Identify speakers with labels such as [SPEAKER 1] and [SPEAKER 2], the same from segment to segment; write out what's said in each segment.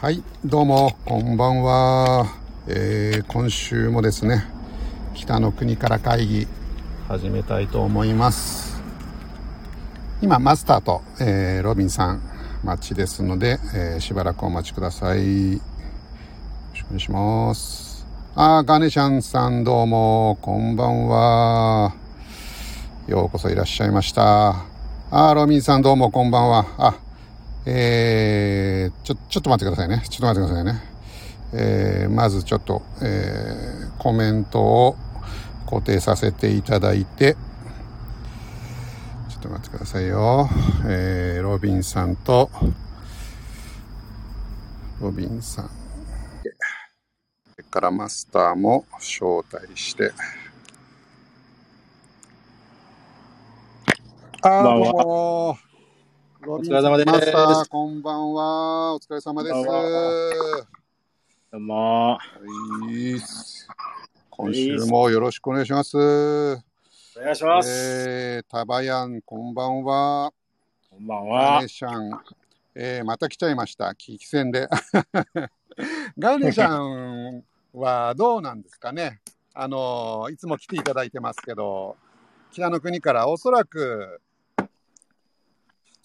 [SPEAKER 1] はい、どうも、こんばんは。えー今週もですね、北の国から会議、始めたいと思います。今、マスターと、えーロビンさん、待ちですので、えーしばらくお待ちください。よろしくお願いします。あー、ガネシャンさん、どうも、こんばんは。ようこそいらっしゃいました。あー、ロビンさん、どうも、こんばんは。あ、えー、ちょ、ちょっと待ってくださいね。ちょっと待ってくださいね。えーまずちょっと、えーコメントを固定させていただいて、ちょっと待ってくださいよ。えーロビンさんと、ロビンさん。それからマスターも招待して。あー、
[SPEAKER 2] こんば
[SPEAKER 1] ど
[SPEAKER 2] んは
[SPEAKER 1] うもロビンさん
[SPEAKER 2] お疲れ様です
[SPEAKER 1] マスター、こんばんは。お疲れ様です。
[SPEAKER 2] こんばん
[SPEAKER 1] は
[SPEAKER 2] どうも
[SPEAKER 1] いっす今週もよろしくお願いします。
[SPEAKER 2] お願いします、
[SPEAKER 1] えー、タバヤン、こんばんは。
[SPEAKER 2] こんばん
[SPEAKER 1] ガ
[SPEAKER 2] は
[SPEAKER 1] ネ。シャン、えー、また来ちゃいました。危機戦で。 ガネシャンはどうなんですかね。あのーいつも来ていただいてますけど、北の国からおそらく、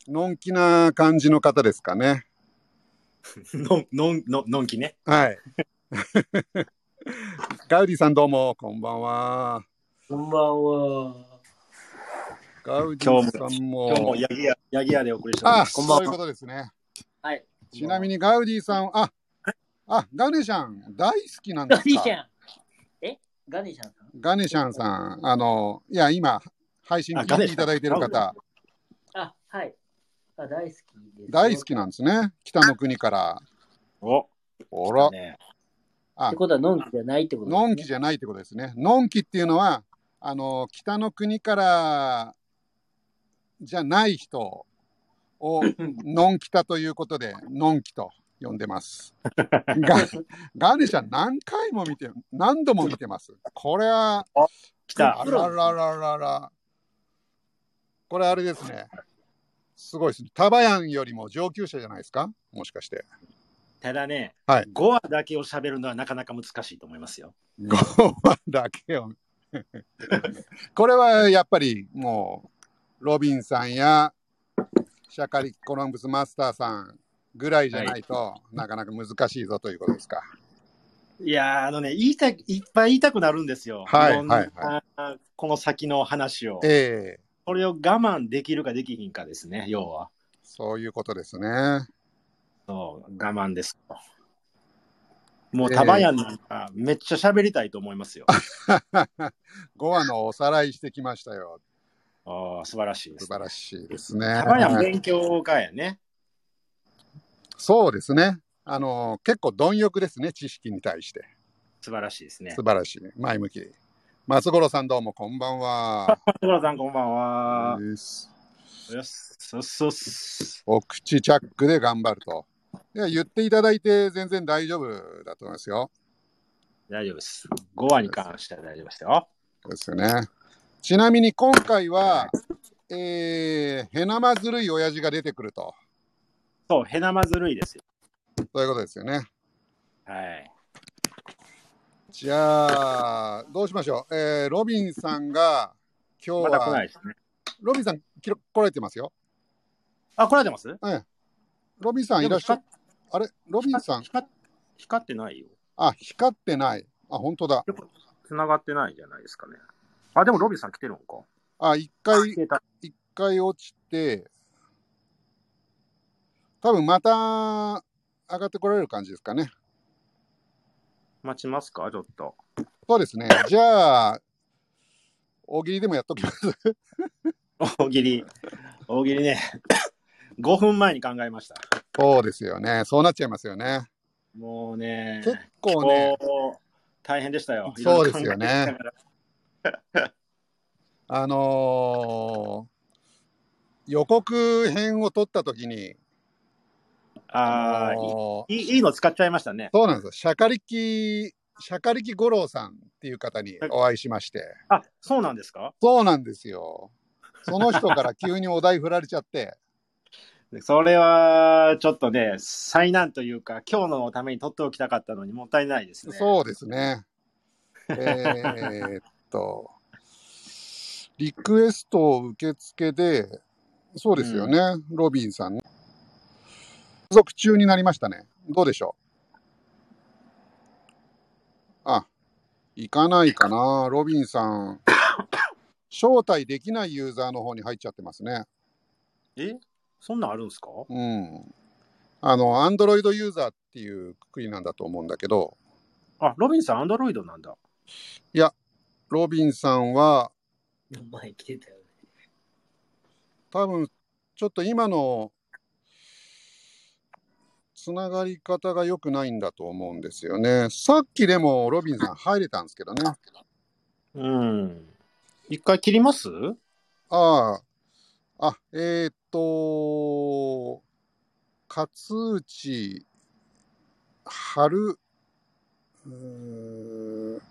[SPEAKER 1] のんきな感じの方ですかね。
[SPEAKER 2] のん、のん、のん、のんきね。
[SPEAKER 1] はい。 ガウディさんどうも、こんばんは。
[SPEAKER 3] こんばんは。
[SPEAKER 1] ガウディさんも。
[SPEAKER 2] 今日もヤギ屋、ヤギ屋でお送りしており
[SPEAKER 1] あ、
[SPEAKER 2] ます。こんば
[SPEAKER 1] そうんいう
[SPEAKER 2] は。
[SPEAKER 1] ことですね。
[SPEAKER 3] はい。
[SPEAKER 1] ちなみにガウディさん、あ、あ、ガネシャン、大好きなんです
[SPEAKER 3] ガ
[SPEAKER 1] か
[SPEAKER 3] ネシャン。えガネシャンさん
[SPEAKER 1] ガネシャンさん、あの、いや、今、配信聞いていただいてる
[SPEAKER 2] あガネシャ
[SPEAKER 1] 方、
[SPEAKER 3] あ、はい。あ大好きです。
[SPEAKER 1] 大好きなんですね。北の国から。
[SPEAKER 2] お、
[SPEAKER 1] おら、
[SPEAKER 2] ね、
[SPEAKER 3] ってことは、のんきじゃないってことですね
[SPEAKER 1] のんきじゃないってことですね。のんきっていうのは、あの、北の国からじゃない人 を、のんきたということで、のんきと呼んでます。 がガネシャン何回も見て、何度も見てます。これは、
[SPEAKER 2] 来
[SPEAKER 1] あ
[SPEAKER 2] た。
[SPEAKER 1] ららららら。これあれですね。すごいですね。タバヤンよりも上級者じゃないですかもしかして。
[SPEAKER 2] ただね、
[SPEAKER 1] はい
[SPEAKER 2] 5話だけを喋るのはなかなか難しいと思いますよ。
[SPEAKER 1] ごまだけを。これはやっぱりもう、ロビンさんや、シャカリ・コロンブス・マスターさんぐらいじゃないと、なかなか難しいぞということですか。
[SPEAKER 2] いやー、あのね、言いたい、いっぱい言いたくなるんですよ。
[SPEAKER 1] はい
[SPEAKER 2] ろんな
[SPEAKER 1] はいは
[SPEAKER 2] この先の話を。
[SPEAKER 1] ええ
[SPEAKER 2] これを我慢できるかできひんかですね、要は。
[SPEAKER 1] そういうことですね。
[SPEAKER 2] そう、我慢です。もう、タバヤンなんか、めっちゃ喋りたいと思いますよ。
[SPEAKER 1] 5話のおさらいしてきましたよ。
[SPEAKER 2] ああ、素晴らしいです。
[SPEAKER 1] 素晴らしいですね。
[SPEAKER 2] タバヤン勉強家やね。
[SPEAKER 1] そうですね。あの、結構貪欲ですね、知識に対して。
[SPEAKER 2] 素晴らしいですね
[SPEAKER 1] 素。晴らしい。前向き。松五郎さんどうもこんばんは。
[SPEAKER 2] 小原さん、こんばんは。
[SPEAKER 1] です
[SPEAKER 2] よっそっそっす。
[SPEAKER 1] お口チャックで頑張ると。いや、言っていただいて全然大丈夫だと思いますよ。
[SPEAKER 2] 大丈夫です。5話に関しては大丈夫ですよ。
[SPEAKER 1] ですよね。ちなみに今回は、えー、へなまずるい親父が出てくると。
[SPEAKER 2] そう、へなまずるいですよ。
[SPEAKER 1] そういうことですよね。
[SPEAKER 2] はい。
[SPEAKER 1] じゃあ、どうしましょう。えー、ロビンさんが、今
[SPEAKER 2] ま
[SPEAKER 1] 日
[SPEAKER 2] だ来ない
[SPEAKER 1] は、
[SPEAKER 2] ですね。
[SPEAKER 1] ロビンさんきろ来られてますよ。
[SPEAKER 2] あ、来られてます
[SPEAKER 1] ロビンさんいらっしゃ
[SPEAKER 2] でも
[SPEAKER 1] あれロビンさん、
[SPEAKER 2] 光っ光ってないよ。
[SPEAKER 1] あ、光ってない。あ、本当だ。
[SPEAKER 2] 繋がってないじゃないですかね。あ、でもロビンさん来てるのか。
[SPEAKER 1] あ、一回、
[SPEAKER 2] 消えた。
[SPEAKER 1] 一回落ちて、多分また上がってこられる感じですかね。
[SPEAKER 2] 待ちますか、ちょっと。
[SPEAKER 1] そうですね。じゃあ、大喜利でもやっときます。
[SPEAKER 2] 大喜利。大喜利ね。5分前に考えました。
[SPEAKER 1] そうですよね。そうなっちゃいますよね。
[SPEAKER 2] もうね。
[SPEAKER 1] 結構ね、
[SPEAKER 2] こう大変でしたよ。
[SPEAKER 1] そうですよね
[SPEAKER 2] いろいろ考えてきたから
[SPEAKER 1] あのー予告編を撮ったときに、
[SPEAKER 2] あ
[SPEAKER 1] の
[SPEAKER 2] ー
[SPEAKER 1] ー
[SPEAKER 2] いいいいの使っちゃいましたね。
[SPEAKER 1] そうなんですよ。シャカリキ、シャカリキ五郎さんっていう方にお会いしまして。
[SPEAKER 2] あ、そうなんですか
[SPEAKER 1] そうなんですよ。その人から急にお題振られちゃって、
[SPEAKER 2] それは、ちょっとね、災難というか、今日のために取っておきたかったのにもったいないですね。
[SPEAKER 1] そうですね。えーっと、リクエストを受付で、そうですよね、ロビンさんね。付属中になりましたね。どうでしょうあ、行かないかな。ロビンさん、招待できないユーザーの方に入っちゃってますね。
[SPEAKER 2] えそんなんあるんですか
[SPEAKER 1] うん。あの、アンドロイドユーザーっていうくくりなんだと思うんだけど、
[SPEAKER 2] あ、ロビンさん、アンドロイドなんだ。
[SPEAKER 1] ロビンさんは、
[SPEAKER 3] 前来てたよね。
[SPEAKER 1] 多分ちょっと今のつながり方が良くないんだと思うんですよね。さっきでもロビンさん入れたんですけどね。
[SPEAKER 2] うん。一回切ります
[SPEAKER 1] ああ、あ、えーっと、勝内春、うーん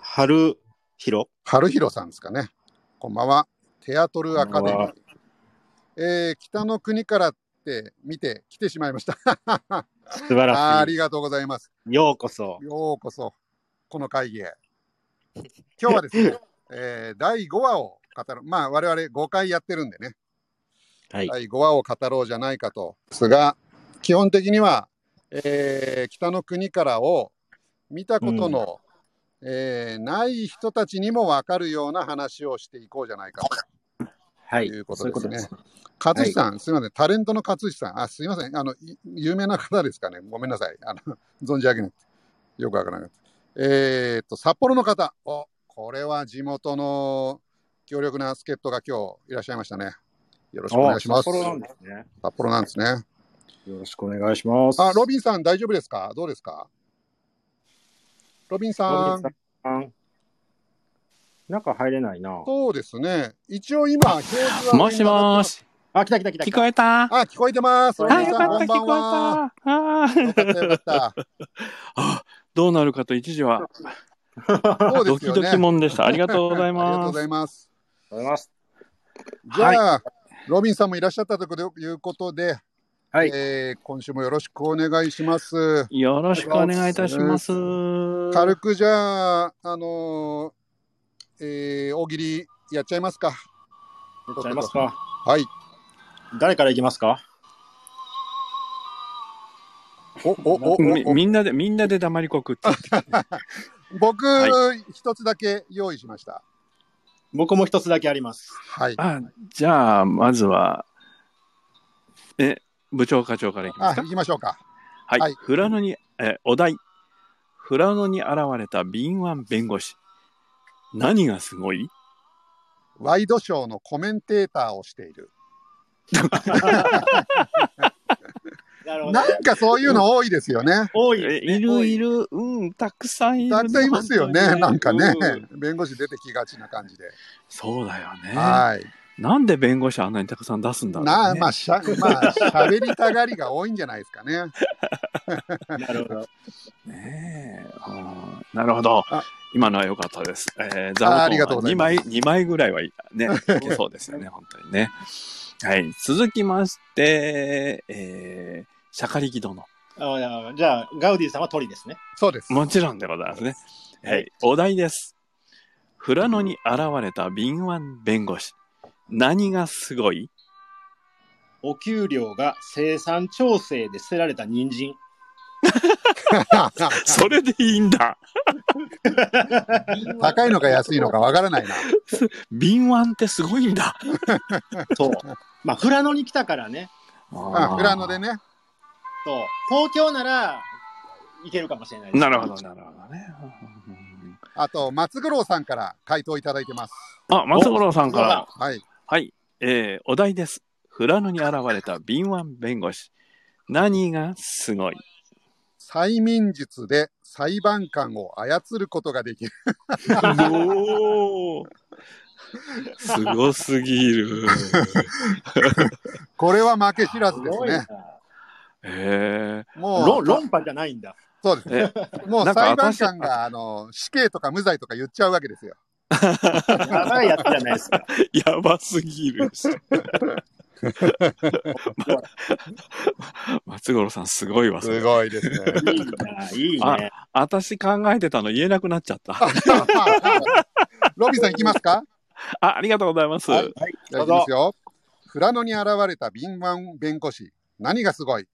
[SPEAKER 2] 春広
[SPEAKER 1] 春広さんですかね。こんばんは。テアトルアカデミ
[SPEAKER 2] こんば
[SPEAKER 1] ー。
[SPEAKER 2] ん
[SPEAKER 1] えー北の国からって見て来てしまいました。
[SPEAKER 2] 素晴
[SPEAKER 1] あ
[SPEAKER 2] ら
[SPEAKER 1] あ
[SPEAKER 2] し
[SPEAKER 1] りがとうござい ます。
[SPEAKER 2] い。ようこそ。
[SPEAKER 1] ようこそ、この会議へ。今日はですね、えー第5話を語る、まあ、我々5回やってるんでね、
[SPEAKER 2] はい。
[SPEAKER 1] 第5話を語ろうじゃないかと、ですが、基本的には、えー北の国からを見たことの、えーない人たちにも分かるような話をしていこうじゃないかと。
[SPEAKER 2] はい。
[SPEAKER 1] ということですね
[SPEAKER 2] そういうこ
[SPEAKER 1] 勝地さん、すみません、タレントの勝地さん、あすみませんあの、い有名な方ですかね、ごめんなさい、あの存じ上げなくて、よくわからなかった。えーっと、札幌の方、おこれは地元の強力な助っ人が今日いらっしゃいましたね。よろしくお願いします。
[SPEAKER 2] あ札幌なんですね。
[SPEAKER 1] 札幌なんですね。
[SPEAKER 2] よろしくお願いします。
[SPEAKER 1] あ、ロビンさん、大丈夫ですかどうですかロビンさ
[SPEAKER 2] ロ
[SPEAKER 1] ん
[SPEAKER 2] ビ、ンさん。中入れないな。
[SPEAKER 1] そうですね、一応今、表示は。
[SPEAKER 4] もしもー。し、
[SPEAKER 2] あ、来た来た来た来
[SPEAKER 4] 聞
[SPEAKER 2] た。
[SPEAKER 4] こえたあ、
[SPEAKER 1] あ、聞こえてます。ロビン
[SPEAKER 4] よ
[SPEAKER 1] さん、
[SPEAKER 4] か
[SPEAKER 1] こ
[SPEAKER 4] った、
[SPEAKER 1] ん
[SPEAKER 4] 聞
[SPEAKER 1] ばんは。
[SPEAKER 4] こえた。あ
[SPEAKER 1] よ
[SPEAKER 4] ー
[SPEAKER 1] かった、よかった。
[SPEAKER 4] あ、どうなるかと一時は、
[SPEAKER 1] そう
[SPEAKER 4] ド
[SPEAKER 1] です
[SPEAKER 4] キ
[SPEAKER 1] よ
[SPEAKER 4] ド
[SPEAKER 1] ね。
[SPEAKER 4] キもんでした。ありがとうござい
[SPEAKER 1] ありがとう
[SPEAKER 4] ま
[SPEAKER 1] ござ
[SPEAKER 4] す。
[SPEAKER 1] います。
[SPEAKER 2] おはようございます。
[SPEAKER 1] じゃあ、ロビンさんもいらっしゃったということで、
[SPEAKER 2] はい。
[SPEAKER 1] えー今週もよろしくお願いします。
[SPEAKER 4] よろしくお願いいたします。
[SPEAKER 1] 軽くじゃあ、あのーえー大喜利やっちゃいますか。
[SPEAKER 2] やっちゃいますか。
[SPEAKER 1] はい。
[SPEAKER 2] 誰から行きますか
[SPEAKER 1] お、お、お、
[SPEAKER 4] み
[SPEAKER 1] お、お
[SPEAKER 4] みんなで、みんなで黙りこくって言ってた。
[SPEAKER 1] 僕、
[SPEAKER 4] は
[SPEAKER 1] 一つだけ用意しました。
[SPEAKER 2] 僕も一つだけあります。
[SPEAKER 1] はい。
[SPEAKER 4] あ、じゃあ、まずは、え、部長課長からいきま
[SPEAKER 1] あ、
[SPEAKER 4] すか
[SPEAKER 1] 行。きましょうか。
[SPEAKER 4] はい。
[SPEAKER 1] はい
[SPEAKER 4] 富良野に、え、お題。富良野に現れた敏腕弁護士。何がすごい
[SPEAKER 1] ワイドショーのコメンテーターをしている。
[SPEAKER 2] なる
[SPEAKER 1] なんかそういうの多いですよね。
[SPEAKER 2] 多いで
[SPEAKER 4] え
[SPEAKER 2] すね。
[SPEAKER 4] い
[SPEAKER 2] 多
[SPEAKER 4] るい
[SPEAKER 2] い。
[SPEAKER 4] る、うん、たくさんいる。
[SPEAKER 1] たくさんいますよね。なんかね
[SPEAKER 4] うん。
[SPEAKER 1] 弁護士出てきがちな感じで。
[SPEAKER 4] そうだよね。
[SPEAKER 1] はい。
[SPEAKER 4] なんで弁護士あんなにたくさん出すんだろう、ね。
[SPEAKER 1] なあまあしゃ、 まあ、喋りたがりが多いんじゃないですかね。
[SPEAKER 2] なるほど。
[SPEAKER 4] ねえあーなるほど
[SPEAKER 1] あ。
[SPEAKER 4] 今のは良かったです。
[SPEAKER 1] あ
[SPEAKER 4] えー、
[SPEAKER 1] ー
[SPEAKER 4] 座
[SPEAKER 1] あり
[SPEAKER 4] 布
[SPEAKER 1] がとう
[SPEAKER 4] 団
[SPEAKER 1] ご
[SPEAKER 4] は
[SPEAKER 1] ざい
[SPEAKER 4] 2
[SPEAKER 1] ます
[SPEAKER 4] 枚、二枚ぐらいはいい ね、いけそうですよね、本当にね。はい。続きまして、えー、シャカリキ殿。
[SPEAKER 2] あいやじゃあ、ガウディさんは鳥ですね。
[SPEAKER 1] そうです。
[SPEAKER 4] もちろんでございますね。はい。お題です。富良野に現れた敏腕弁護士。何がすごい
[SPEAKER 2] お給料が生産調整で捨てられた人参。
[SPEAKER 4] それでいいんだ。
[SPEAKER 1] 高いのか安いのかわからないな。
[SPEAKER 4] 敏腕ってすごいんだ。
[SPEAKER 2] そう。 まあ、富良野に来たからね。
[SPEAKER 1] あ、富良野でね。
[SPEAKER 2] そう。東京なら、行けるかもしれないです
[SPEAKER 4] なるほど、。なるほどね。
[SPEAKER 1] あと、松五郎さんから回答いただいてます。
[SPEAKER 4] あ、松五郎さんから。
[SPEAKER 1] はい。
[SPEAKER 4] はい、えー、お題です。富良野に現れた敏腕弁護士。何がすごい
[SPEAKER 1] 催眠術で裁判官を操ることができる。
[SPEAKER 4] おすごすぎる。
[SPEAKER 1] これは負け知らずです
[SPEAKER 2] ごいな
[SPEAKER 1] ね。
[SPEAKER 4] え
[SPEAKER 1] も
[SPEAKER 2] 論
[SPEAKER 1] う、
[SPEAKER 2] 論破じゃないんだ。
[SPEAKER 1] そうですね。もう
[SPEAKER 4] なんか
[SPEAKER 1] 裁判
[SPEAKER 4] 私
[SPEAKER 1] 官が、あの、死刑とか無罪とか言っちゃうわけですよ。
[SPEAKER 2] やばいやつじゃないですか。
[SPEAKER 4] やばすぎ る。松五郎さん、すごいわ。それ
[SPEAKER 1] すごいですね。
[SPEAKER 2] いいな、いい
[SPEAKER 4] あ
[SPEAKER 2] ね。
[SPEAKER 4] 私考えてたの言えなくなっちゃった。
[SPEAKER 1] ロビンさん行きますか
[SPEAKER 4] あ、ありがとうございます。
[SPEAKER 1] はいじゃあ
[SPEAKER 2] ど
[SPEAKER 1] いうきま
[SPEAKER 2] ぞ
[SPEAKER 1] すよ。富良野に現れた敏腕弁護士。何がす ごい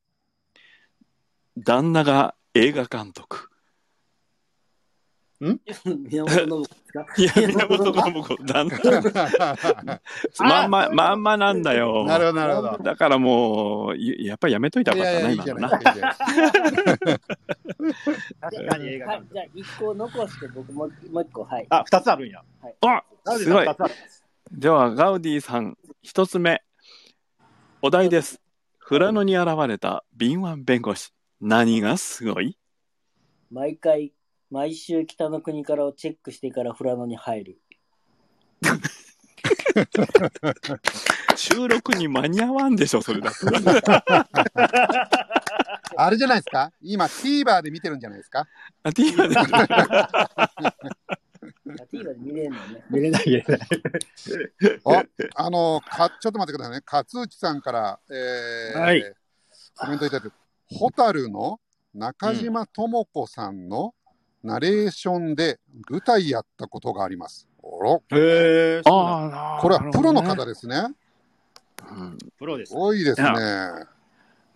[SPEAKER 4] 旦那が映画監督。
[SPEAKER 3] 宮本信子 ですか
[SPEAKER 4] いや、宮本信子、旦那。まんま、まんまなんだよ。
[SPEAKER 1] なるほど、なるほど。
[SPEAKER 4] だからもう、いやっぱりやめといた
[SPEAKER 1] い
[SPEAKER 4] 方が
[SPEAKER 1] や
[SPEAKER 4] よ
[SPEAKER 1] いや
[SPEAKER 4] か
[SPEAKER 1] い
[SPEAKER 4] っ
[SPEAKER 1] い
[SPEAKER 4] た
[SPEAKER 1] じ
[SPEAKER 4] な、
[SPEAKER 1] ゃ
[SPEAKER 4] 今
[SPEAKER 1] な
[SPEAKER 4] の
[SPEAKER 1] いで
[SPEAKER 4] な。
[SPEAKER 1] すか。
[SPEAKER 2] 確かに映画
[SPEAKER 3] はい
[SPEAKER 2] 館。
[SPEAKER 3] じゃあ、一個残して、僕もうもう一個、はい。
[SPEAKER 2] あ、二つあるんや。
[SPEAKER 4] あすごい
[SPEAKER 2] 二。つある
[SPEAKER 4] では、ガウディさん、一つ目。お題です。富良野に現れた敏腕弁護士。何がすごい
[SPEAKER 3] 毎回、毎週北の国からをチェックしてから富良野に入る。
[SPEAKER 4] 収録に間に合わんでしょ、それだ と。
[SPEAKER 1] あれじゃないですか今 TVer で見てるんじゃない ですか
[SPEAKER 4] あ、TVer で。
[SPEAKER 3] あ TVer で見れるのね。
[SPEAKER 2] 見れない、見れない。
[SPEAKER 1] あ、あのか、ちょっと待ってくださいね。勝内さんから、えー
[SPEAKER 2] はい
[SPEAKER 1] コメントいただいて、ホタルの中島智子さんのナレーションで舞台やったことがあります。おろ、
[SPEAKER 2] へえ。あ、
[SPEAKER 4] ああ、
[SPEAKER 1] これはプロの
[SPEAKER 4] なる
[SPEAKER 1] 方ですね。
[SPEAKER 4] ほどね。うん
[SPEAKER 2] プロです
[SPEAKER 1] す。ごいですね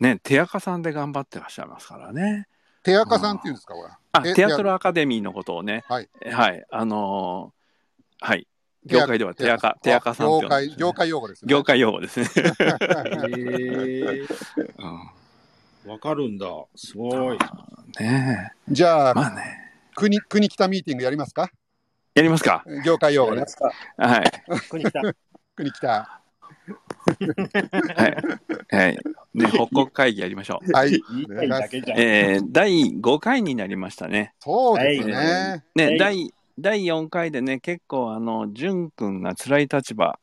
[SPEAKER 4] い。ね、手垢さんで頑張ってらっしゃいますからね。
[SPEAKER 1] 手垢さんっていうんですか、これ。
[SPEAKER 4] あ、
[SPEAKER 1] え
[SPEAKER 4] テアトルアカデミーのことをね、
[SPEAKER 1] はい、
[SPEAKER 4] はい、あのーはい、
[SPEAKER 1] 手垢
[SPEAKER 4] 業界では手垢、手垢さんって
[SPEAKER 1] 業
[SPEAKER 4] 呼んでますね
[SPEAKER 1] 界、業界用語ですね。
[SPEAKER 4] 業界用語ですね。
[SPEAKER 2] へえ。
[SPEAKER 4] うん
[SPEAKER 2] わかるんだ。すごい。
[SPEAKER 4] ね
[SPEAKER 1] じゃ
[SPEAKER 4] え、
[SPEAKER 1] あ、
[SPEAKER 4] まあね、
[SPEAKER 1] 国、国北ミーティングやりますか
[SPEAKER 4] やりますか。
[SPEAKER 1] 業界用語です。
[SPEAKER 2] こ
[SPEAKER 4] はい、
[SPEAKER 2] こに来た。
[SPEAKER 1] 国北。
[SPEAKER 4] はい、はい、ね、北国会議やりましょう。
[SPEAKER 1] はい。
[SPEAKER 2] 言いたいだけじゃん。
[SPEAKER 4] えー、第5回になりましたね。
[SPEAKER 1] そうですね。
[SPEAKER 4] はい
[SPEAKER 2] は
[SPEAKER 4] ね、
[SPEAKER 2] い
[SPEAKER 4] 第第4回でね、結構、あの、淳君が辛い立場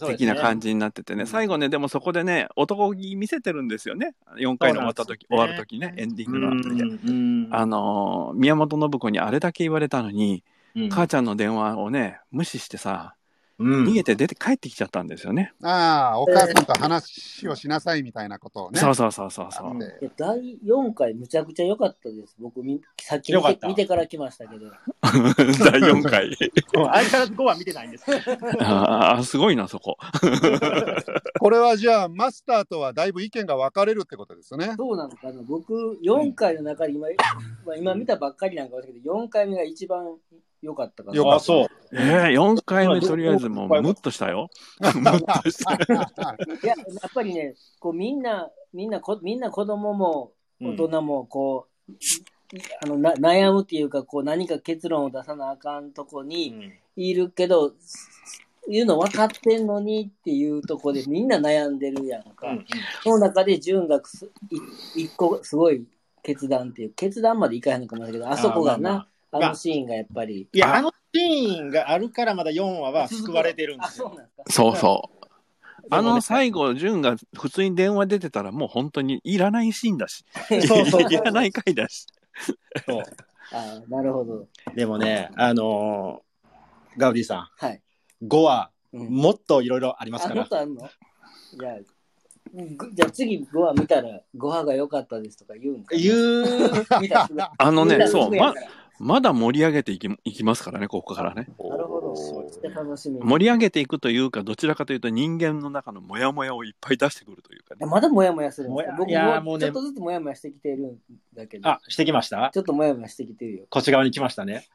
[SPEAKER 4] 的な感
[SPEAKER 2] じ。
[SPEAKER 4] じになっててね、
[SPEAKER 2] うん
[SPEAKER 4] 最後ね、でもそこでね、男気見せてるんですよね、4回の終わった時、
[SPEAKER 2] そ
[SPEAKER 4] 終
[SPEAKER 2] うなん
[SPEAKER 4] わ
[SPEAKER 2] ですよね
[SPEAKER 4] る時ね、エンディン
[SPEAKER 2] う
[SPEAKER 4] グの後で。
[SPEAKER 2] ん。
[SPEAKER 4] あのー宮本信子にあれだけ言われたのに、
[SPEAKER 2] うん、
[SPEAKER 4] 母ちゃんの電話をね無視してさ
[SPEAKER 2] うん
[SPEAKER 4] 逃げて出て帰ってきちゃったんですよね、
[SPEAKER 1] ああ、お母さんと話をしなさいみたいなことをね。
[SPEAKER 4] そうそうそうそうそう、
[SPEAKER 1] あっ
[SPEAKER 3] い
[SPEAKER 1] て
[SPEAKER 3] や第4回、むちゃくちゃ良かったです。僕、みさっき
[SPEAKER 2] 良
[SPEAKER 3] 見
[SPEAKER 2] かってた
[SPEAKER 3] 見てから来ましたけど。
[SPEAKER 4] 第4回
[SPEAKER 2] 相変わらず5は見てないんです。
[SPEAKER 4] あーすごいなそこ
[SPEAKER 1] これはじゃあ、マスターとはだいぶ意見が分かれるってことです ね。
[SPEAKER 3] どうなのかな僕、4回の中で今、まあ、今見たばっかりなんかもしれないけど、4回目が一番良かったかな。
[SPEAKER 1] 良かった
[SPEAKER 2] そう。
[SPEAKER 4] えー、4回目とりあえずもうムッとしたよムッとした
[SPEAKER 3] いや、やっぱりね、こうみんな、みんなこ、みんな子供も
[SPEAKER 2] うん
[SPEAKER 3] 大人も、こう、あのな悩むっていうか、こう何か結論を出さなあかんとこ
[SPEAKER 2] う
[SPEAKER 3] に
[SPEAKER 2] ん
[SPEAKER 3] いるけど、いうの分かってんのにっていうとこでみんな悩んでるやんか。
[SPEAKER 2] うん
[SPEAKER 3] その中で純がすい一個すごい決断っていう、決断までいかへんのかもしれないけど、あそこ
[SPEAKER 2] まあ
[SPEAKER 3] が
[SPEAKER 2] まあ
[SPEAKER 3] な、あ
[SPEAKER 2] まあ
[SPEAKER 3] のシーンがやっぱり。
[SPEAKER 2] いや、あのシーンがあるからまだ4話は救われてるんで
[SPEAKER 3] あ、
[SPEAKER 2] す
[SPEAKER 3] そう
[SPEAKER 2] よ。
[SPEAKER 3] なんですか。
[SPEAKER 4] そうそうあの
[SPEAKER 2] 後
[SPEAKER 4] 最後潤が普通に電話出てたらもう本当にいらないシーンだし
[SPEAKER 2] そうそう
[SPEAKER 4] いらない回だし
[SPEAKER 3] あなるほど。
[SPEAKER 2] でもね、あのーガウディさ
[SPEAKER 3] はい。
[SPEAKER 2] ん、5話、
[SPEAKER 3] うん
[SPEAKER 2] もっといろいろあります
[SPEAKER 3] あ
[SPEAKER 2] か
[SPEAKER 3] も
[SPEAKER 2] ら
[SPEAKER 3] っ。とあんのじゃあ、ぐじゃあ次5話見たら5話が良かったですとか言うんかな
[SPEAKER 2] 言う、
[SPEAKER 3] 見たすぐ
[SPEAKER 4] あの
[SPEAKER 3] 見た
[SPEAKER 4] ね
[SPEAKER 3] すぐ
[SPEAKER 4] そう
[SPEAKER 3] や
[SPEAKER 4] ま
[SPEAKER 3] から
[SPEAKER 4] まだ盛り上げていきいきますからねここからね
[SPEAKER 3] なるほど。
[SPEAKER 2] そう
[SPEAKER 3] めっちゃ楽しみ。
[SPEAKER 4] 盛り上げていくというかどちらかというと人間の中のモヤモヤをいっぱい出してくるというかね
[SPEAKER 3] まだモヤモヤするんですか
[SPEAKER 2] もや
[SPEAKER 3] 僕
[SPEAKER 2] いやー
[SPEAKER 3] も
[SPEAKER 2] もう
[SPEAKER 3] うち
[SPEAKER 2] ね
[SPEAKER 3] ょっとずつモヤモヤしてきてるんだけど、
[SPEAKER 2] あ、してきました
[SPEAKER 3] ちょっとモヤモヤしてきてるよ。
[SPEAKER 2] こっち側に来ましたね。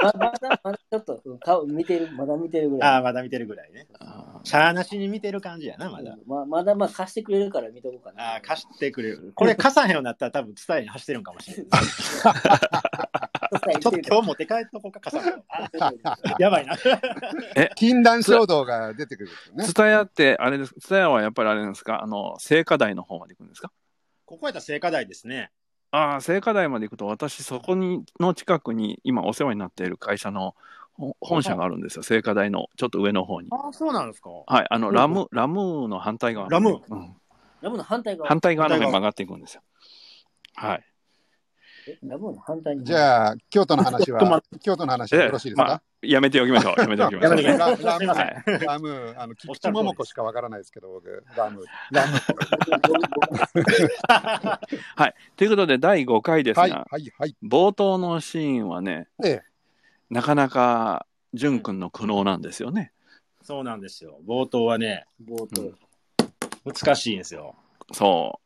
[SPEAKER 3] ままだまだちょっとうん顔見てる、まだ見てるぐらい。
[SPEAKER 2] あーまだ見てるぐらいね。
[SPEAKER 4] あー
[SPEAKER 2] しゃーなしに見てる感じやな、まだ。
[SPEAKER 3] ままだまあ貸してくれるから見とこうかな。
[SPEAKER 2] あー貸してくれる。これ、貸さへんようになったら多分 伝えに走ってるんかもしれない。ちょっと今日持って帰っとこうか、傘。 あやばいな。
[SPEAKER 1] 禁断衝動が出てくるんですよね。
[SPEAKER 4] 伝え合ってあれです伝えはやっぱりあれなんですかあの聖火台の方まで行くんですか
[SPEAKER 2] ここやったら聖火台ですね。
[SPEAKER 4] ああ聖火台まで行くと私そこにの近くに今お世話になっている会社のほ本社があるんですよ聖火台のちょっと上の方に
[SPEAKER 2] ああ、そうなんですか。
[SPEAKER 4] はいあの
[SPEAKER 3] うん
[SPEAKER 4] ラムラムーの反対側
[SPEAKER 2] ラムー
[SPEAKER 4] うん
[SPEAKER 3] ラムの反対側。
[SPEAKER 4] 反対側の方に曲がっていくんですよはい
[SPEAKER 3] えラブの反対に。
[SPEAKER 1] じゃあ、京都の話
[SPEAKER 2] ちょっと
[SPEAKER 1] は
[SPEAKER 2] 待、
[SPEAKER 1] 京都の話は
[SPEAKER 4] え
[SPEAKER 1] よろしいです
[SPEAKER 4] まあ
[SPEAKER 1] か、、
[SPEAKER 4] やめておきましょう。やめておきましょ
[SPEAKER 2] や
[SPEAKER 4] う
[SPEAKER 2] め。ておきま
[SPEAKER 1] ラ
[SPEAKER 2] し
[SPEAKER 1] ム
[SPEAKER 2] すいません
[SPEAKER 4] はい
[SPEAKER 1] ラム、あの、菊
[SPEAKER 2] おっし
[SPEAKER 1] 池
[SPEAKER 2] ゃる通りです
[SPEAKER 1] 桃子しかわからないですけど、僕、ラム。
[SPEAKER 4] ということで、第5回ですが、
[SPEAKER 1] はい、はい、はい。
[SPEAKER 4] 冒頭のシーンはね、
[SPEAKER 1] ええ
[SPEAKER 4] なかなか淳君の苦悩なんですよね。
[SPEAKER 2] そうなんですよ。冒頭はね、
[SPEAKER 3] 冒頭。
[SPEAKER 2] 難しいんですよ。
[SPEAKER 4] そ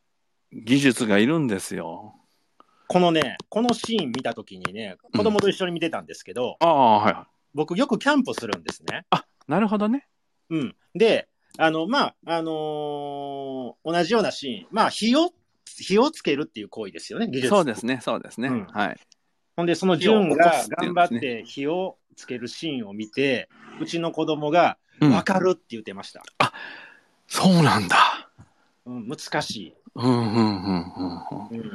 [SPEAKER 4] う。技術がいるんですよ。
[SPEAKER 2] このね、このシーン見たときにね、子供と一緒に見てたんですけど、
[SPEAKER 4] ああ、はいはい。
[SPEAKER 2] 僕よくキャンプするんですね。
[SPEAKER 4] なるほどね。
[SPEAKER 2] うん。で、あの、まあ、あのー同じようなシーン、まあ、火を、火をつけるっていう行為ですよね、技術。
[SPEAKER 4] そうですね、そうですね。
[SPEAKER 2] うん
[SPEAKER 4] はい。
[SPEAKER 2] ほんで、その純が頑張って火をつけるシーンを見て、うちの子供が、
[SPEAKER 4] うん
[SPEAKER 2] わかるって言ってました。
[SPEAKER 4] そうなんだ。
[SPEAKER 2] うん、難しい。
[SPEAKER 4] うんうんうんうんうん。
[SPEAKER 2] うん。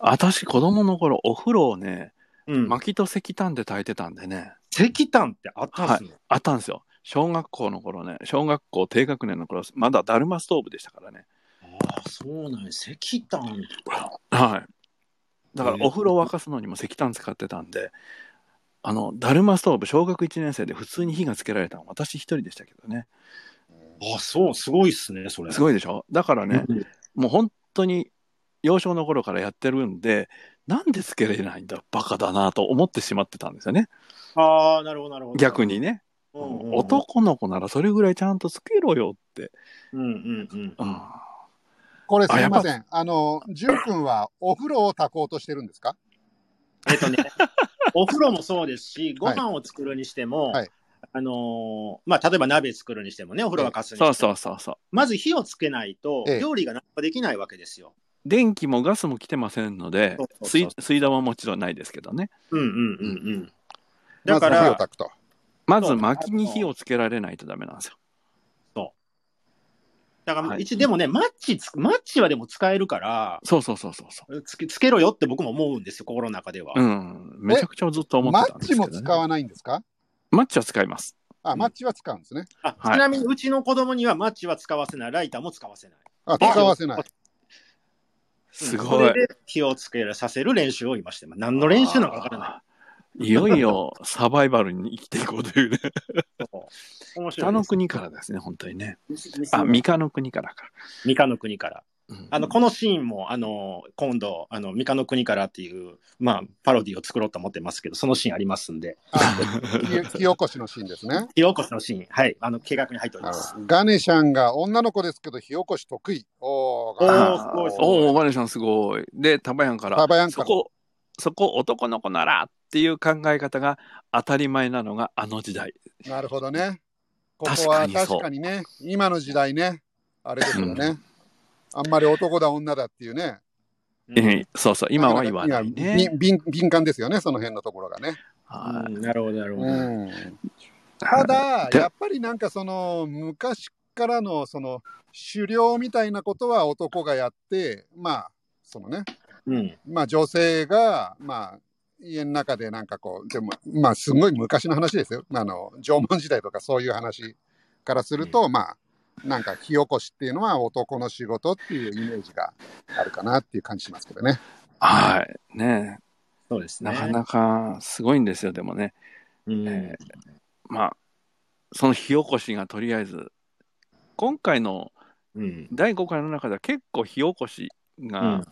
[SPEAKER 4] 私、子供の頃、お風呂をね、
[SPEAKER 2] うん、
[SPEAKER 4] 薪と石炭で炊いてたんでね、
[SPEAKER 2] 石炭ってあったんすね。
[SPEAKER 4] あったんですよ。小学校の頃ね、小学校低学年の頃、まだだるまストーブでしたからね。
[SPEAKER 2] ああ、そうなんや石炭
[SPEAKER 4] はい。だからお風呂沸かすのにも石炭使ってたんで、あの、だるまストーブ、小学1年生で普通に火がつけられたの私一人でしたけどね。
[SPEAKER 2] あそう、すごいっすね、それ。
[SPEAKER 4] すごいでしょだからね、
[SPEAKER 2] うん
[SPEAKER 4] もう本当に幼少の頃からやってるんで、なんでつけれないんだ、バカだなと思ってしまってたんですよね。
[SPEAKER 2] ああ、なるほど、なるほど。
[SPEAKER 4] 逆にね。
[SPEAKER 2] うんうんうん、
[SPEAKER 4] 男の子ならそれぐらいちゃんとつけろよって。
[SPEAKER 2] うんうんうん。
[SPEAKER 4] うん
[SPEAKER 1] これす
[SPEAKER 4] あ
[SPEAKER 1] み
[SPEAKER 4] やっ
[SPEAKER 1] ま
[SPEAKER 4] ぱ
[SPEAKER 1] せん。あの、ジュン君はお風呂を炊こうとしてるんですか
[SPEAKER 2] えっとね、お風呂もそうですし、ご
[SPEAKER 1] はい
[SPEAKER 2] 飯を作るにしても、
[SPEAKER 1] はい
[SPEAKER 2] あのーまあ、例えば鍋作るにしてもね、お風呂沸かすにしても、
[SPEAKER 4] そうそうそうそう。
[SPEAKER 2] まず火をつけないと
[SPEAKER 1] ええ、
[SPEAKER 2] 料理がなんかできないわけですよ。
[SPEAKER 4] 電気もガスも来てませんので
[SPEAKER 2] そう、そうそう
[SPEAKER 4] 水水道はもちろんないですけどね。
[SPEAKER 2] うんうんうんうん。だか
[SPEAKER 1] まず火を
[SPEAKER 2] ら、
[SPEAKER 1] 炊くと。
[SPEAKER 4] まず薪に火をつけられないとダメなんですよ。
[SPEAKER 2] だから
[SPEAKER 4] はい
[SPEAKER 2] 一、でもね、マッチつ、マッチはでも使えるから、
[SPEAKER 4] そうそうそうそうそ
[SPEAKER 2] つけつけろよって僕も思うんですよ、心の中では。
[SPEAKER 4] う。うん。めちゃくちゃずっと思
[SPEAKER 1] マ
[SPEAKER 4] ってた
[SPEAKER 1] ッ
[SPEAKER 4] んです
[SPEAKER 1] チ
[SPEAKER 4] けど、
[SPEAKER 1] も
[SPEAKER 4] ね。
[SPEAKER 1] 使わないんですか
[SPEAKER 4] マッチは使います。
[SPEAKER 1] あ、マッチは使うんですね。
[SPEAKER 2] あ
[SPEAKER 4] はい
[SPEAKER 2] ちなみに、うちの子供にはマッチは使わせない、ライターも使わせない。
[SPEAKER 1] あ、使わせない。
[SPEAKER 4] す
[SPEAKER 2] そ
[SPEAKER 4] ごい。
[SPEAKER 2] れで火をつけさせる練習を今してます。何の練習なのかわからない。
[SPEAKER 4] い。いよいよサバイバルに生きていこうというね。
[SPEAKER 2] 面白
[SPEAKER 4] 北
[SPEAKER 2] いで
[SPEAKER 4] の
[SPEAKER 2] す。
[SPEAKER 4] 国からですね、本当にね。
[SPEAKER 3] あ
[SPEAKER 4] あ、三河の国からか。
[SPEAKER 2] 三河の国から。
[SPEAKER 4] うん
[SPEAKER 2] あの、このシーンも、あの、今度、あの、三河の国からっていう、まあ、パロディを作ろうと思ってますけど、そのシーンありますんで、
[SPEAKER 1] あ火火起こしのシーンです ね。
[SPEAKER 2] 火起こしのシーン、はい、あの、計画に入っております。
[SPEAKER 1] ガネシャンが女の子ですけど火起こし得意。おー、
[SPEAKER 2] お
[SPEAKER 1] ガネ
[SPEAKER 2] ー
[SPEAKER 1] シ
[SPEAKER 2] す
[SPEAKER 1] ャン
[SPEAKER 2] ごいすごい
[SPEAKER 4] おお、マネさんすごい。で、タバヤンから、
[SPEAKER 1] タバヤンか
[SPEAKER 4] そ
[SPEAKER 1] ら
[SPEAKER 4] こ、そこ男の子ならっていう考え方が当たり前なのがあの時代。
[SPEAKER 1] なるほどね。ここは
[SPEAKER 4] 確かにそう
[SPEAKER 1] 確かにね、今の時代ね、あれですよね。あんまり男だ女だっていうね。
[SPEAKER 2] うん
[SPEAKER 4] ええそうそう、今は言わない
[SPEAKER 1] 今び
[SPEAKER 4] ね。
[SPEAKER 1] ん敏敏感ですよね、その辺のところがね。
[SPEAKER 4] は
[SPEAKER 2] うんなるほど、なるほど。
[SPEAKER 1] うん
[SPEAKER 4] い
[SPEAKER 1] ただ、
[SPEAKER 4] で
[SPEAKER 1] やっぱりなんかその昔からのその狩猟みたいなことは男がやって、まあ、そのね、
[SPEAKER 2] うん。
[SPEAKER 1] まあ女性が、まあ、家の中でなんかこう、でも、まあすごい昔の話ですよ。あの、縄文時代とかそういう話からすると、まあ、なんか火起こしっていうのは男の仕事っていうイメージがあるかなっていう感じしますけど ね。
[SPEAKER 4] はい。ね
[SPEAKER 2] そうです
[SPEAKER 4] え
[SPEAKER 2] ね。
[SPEAKER 4] なかなかすごいんですよ、でもね。
[SPEAKER 2] うん
[SPEAKER 4] えーまあ、その火起こしがとりあえず、今回の
[SPEAKER 2] うん。
[SPEAKER 4] 第5回の中では結構火起こし
[SPEAKER 2] うん
[SPEAKER 4] が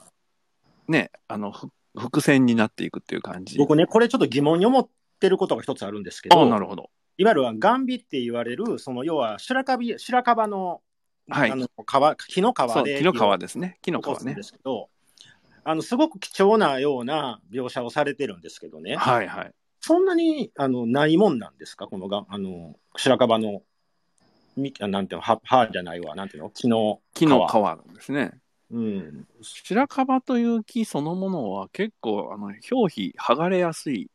[SPEAKER 4] ね、あの、ふ伏線になっていくっていう感じ。
[SPEAKER 2] 僕ね、これちょっと疑問に思ってることが一つあるんですけ
[SPEAKER 4] あ
[SPEAKER 2] ど、
[SPEAKER 4] あ、なるほど。
[SPEAKER 2] いわゆるはガンビって言われる、その要は白樺白樺の,、
[SPEAKER 4] はい
[SPEAKER 2] あの皮木の
[SPEAKER 4] そ
[SPEAKER 2] 皮
[SPEAKER 4] う、
[SPEAKER 2] で
[SPEAKER 4] 木の皮ですね。木の
[SPEAKER 2] 起こす
[SPEAKER 4] 皮
[SPEAKER 2] ん
[SPEAKER 4] ね
[SPEAKER 2] で。すけど、あのすごく貴重なような描写をされてるんですけどね、
[SPEAKER 4] はいはい。
[SPEAKER 2] そんなにあのないもんなんですか、このがあの白樺のみあなんていうの、葉葉じゃないわ、なんていうの、木の皮。
[SPEAKER 4] 木の皮ですね。
[SPEAKER 2] うん、
[SPEAKER 4] 白樺という木そのものは結構あの表皮剥がれやすい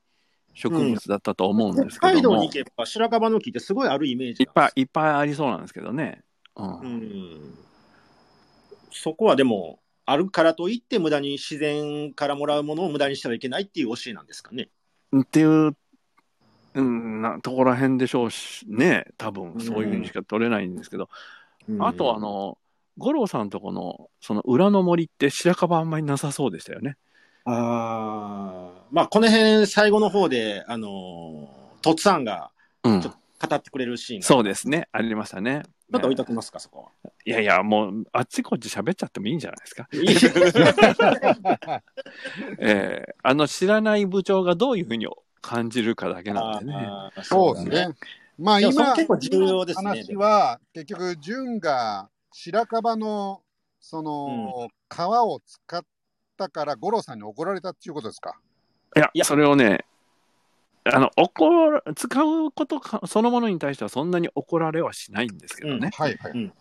[SPEAKER 4] 植物だったと思うんです
[SPEAKER 2] 北
[SPEAKER 4] け
[SPEAKER 2] 海
[SPEAKER 4] ど
[SPEAKER 2] 道
[SPEAKER 4] も、
[SPEAKER 2] に行けば白樺の木ってすごいあるイメージ
[SPEAKER 4] いっ
[SPEAKER 2] なん
[SPEAKER 4] ぱ
[SPEAKER 2] です
[SPEAKER 4] いいっぱいありそうなんですけどね。うん
[SPEAKER 2] うんそこはでも、あるからといって、無駄に自然からもらうものを無駄にしてはいけないっていう教えなんですかね。
[SPEAKER 4] っていう、うん、なとこら辺でしょうしね多分そういうふうにしか取れないんですけど、あとあ、の五郎さんとこのその裏の森って白樺あんまりなさそうでしたよね。
[SPEAKER 2] あーまあ、この辺、最後の方で、あのー、とっつぁんが
[SPEAKER 4] うん
[SPEAKER 2] ちょっ語ってくれるシーンが
[SPEAKER 4] そうですね、ありましたね。
[SPEAKER 2] ちょっと置いときますか、そこは。
[SPEAKER 4] いやいや、もう、あっちこっち喋っちゃってもいいんじゃないで すか。
[SPEAKER 2] いや
[SPEAKER 4] えーあの、知らない部長がどういうふうに感じるかだけなんでね。
[SPEAKER 2] あー
[SPEAKER 1] そうですね。まあ
[SPEAKER 2] でも
[SPEAKER 1] 今、
[SPEAKER 2] そこ結構重要ですね
[SPEAKER 1] 話は、結局、潤が白樺の、その、皮を使ったから、五郎さんに怒られたっていうことですか。
[SPEAKER 4] いや、
[SPEAKER 2] いや
[SPEAKER 4] それをね、あの、怒ら使うことかそのものに対してはそんなに怒られはしないんですけどね。
[SPEAKER 2] うん
[SPEAKER 1] はいはい。
[SPEAKER 2] うん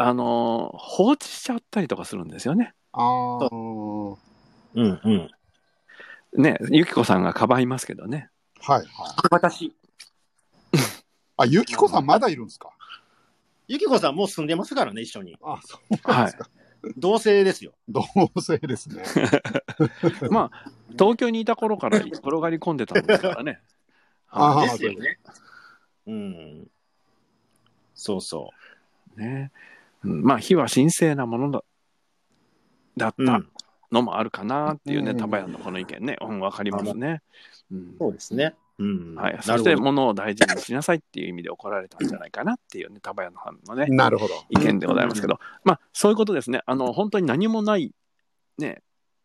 [SPEAKER 4] あの、放置しちゃったりとかするんですよね。
[SPEAKER 1] ああ、
[SPEAKER 2] うんうん。
[SPEAKER 4] ね、ゆきこさんがかばいますけどね。
[SPEAKER 1] はいはい。
[SPEAKER 2] 私、
[SPEAKER 1] あ、ゆきこさんまだいるんですか
[SPEAKER 2] ゆきこさんもう住んでますからね、一緒に。
[SPEAKER 1] あ、そうなん
[SPEAKER 4] は
[SPEAKER 1] で
[SPEAKER 4] い
[SPEAKER 1] す。か。
[SPEAKER 2] 同棲ですよ。
[SPEAKER 1] 同性ですね。
[SPEAKER 4] まあ、東京にいた頃から転がり込んでたんですか らね。
[SPEAKER 1] あ
[SPEAKER 4] は
[SPEAKER 1] ー
[SPEAKER 2] ですよね。うん。そうそ
[SPEAKER 4] いねうんまあ、火は神聖なものだだっ
[SPEAKER 2] う。
[SPEAKER 4] たのもあるかなっていうね、
[SPEAKER 1] うん
[SPEAKER 4] 田林のこの意見ね、うん、わかりますね。うん
[SPEAKER 2] そうですね。うん。
[SPEAKER 4] はい、
[SPEAKER 2] な
[SPEAKER 4] そ
[SPEAKER 2] る
[SPEAKER 4] し
[SPEAKER 2] ほ
[SPEAKER 4] て、
[SPEAKER 2] ど。
[SPEAKER 4] ものを大事にしなさいっていう意味で怒られたんじゃないかなっていうね、田林さんのね、
[SPEAKER 1] なるほど。
[SPEAKER 4] 意見でございますけど、まあ、そういうことですね、あの本当に何もない、ね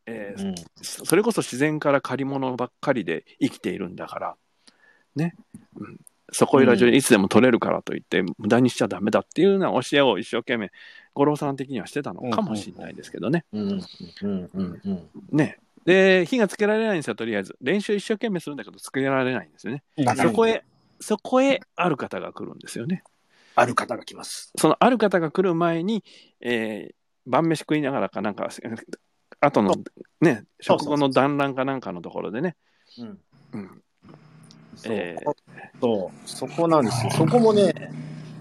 [SPEAKER 4] えー
[SPEAKER 2] うん
[SPEAKER 4] そそれこそ自然から借り物ばっかりで生きているんだから、ねうん、そこいら中にいつでも取れるからといって、無駄にしちゃだめだっていうような教えを一生懸命、五郎さん的にはしてたのかもしれないですけどね。
[SPEAKER 2] うんうんうんうん。
[SPEAKER 4] ねで火がつけられないんですよとりあえず練習一生懸命するんだけどつけられないんですよね
[SPEAKER 1] なる
[SPEAKER 4] そ
[SPEAKER 1] ほど
[SPEAKER 4] こへそこへある方が来るんですよね
[SPEAKER 2] ある方が来ます。
[SPEAKER 4] そのある方が来る前に、えー晩飯食いながらかなんか、後のね、
[SPEAKER 2] そう
[SPEAKER 4] 食後の団らんかなんかのところでね、
[SPEAKER 2] うん。
[SPEAKER 4] うん
[SPEAKER 2] そう
[SPEAKER 4] え
[SPEAKER 2] そう、そこなんですよ。そこもね、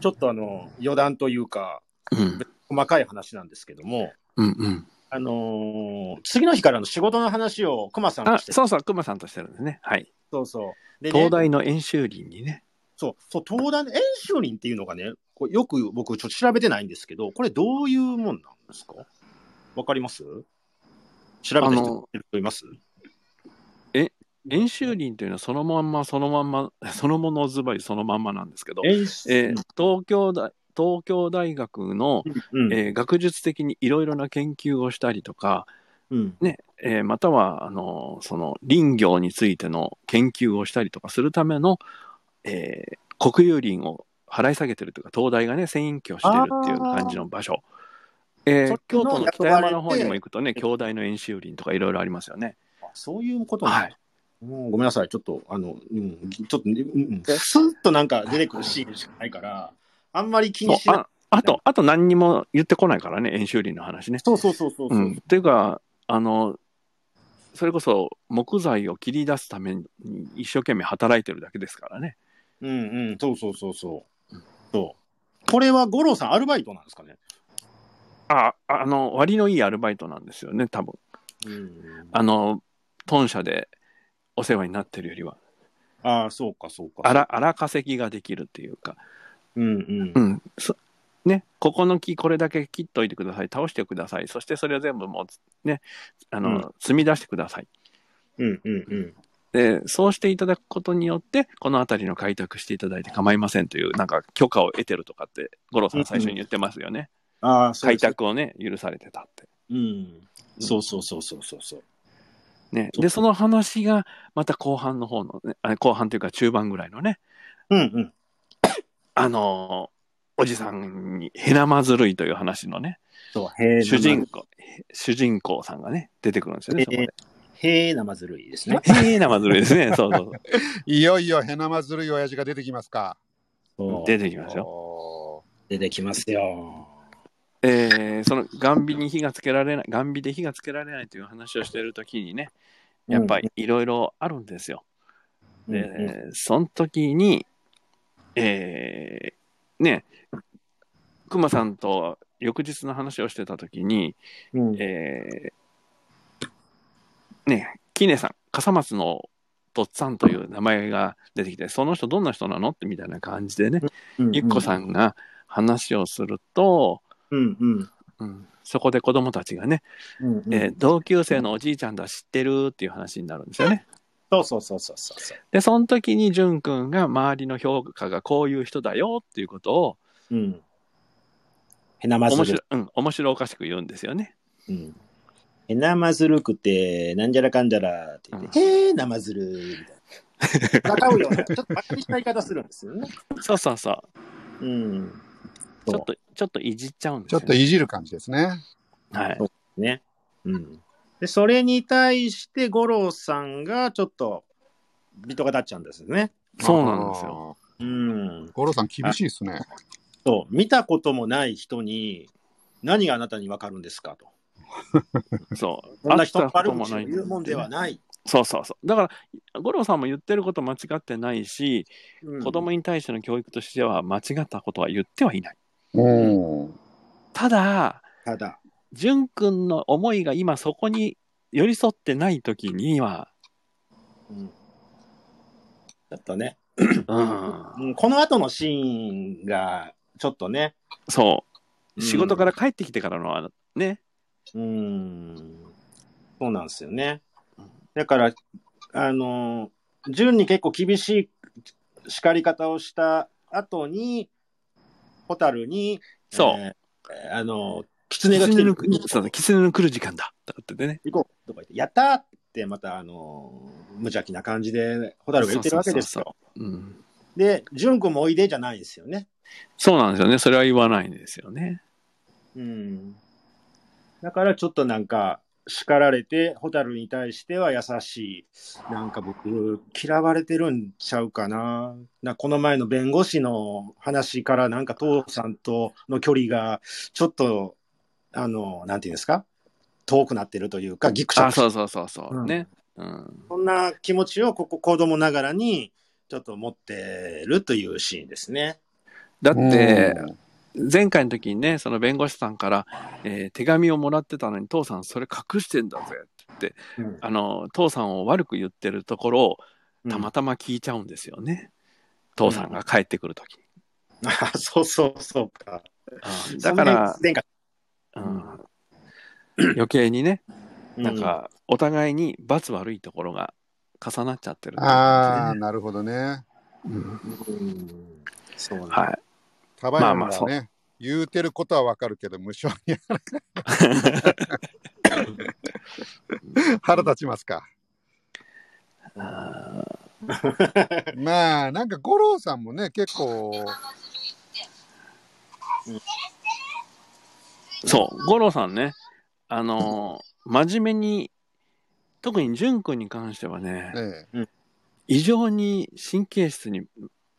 [SPEAKER 2] ちょっとあの、余談というか、
[SPEAKER 4] うん、
[SPEAKER 2] 細かい話なんですけども、
[SPEAKER 4] うん、うん。
[SPEAKER 2] あのー次の日からの仕事の話を熊さんと
[SPEAKER 4] あ、
[SPEAKER 2] して
[SPEAKER 4] そうそう、熊さんとしてるんですね。はい。
[SPEAKER 2] そうそう。でね
[SPEAKER 4] 東大の演習林にね。
[SPEAKER 2] そう、そう、東大の演習林っていうのがね、これよく僕ちょっと調べてないんですけど、これどういうもんなんですかわかります調べた
[SPEAKER 4] あ
[SPEAKER 2] 人
[SPEAKER 4] の
[SPEAKER 2] いる人います
[SPEAKER 4] 演習林というのはそのまんま、そのまんま、 そのものズバリそのまんまなんですけど、
[SPEAKER 2] 演習
[SPEAKER 4] えー東京大、東京大学の、
[SPEAKER 2] うん、
[SPEAKER 4] えー学術的にいろいろな研究をしたりとか、
[SPEAKER 2] うん、
[SPEAKER 4] ねえーまたはあのその林業についての研究をしたりとかするための、えー国有林を払い下げてるというか東大がね遷移居してるっていう感じの場所、えー
[SPEAKER 2] そっちの
[SPEAKER 4] 京都の北山の方にも行くとね京大の演習林とかいろいろありますよね。
[SPEAKER 2] あそういうことなんだ
[SPEAKER 4] はい、
[SPEAKER 2] うんごめんなさい、ちょっと、あの、うん、ちょっと、うんうん、スンとなんか出てくるシーンしかないから、あんまり気
[SPEAKER 4] そう
[SPEAKER 2] にしない。
[SPEAKER 4] ああとあと何にも言ってこないからね演習林の話ね。
[SPEAKER 2] そうそうそうそうそうう。
[SPEAKER 4] ん、っていうかあのそれこそ木材を切り出すために一生懸命働いてるだけですからね。
[SPEAKER 2] うん、うん、そうそうそうそう。そう。これは五郎さん、アルバイトなんですかね。
[SPEAKER 4] ああの割のいいアルバイトなんですよね多分
[SPEAKER 2] うん、
[SPEAKER 4] あの、豚舎でお世話になってるよりは、
[SPEAKER 2] ああ、そうか、そうか。
[SPEAKER 4] 荒荒稼ぎができるっていうか、
[SPEAKER 2] うんうん
[SPEAKER 4] う。ん、そね、ここの木これだけ切っといてください、倒してください、そしてそれを全部もう、ね、あの、
[SPEAKER 2] うん
[SPEAKER 4] 積み出してください。
[SPEAKER 2] うんうんうん。
[SPEAKER 4] で、そうしていただくことによって、この辺りの開拓していただいて構いませんという、なんか許可を得てるとかって、五郎さん最初に言ってますよね。
[SPEAKER 2] ああ、そう
[SPEAKER 4] 開
[SPEAKER 2] です
[SPEAKER 4] 拓をね、許されてたって。
[SPEAKER 2] うん。そうそうそうそうそうそう。
[SPEAKER 4] ね、
[SPEAKER 2] そ
[SPEAKER 4] で、
[SPEAKER 2] う
[SPEAKER 4] その話が、また後半の方の、ね、あ後半というか中盤ぐらいのね、
[SPEAKER 2] うんうん。
[SPEAKER 4] あのおじさんにへなまずるいという話のね、
[SPEAKER 2] そう、へえ
[SPEAKER 4] 主人公、へ主人公さんがね、出てくるんですよね、そこで。
[SPEAKER 2] へえ、生ずるいですね。
[SPEAKER 4] へなまずるいですね、そうそう
[SPEAKER 1] いよいよへなまずるい親父が出てきますか。
[SPEAKER 4] そ。
[SPEAKER 2] そうう
[SPEAKER 4] 出てきますよ。
[SPEAKER 1] よ。
[SPEAKER 2] 出てきますよ。
[SPEAKER 4] えーその、ガンビに火がつけられない、ガンビで火がつけられないという話をしているときにね、やっぱりいろいろあるんですよ。
[SPEAKER 2] うん
[SPEAKER 4] で、
[SPEAKER 2] うん
[SPEAKER 4] その時に、えー、ね、くまさんと翌日の話をしてたときに、
[SPEAKER 2] うん
[SPEAKER 4] えーねえ、キネさん、笠松のとっつぁんという名前が出てきて、その人どんな人なのってみたいな感じでね、ゆっこさんが話をすると、
[SPEAKER 2] うんうん。
[SPEAKER 4] うんそこで子供たちがね、
[SPEAKER 2] うんうん
[SPEAKER 4] えー同級生のおじいちゃんだ知ってるっていう話になるんですよね。
[SPEAKER 2] そうそうそうそうそう。
[SPEAKER 4] で、その時に淳くんが周りの評価がこういう人だよっていうことを
[SPEAKER 2] うん。へなまず
[SPEAKER 4] 面
[SPEAKER 2] る
[SPEAKER 4] 白,、。うん、面白おかしく言うんですよね。
[SPEAKER 2] うん。へなまずるくて、なんじゃらかんじゃらって言って、へーなまずるみたいな。戦うような、ちょっとバカにした言い方するんですよね。
[SPEAKER 4] そうそうそ
[SPEAKER 2] うん。
[SPEAKER 4] う。ちょっと、ちょっといじっちゃうんで
[SPEAKER 1] ち
[SPEAKER 4] す
[SPEAKER 1] ょ
[SPEAKER 4] よ、
[SPEAKER 1] っと
[SPEAKER 4] ね。
[SPEAKER 1] いじる感じですね。
[SPEAKER 4] はい。
[SPEAKER 2] ね。うん。で、それに対して、五郎さんがちょっと、ビトが立っちゃうんですよね。
[SPEAKER 4] そうなんですよ。
[SPEAKER 1] あ
[SPEAKER 2] うん
[SPEAKER 1] ー。。五郎さん厳しいですね。
[SPEAKER 2] そう、見たこともない人に、何があなたにわかるんですかと。
[SPEAKER 4] そう。
[SPEAKER 2] こんな人
[SPEAKER 4] 会
[SPEAKER 2] の
[SPEAKER 4] ったこ
[SPEAKER 2] 悪
[SPEAKER 4] とも
[SPEAKER 2] 口を
[SPEAKER 4] ないんだ
[SPEAKER 2] 言うもんではない。
[SPEAKER 4] そうそうそう。だから、五郎さんも言ってること間違ってないし、
[SPEAKER 2] うん
[SPEAKER 4] 子供に対しての教育としては間違ったことは言ってはいない。
[SPEAKER 1] おー
[SPEAKER 4] ただ、
[SPEAKER 2] ただ、
[SPEAKER 4] 淳くんの思いが今そこに寄り添ってない時には、
[SPEAKER 2] うん、ちょっとね、
[SPEAKER 4] うん、
[SPEAKER 2] うん、この後のシーンが、ちょっとね、
[SPEAKER 4] そうう。
[SPEAKER 2] ん
[SPEAKER 4] 仕事から帰ってきてからのはね、
[SPEAKER 2] うん、そうなんですよね。だから、あの、純に結構厳しい叱り方をした後に、ホタルに、
[SPEAKER 4] そう
[SPEAKER 2] えーあの、
[SPEAKER 4] 狐
[SPEAKER 2] 狐が来てる。
[SPEAKER 4] そう狐の来る時間だ。とかってね。
[SPEAKER 2] 行こうとか言って、やったーってまた、あのー無邪気な感じで、ホタルが言ってるわけですよ。
[SPEAKER 4] うん、
[SPEAKER 2] で、純君もおいでじゃないですよね。
[SPEAKER 4] そうなんですよね。それは言わないんですよね。
[SPEAKER 2] うん。だからちょっとなんか、叱られて、ホタルに対しては優しい。なんか僕、嫌われてるんちゃうかな。なこの前の弁護士の話から、なんか父さんとの距離が、ちょっと、あの、なんていうんですか遠くなってるというか、ぎくしゃ
[SPEAKER 4] あ、
[SPEAKER 2] くしゃ
[SPEAKER 4] そうそうそうそう。
[SPEAKER 2] うん
[SPEAKER 4] ね。うん。
[SPEAKER 2] そんな気持ちをここ子供ながらにちょっと持ってるというシーンですね。
[SPEAKER 4] だって、
[SPEAKER 1] うん
[SPEAKER 4] 前回の時にね、その弁護士さんから、えー手紙をもらってたのに、父さんそれ隠してんだぜって言って、
[SPEAKER 2] うん
[SPEAKER 4] あの、父さんを悪く言ってるところを、たま
[SPEAKER 2] た
[SPEAKER 4] たま聞いちゃうんですよね。父さんが帰ってくる時に。
[SPEAKER 2] ま。 そうそうそうか。
[SPEAKER 4] うんだから
[SPEAKER 2] そ、の辺前回
[SPEAKER 4] うん、余計にね、
[SPEAKER 2] うん
[SPEAKER 4] なんか、お互いに罰悪いところが重なっちゃってる、
[SPEAKER 1] ああ、なるほどね。
[SPEAKER 4] うん
[SPEAKER 2] うんそうなんだ
[SPEAKER 4] はい。
[SPEAKER 1] タバヤ
[SPEAKER 4] まあま
[SPEAKER 1] ン
[SPEAKER 4] あ
[SPEAKER 1] が
[SPEAKER 4] そ
[SPEAKER 1] ね、言うてることはわかるけど、無償に腹立ちますか。
[SPEAKER 4] あ
[SPEAKER 1] まあ、なんか五郎さんもね、結構、
[SPEAKER 4] ーそう、五郎さんね、あのー真面目に、特に淳君に関してはね、
[SPEAKER 1] ね、
[SPEAKER 4] 異常に神経質に、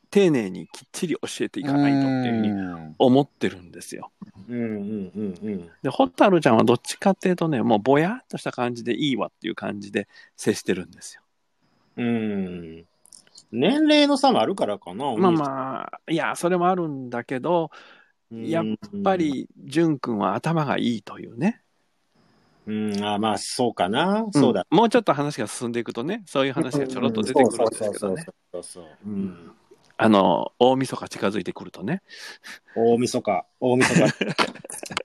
[SPEAKER 4] 丁寧にきっちり教えていかないとっていうふうに
[SPEAKER 1] うん
[SPEAKER 4] 思ってるんですよ。
[SPEAKER 2] うんうんうんうん。
[SPEAKER 4] で、ホタルちゃんはどっちかっていうとね、もうぼやっとした感じでいいわっていう感じで接してるんですよ。
[SPEAKER 2] うん。年齢の差もあるからかな。
[SPEAKER 4] まあまあ、いや、それもあるんだけど、
[SPEAKER 2] うん
[SPEAKER 4] やっやっぱ。り、淳君は頭がいいというね。
[SPEAKER 2] うん、あまあ、そうかな。そうだ。
[SPEAKER 4] んもうちょっと話が進んでいくとね、そういう話がちょろっと出てくるんですけどね。。
[SPEAKER 2] そうそうそうそうそう。うん。
[SPEAKER 4] あの、大晦日近づいてくるとね。
[SPEAKER 2] 大晦日、大晦日。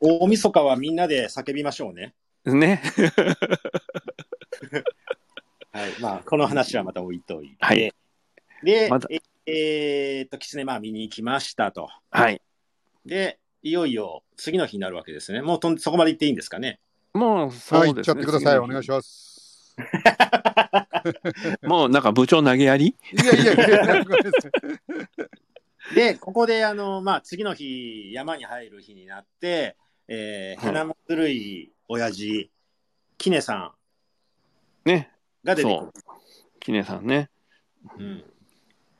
[SPEAKER 2] 大晦日はみんなで叫びましょうね。
[SPEAKER 4] ね。
[SPEAKER 2] はい。まあ、この話はまた置いといて。
[SPEAKER 4] はい。
[SPEAKER 2] で、
[SPEAKER 4] まだ
[SPEAKER 2] ええーっと、キツネまあ見に行きましたと。
[SPEAKER 4] はい。
[SPEAKER 2] で、いよいよ次の日になるわけですね。もうとんそこまで行っていいんですかね。
[SPEAKER 4] もう、そ
[SPEAKER 1] は
[SPEAKER 4] う
[SPEAKER 1] い、行
[SPEAKER 4] で
[SPEAKER 1] っちゃ
[SPEAKER 4] す
[SPEAKER 1] って
[SPEAKER 4] ね。
[SPEAKER 1] ください。お願いします。
[SPEAKER 4] ます。もう、なんか部長投げやり
[SPEAKER 1] いやいや、いやごめんなさい
[SPEAKER 2] で、ここで、あの、まあ、次の日、山に入る日になって、えー、
[SPEAKER 4] はい
[SPEAKER 2] へなもずるい親父、キネさ
[SPEAKER 4] ね。
[SPEAKER 2] んが出てく
[SPEAKER 4] そ
[SPEAKER 2] る
[SPEAKER 4] う。。きねさんね。
[SPEAKER 2] うん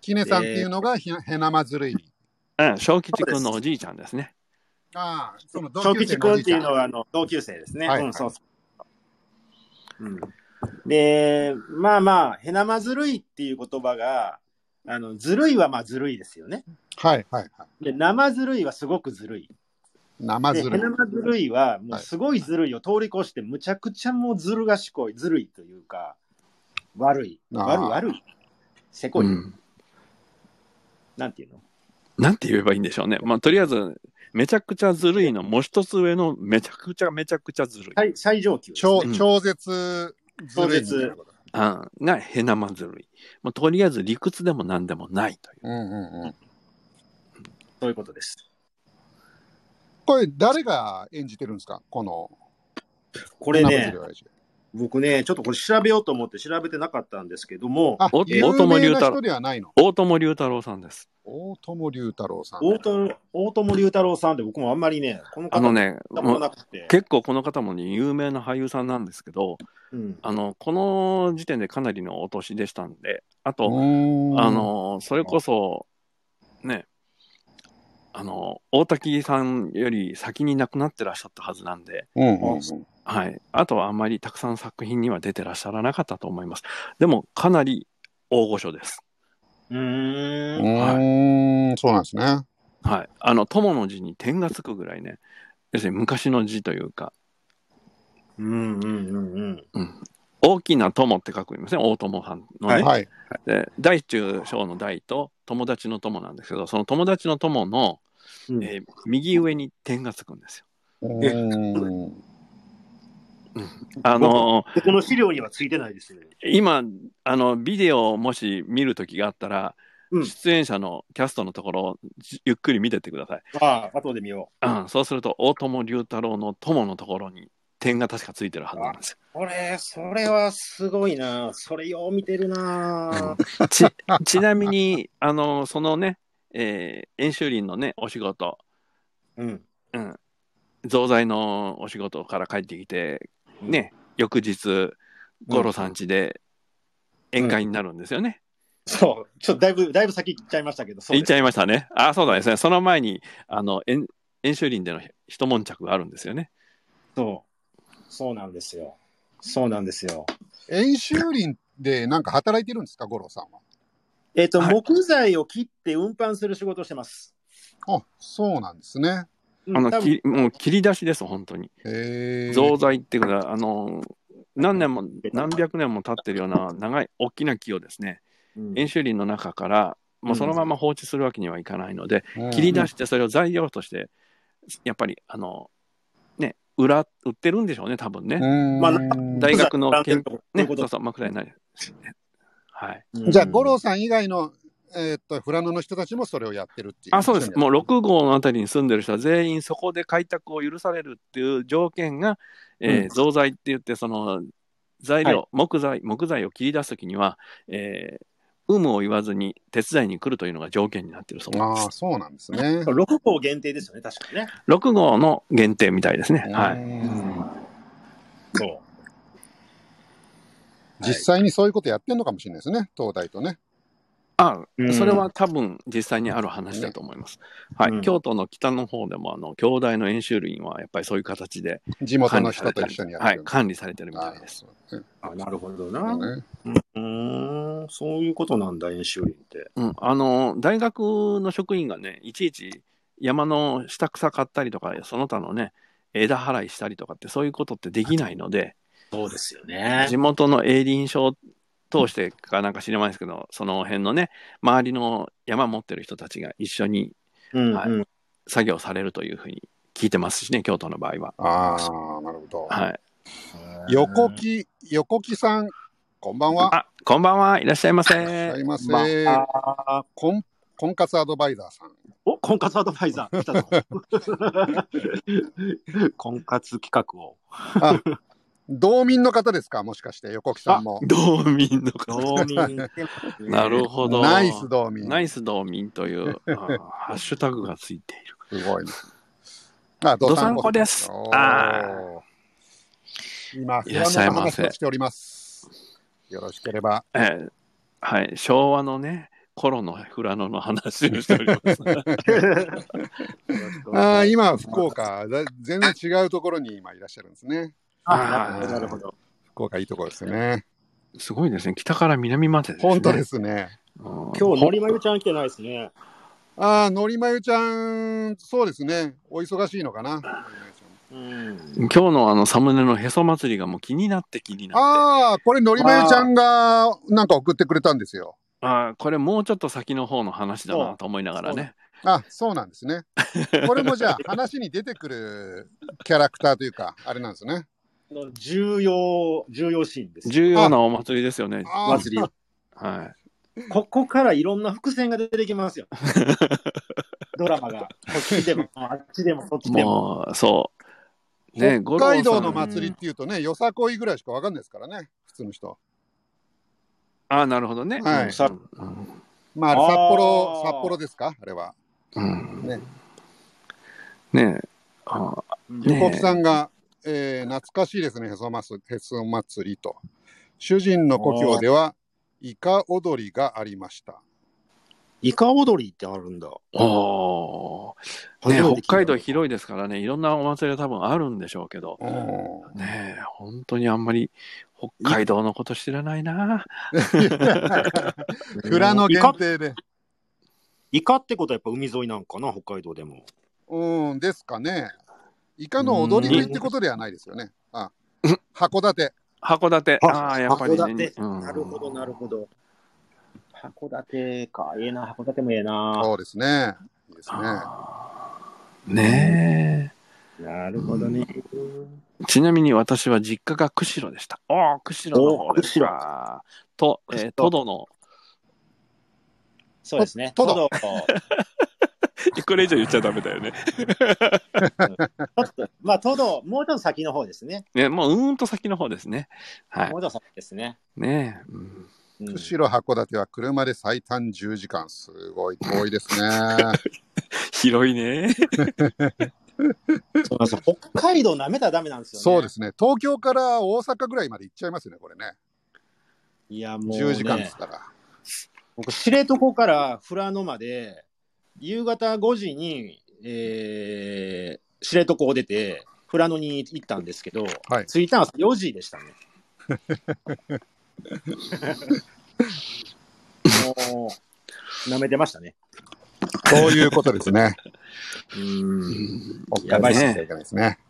[SPEAKER 1] キネさんっていうのがひ なへなまずるい。
[SPEAKER 4] うん、小吉君のおじいちゃんですね。
[SPEAKER 1] ああ、その同
[SPEAKER 2] 小
[SPEAKER 1] 級生
[SPEAKER 2] 吉
[SPEAKER 1] のおじ
[SPEAKER 2] 君っ
[SPEAKER 1] い
[SPEAKER 2] て
[SPEAKER 1] ち
[SPEAKER 2] い
[SPEAKER 1] ゃ
[SPEAKER 2] うんのはあの同級生ですね。
[SPEAKER 1] はい
[SPEAKER 2] うん、そうそう。うん、で、まあまあ、へなまずるいっていう言葉が、あの、ずるいはまあずるいですよね。
[SPEAKER 1] はいはいはい。
[SPEAKER 2] で、生ずるいはすごくずるい。
[SPEAKER 1] 生
[SPEAKER 2] で、
[SPEAKER 1] ず
[SPEAKER 2] へ
[SPEAKER 1] るい
[SPEAKER 2] な。まずるいは、もう
[SPEAKER 1] はい
[SPEAKER 2] すごいずるいを通り越して、むちゃくちゃもうずる賢い、ずるいというか、悪い。
[SPEAKER 1] あー
[SPEAKER 2] 悪い悪い。せこ
[SPEAKER 4] う
[SPEAKER 2] い。
[SPEAKER 4] ん。
[SPEAKER 2] なんていうの
[SPEAKER 4] なんて言えばいいんでしょうね。まあ、とりあえず、めちゃくちゃずるいの、もう一つ上のめちゃくちゃめちゃくちゃずるい。
[SPEAKER 2] 最最上級ですね、
[SPEAKER 1] 超
[SPEAKER 4] うん
[SPEAKER 1] 超絶ずるいみたいなこと。
[SPEAKER 4] あーがへなまずるい。もうとりあえず理屈でも何でもないという。
[SPEAKER 1] うんうんうん。
[SPEAKER 2] そういうことです。
[SPEAKER 1] これ誰が演じてるんですかこの。
[SPEAKER 2] これ
[SPEAKER 1] 花
[SPEAKER 2] ね
[SPEAKER 1] 子、の味
[SPEAKER 2] 僕ね、ちょっとこれ調べようと思って調べてなかったんですけども、
[SPEAKER 1] あ、
[SPEAKER 4] お
[SPEAKER 1] 有
[SPEAKER 4] 大友龍
[SPEAKER 1] 名な
[SPEAKER 4] 太郎
[SPEAKER 1] 人ではないの。
[SPEAKER 4] 大友龍太郎さんです。
[SPEAKER 1] 大友龍太郎さん。
[SPEAKER 2] 大友大友龍太郎さんって僕もあんまりね、この
[SPEAKER 4] あ
[SPEAKER 2] 方
[SPEAKER 4] の
[SPEAKER 2] も
[SPEAKER 4] ね、もう
[SPEAKER 2] なくて、
[SPEAKER 4] 結構この方もね、有名な俳優さんなんですけど、
[SPEAKER 2] うん
[SPEAKER 4] あの、この時点でかなりのお年でしたんで、あと、あ
[SPEAKER 1] あ、
[SPEAKER 4] の、それこそ、ね、あの、大滝さんより先に亡くなってらっしゃったはずなんで、
[SPEAKER 1] うんうんうん
[SPEAKER 4] はい。あとはあんまりたくさん作品には出てらっしゃらなかったと思います。でも、かなり大御所です。
[SPEAKER 2] う
[SPEAKER 1] う
[SPEAKER 2] ー、
[SPEAKER 1] んーん、そうなんですね。
[SPEAKER 4] はい。あの、友の字に点がつくぐらいね、要するに昔の字というか、
[SPEAKER 2] うん、うん、うん、
[SPEAKER 4] うん、大きな友って書くんですね、大友さんのね。
[SPEAKER 2] はい
[SPEAKER 1] はい。
[SPEAKER 4] で大中小の大と友達の友なんですけど、その友達の友の、
[SPEAKER 2] うん。
[SPEAKER 4] えー右上に点がつくんですよ。
[SPEAKER 1] うーん
[SPEAKER 4] あのー
[SPEAKER 2] でこの資料にはついてないですね。
[SPEAKER 4] 今あのビデオをもし見る時があったら、
[SPEAKER 2] うん
[SPEAKER 4] 出演者のキャストのところをじゆっくり見てってください、
[SPEAKER 2] ああ、後で見よ
[SPEAKER 4] うん、そうすると大友龍太郎の友のところに点が確かついてるはずな んですよ
[SPEAKER 2] う。これ、それはすごいな。それよう見てる な。
[SPEAKER 4] ちちなみにあのそのね、えー演習林のねお仕事
[SPEAKER 2] うん。
[SPEAKER 4] 造材のお仕事から帰ってきてね翌日五郎さん家で宴会になるんですよね、
[SPEAKER 2] そう、ちょっとだいぶ、だいぶ先行っちゃいましたけど、そう
[SPEAKER 4] 行っ
[SPEAKER 2] で
[SPEAKER 4] ち
[SPEAKER 2] す
[SPEAKER 4] ゃいましたね。あ、そうだですね。その前に、あの、円演習林での一悶着があるんですよね。
[SPEAKER 2] そう。そうなんですよ。そうなんですよ。
[SPEAKER 1] 演習林でなんか働いてるんですか、五郎さんは。
[SPEAKER 2] えっと、
[SPEAKER 4] はい
[SPEAKER 2] 木材を切って運搬する仕事をしてます。
[SPEAKER 1] あ、そうなんですね。
[SPEAKER 2] うん
[SPEAKER 4] あの、
[SPEAKER 2] 多分
[SPEAKER 4] きもう切り出しです、本当に。
[SPEAKER 1] へえ。
[SPEAKER 4] 造材っていうか、あの、何年も、何百年も経ってるような長い、大きな木をですね、
[SPEAKER 2] うん
[SPEAKER 4] 演習林の中から、もうそのまま放置するわけにはいかないので、
[SPEAKER 1] うん
[SPEAKER 4] 切り出して、それを材料として、やっぱり、あの、ね、裏、売ってるんでしょうね、多分
[SPEAKER 1] う
[SPEAKER 4] ね。
[SPEAKER 1] ーん
[SPEAKER 2] まあ
[SPEAKER 4] 大学の
[SPEAKER 2] 木材
[SPEAKER 4] 研
[SPEAKER 2] を運
[SPEAKER 4] ね、
[SPEAKER 2] 搬するとこ
[SPEAKER 4] そうそう、枕になる。はい。
[SPEAKER 1] じゃあ、五郎
[SPEAKER 2] さ
[SPEAKER 1] さん以外の、えーっと、富良野の人たちもそれをやってるっていう。
[SPEAKER 4] あそうです。もう
[SPEAKER 1] 六
[SPEAKER 4] 6号のあたりに住んでる人は全員そこで開拓を許されるっていう条件が、えー
[SPEAKER 2] うん
[SPEAKER 4] 造材って言って、その材料、
[SPEAKER 2] は
[SPEAKER 4] 木材、木材を切り出すときには、えー有無を言わずに手伝いに来るというのが条件になっているそうなんで
[SPEAKER 1] ああ、
[SPEAKER 4] す。
[SPEAKER 1] そうなんですね。
[SPEAKER 2] 6号限定ですよね、確かにね。
[SPEAKER 4] 6号の限定みたいですね。 はい。
[SPEAKER 1] い。
[SPEAKER 2] そう。
[SPEAKER 1] 実際にそういうことやってんのかもしれないですね、東大とね。
[SPEAKER 4] あ
[SPEAKER 2] うん
[SPEAKER 4] それは多分実際にある話だと思います。はい。
[SPEAKER 2] うん
[SPEAKER 4] 京都の北の方でも、あの、兄弟の演習林はやっぱりそういう形で
[SPEAKER 1] 地元の人と一緒にやって
[SPEAKER 4] はい
[SPEAKER 1] る。。
[SPEAKER 4] 管理されてるみた
[SPEAKER 1] あ
[SPEAKER 4] いです。
[SPEAKER 1] ーそう
[SPEAKER 2] あなるほど
[SPEAKER 1] だ
[SPEAKER 2] な。う
[SPEAKER 1] ね
[SPEAKER 2] ーん、そういうことなんだ、演習林って。
[SPEAKER 4] うん、あの大学の職員がねいちいち山の下草買ったりとかその他のね枝払いしたりとかってそういうことってできないので
[SPEAKER 2] そうですよね
[SPEAKER 4] 地。元の営林署を通してかなんか知りませんけどその辺のね周りの山持ってる人たちが一緒に
[SPEAKER 2] うん、
[SPEAKER 4] は
[SPEAKER 2] うん。
[SPEAKER 4] 作業されるというふうに聞いてますしね京都の場合は。
[SPEAKER 1] ああ、なるほど。
[SPEAKER 4] はい、
[SPEAKER 1] 横木、横木さん、こんばんは。
[SPEAKER 4] あこんばんはいらっしゃいませ。
[SPEAKER 1] いらっしゃいま
[SPEAKER 2] ま
[SPEAKER 1] せ。
[SPEAKER 2] あ、
[SPEAKER 1] こん婚活アドバイザーさん。
[SPEAKER 2] お、婚活アドバイ ザー、来たぞ。婚活企画を。
[SPEAKER 1] 道民の方ですかもしかして、横木さんも。
[SPEAKER 4] 道民の
[SPEAKER 2] 道
[SPEAKER 4] 方
[SPEAKER 2] 民 って
[SPEAKER 4] なるほど。
[SPEAKER 1] ナイス道民。
[SPEAKER 4] ナイス道民 という、あーハッシュタグがついている。
[SPEAKER 1] すごいね。あ、
[SPEAKER 4] どさんこです
[SPEAKER 1] おー
[SPEAKER 4] あ
[SPEAKER 1] 今、
[SPEAKER 4] いらっしゃい
[SPEAKER 1] 不安
[SPEAKER 4] ませ
[SPEAKER 1] な話をしております。よろしければ。
[SPEAKER 4] えーはい、昭和のね、頃の富良野の話をしており ます。
[SPEAKER 1] ああ、今、福岡、だ全然違うところに今いらっしゃるんですね。
[SPEAKER 2] あなるほど。
[SPEAKER 1] 福岡いいところですね。
[SPEAKER 4] すごいですね、北から南までです、ね。。
[SPEAKER 1] 本当ですすね。
[SPEAKER 4] 今
[SPEAKER 2] 今日、森まゆちゃん来てないですね。
[SPEAKER 1] ああ、のりまゆちゃん、そうですね。お忙しいのかな。のりまゆちゃん
[SPEAKER 2] うん。
[SPEAKER 4] 今日のあのサムネのへそ祭りがもう気になって気になって。
[SPEAKER 1] ああ、これのりまゆちゃんがなんか送ってくれたんですよ。
[SPEAKER 4] ああー、これもうちょっと先の方の話だなと思いながらね。
[SPEAKER 1] あ、そうなんですね。これもじゃあ、話に出てくるキャラクターというか、あれなんですね。
[SPEAKER 2] の重要、重要シーンです。
[SPEAKER 4] 重要なお祭りですよね。
[SPEAKER 1] あー
[SPEAKER 2] 祭り。
[SPEAKER 4] は
[SPEAKER 2] ここからいろんな伏線が出てき ますよ。ドラマが。こっちで も、あっちでも、そっ
[SPEAKER 4] い。
[SPEAKER 2] ちでも。
[SPEAKER 4] もう、そう。ね、
[SPEAKER 1] 北海道の
[SPEAKER 4] 五郎さん
[SPEAKER 1] 祭りっていうとね、よさこいぐらいしかわかんないですからね、普通の人。
[SPEAKER 4] ああ、なるほどね。
[SPEAKER 1] はい
[SPEAKER 4] うんさうん
[SPEAKER 1] まあ、あれ
[SPEAKER 2] あー
[SPEAKER 1] 札幌、札幌ですか、あれは。
[SPEAKER 4] うん
[SPEAKER 1] ね
[SPEAKER 4] ねえあー
[SPEAKER 1] ゆ
[SPEAKER 4] ね
[SPEAKER 1] こきさんが、えー懐かしいですね、へそますへそ祭りと。主人の故郷では、イカ踊りがありました。
[SPEAKER 2] イカ踊りってあるんだ。
[SPEAKER 4] おーねえ北海道広いですからね、いろんなお祭りが多分あるんでしょうけど、
[SPEAKER 1] おー
[SPEAKER 4] ねえ本当にあんまり北海道のこと知らないな。
[SPEAKER 1] 富良野
[SPEAKER 2] イカ
[SPEAKER 1] 限。定で。
[SPEAKER 2] イカってことはやっぱ海沿いなんかな、北海道でも。
[SPEAKER 1] うん、ですかね。イカの踊り食いってことではないですよね。あ
[SPEAKER 4] うん、
[SPEAKER 1] 函館。
[SPEAKER 4] 函館、ああ、やっぱり、ね。うん
[SPEAKER 2] なるほど、なるほど。函館か。ええな、函館もええな。
[SPEAKER 1] そうですね。いいですね。
[SPEAKER 4] あーね
[SPEAKER 2] なるほどね。
[SPEAKER 4] え。ちなみに私は実家が釧路でした。おお、釧路の方ですか。と、えー、トドの、
[SPEAKER 2] そうですね。
[SPEAKER 1] トド
[SPEAKER 2] トド。
[SPEAKER 4] これ以上言っちゃダメだよね。
[SPEAKER 2] まあ、トド、もうちょっと先の方ですね。
[SPEAKER 4] ね、もううーんと先の方ですね。はい
[SPEAKER 2] も。うちょっと先ですね。
[SPEAKER 4] ねえ。うん
[SPEAKER 2] うん
[SPEAKER 1] 釧路函館は車で最短10時間。すごい遠いですね。
[SPEAKER 4] 広い
[SPEAKER 2] そ
[SPEAKER 4] ね。
[SPEAKER 2] うなんですよ北海道舐めたらダメなんですよね。
[SPEAKER 1] そうですね。東京から大阪ぐらいまで行っちゃいますね、これね。
[SPEAKER 2] いや、もう、ね。
[SPEAKER 1] 10時間ですから。
[SPEAKER 2] 僕、知床から富良野まで、夕方5時に、えー、知床を出て、富良野に行ったんですけど、
[SPEAKER 1] はい
[SPEAKER 2] 着いたのは4時でしたね。もう、舐めてましたね。
[SPEAKER 1] そういうことですね。
[SPEAKER 2] うん。
[SPEAKER 1] 北海道に行っちゃいけないですね。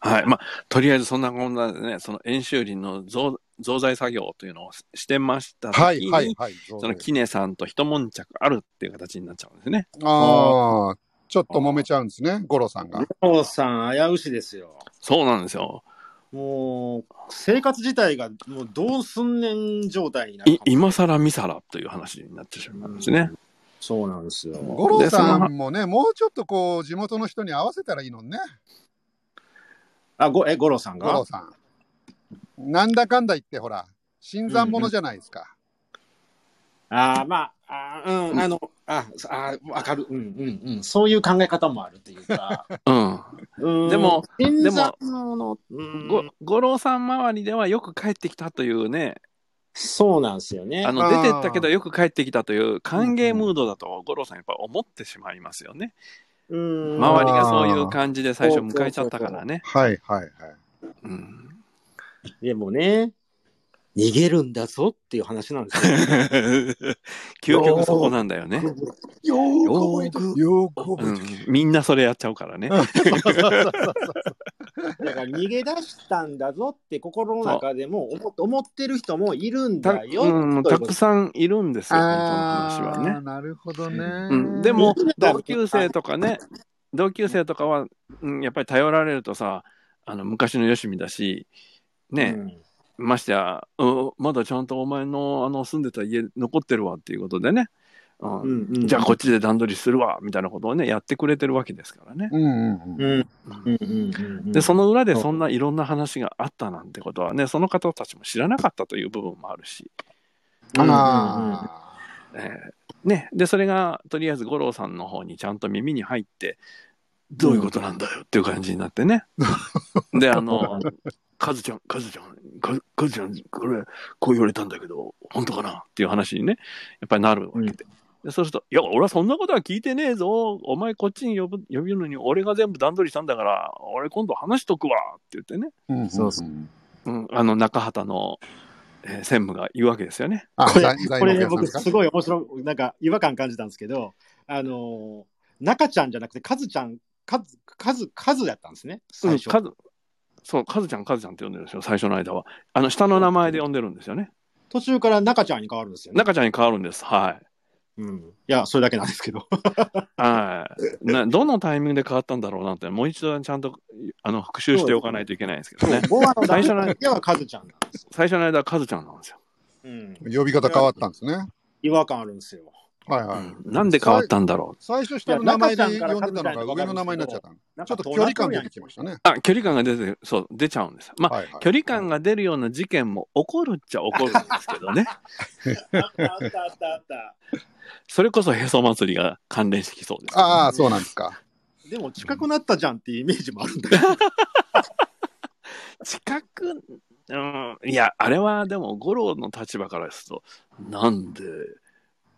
[SPEAKER 4] はい。まあ、とりあえずそんなこんなでね、その演習林の増増材作業というのをししてました
[SPEAKER 1] は
[SPEAKER 4] 時
[SPEAKER 1] い
[SPEAKER 4] に、
[SPEAKER 1] はいはい。
[SPEAKER 4] そのキネさんと一悶着あるっていう形になっちゃうんですね。
[SPEAKER 1] ああ、ちょっと揉めちゃうんですね、五郎さんが。
[SPEAKER 2] おさん、危うしですよ。
[SPEAKER 4] そうなんですよ。
[SPEAKER 2] もう、生活自体が、もう、どうすんねん状態になる
[SPEAKER 4] い
[SPEAKER 2] かも
[SPEAKER 4] 今更見さらという話になってしまうんですね。
[SPEAKER 2] そうなんですよ。
[SPEAKER 1] 五郎さんもね、もうちょっとこう、地元の人に合わせたらいいのにね、
[SPEAKER 2] あ、ご、え、五郎さん
[SPEAKER 1] 五
[SPEAKER 2] が
[SPEAKER 1] 郎さん。なんだかんだ言って、ほら、新参者じゃないですか。
[SPEAKER 2] ああ、まあ、あーうん、あの、ああー、わかる。うん、うん、うん。そういう考え方もあるっていう か。
[SPEAKER 4] うん。
[SPEAKER 2] うん
[SPEAKER 4] でも、
[SPEAKER 2] 新
[SPEAKER 4] で
[SPEAKER 2] 参
[SPEAKER 4] も
[SPEAKER 2] の、うん
[SPEAKER 4] ご、五郎さん周りではよく帰ってきたというね、
[SPEAKER 2] そうなんですよね。
[SPEAKER 4] あの、
[SPEAKER 1] あー
[SPEAKER 4] 出てったけどよく帰ってきたという歓迎ムードだと五郎さんやっぱ思ってしまいますよね。
[SPEAKER 2] うん
[SPEAKER 4] 周りがそういう感じで最初迎えちゃったからね。
[SPEAKER 1] はいはいはい。
[SPEAKER 4] うん。
[SPEAKER 2] でもね、逃げるんだぞっていう話なんですよ。
[SPEAKER 4] 究極そこなんだよね。
[SPEAKER 1] よ
[SPEAKER 4] ー
[SPEAKER 1] ーくよーく
[SPEAKER 4] う
[SPEAKER 1] 覚え
[SPEAKER 4] ん、みんなそれやっちゃうからね。
[SPEAKER 2] だから逃げ出したんだぞって心の中でも思っ思ってる人もいるん
[SPEAKER 4] た
[SPEAKER 2] だよ。
[SPEAKER 4] うん、
[SPEAKER 2] という
[SPEAKER 4] た
[SPEAKER 2] こと
[SPEAKER 4] くさんいるんですよ、本当の話は
[SPEAKER 1] ああ、
[SPEAKER 4] ね。
[SPEAKER 1] なるほどね。
[SPEAKER 4] うん、でも
[SPEAKER 2] みんな、が
[SPEAKER 4] 同級生とかね、同級生とかは、うん、やっぱり頼られるとさ、あの昔のよしみだし、ね、
[SPEAKER 2] うん
[SPEAKER 4] ましてや、うんまだちゃんとお前のあの住んでた家残ってるわっていうことでね、うん
[SPEAKER 2] うんうん
[SPEAKER 4] じゃあこっちで段取りするわみたいなことをね、やってくれてるわけですからね。
[SPEAKER 1] うんうんうん。
[SPEAKER 2] うんうんうんうん
[SPEAKER 4] で、その裏でそんないろんな話があったなんてことはね、その方たちも知らなかったという部分もあるし、
[SPEAKER 2] うんうん
[SPEAKER 1] あ
[SPEAKER 4] えーね、で、それがとりあえず五郎さんの方にちゃんと耳に入って、どういうことなんだよっていう感じになってね。で、あの、カズちゃん、カズちゃん、カズカズちゃん、これ、こう言われたんだけど、本当かなっていう話にね、やっぱりなるわけで。でそうすると、いや、俺はそんなことは聞いてねえぞ。お前こっちに呼ぶ呼びのに、俺が全部段取りしたんだから、俺今度話しとくわって言ってね。
[SPEAKER 1] あ。
[SPEAKER 2] そうそ
[SPEAKER 1] うん。
[SPEAKER 4] うん、あの中畑の、えー専務が言うわけですよね。
[SPEAKER 1] あ、
[SPEAKER 2] これ
[SPEAKER 1] 財財
[SPEAKER 2] これね、
[SPEAKER 1] 務部
[SPEAKER 2] 僕、
[SPEAKER 1] 屋さんです
[SPEAKER 2] す
[SPEAKER 1] か
[SPEAKER 2] ごい面白い、なんか違和感感じたんですけど、あのー、中ちゃんじゃなくて、カズちゃん、カズ、カズ、カズだったんですね、
[SPEAKER 4] う
[SPEAKER 2] 最
[SPEAKER 4] ん、
[SPEAKER 2] 初。
[SPEAKER 4] カズそう、カズちゃん、カズちゃんって呼んでるんですよ、最初の間は。あの、下の名前で呼んでるんですよね。
[SPEAKER 2] 途中から中ちゃんに変わるんですよね。
[SPEAKER 4] 中ちゃんに変わるんです。はい。
[SPEAKER 2] うん。いや、それだけなんですけど。
[SPEAKER 4] はい。などのタイミングで変わったんだろうなって、もう一度ちゃんとあの復習しておかないといけないですけどね。
[SPEAKER 2] ボアの
[SPEAKER 4] 最
[SPEAKER 2] 最初
[SPEAKER 4] 初の
[SPEAKER 2] の時はカズちゃんなんですよ。
[SPEAKER 4] 最初の間はカズちゃんなんですよ。
[SPEAKER 2] うん。
[SPEAKER 1] 呼び方変わったんですね。
[SPEAKER 2] 違和感あるんですよ。
[SPEAKER 1] はいはい。
[SPEAKER 4] なんで変わったんだろ
[SPEAKER 1] 最初下の名前で呼んでたのが上の名前になっちゃったの。
[SPEAKER 2] なん
[SPEAKER 1] ちょ
[SPEAKER 2] か
[SPEAKER 1] っと距離感出てきましたね。
[SPEAKER 4] う。あ、距離感が出てる、そう、出ちゃうんです。まあ、
[SPEAKER 1] はいはい。
[SPEAKER 4] 距離感が出るような事件も起こるっちゃ起こるんですけどね。
[SPEAKER 2] あったあったあったあった。
[SPEAKER 4] それこそへそ祭りが関連してきそうです、
[SPEAKER 1] ああ、そうなんですか。
[SPEAKER 2] でも近くなったじゃんっていうイメージもあるんだけど。
[SPEAKER 4] 近く、うん、いや、あれはでも、五郎の立場からですと、なんで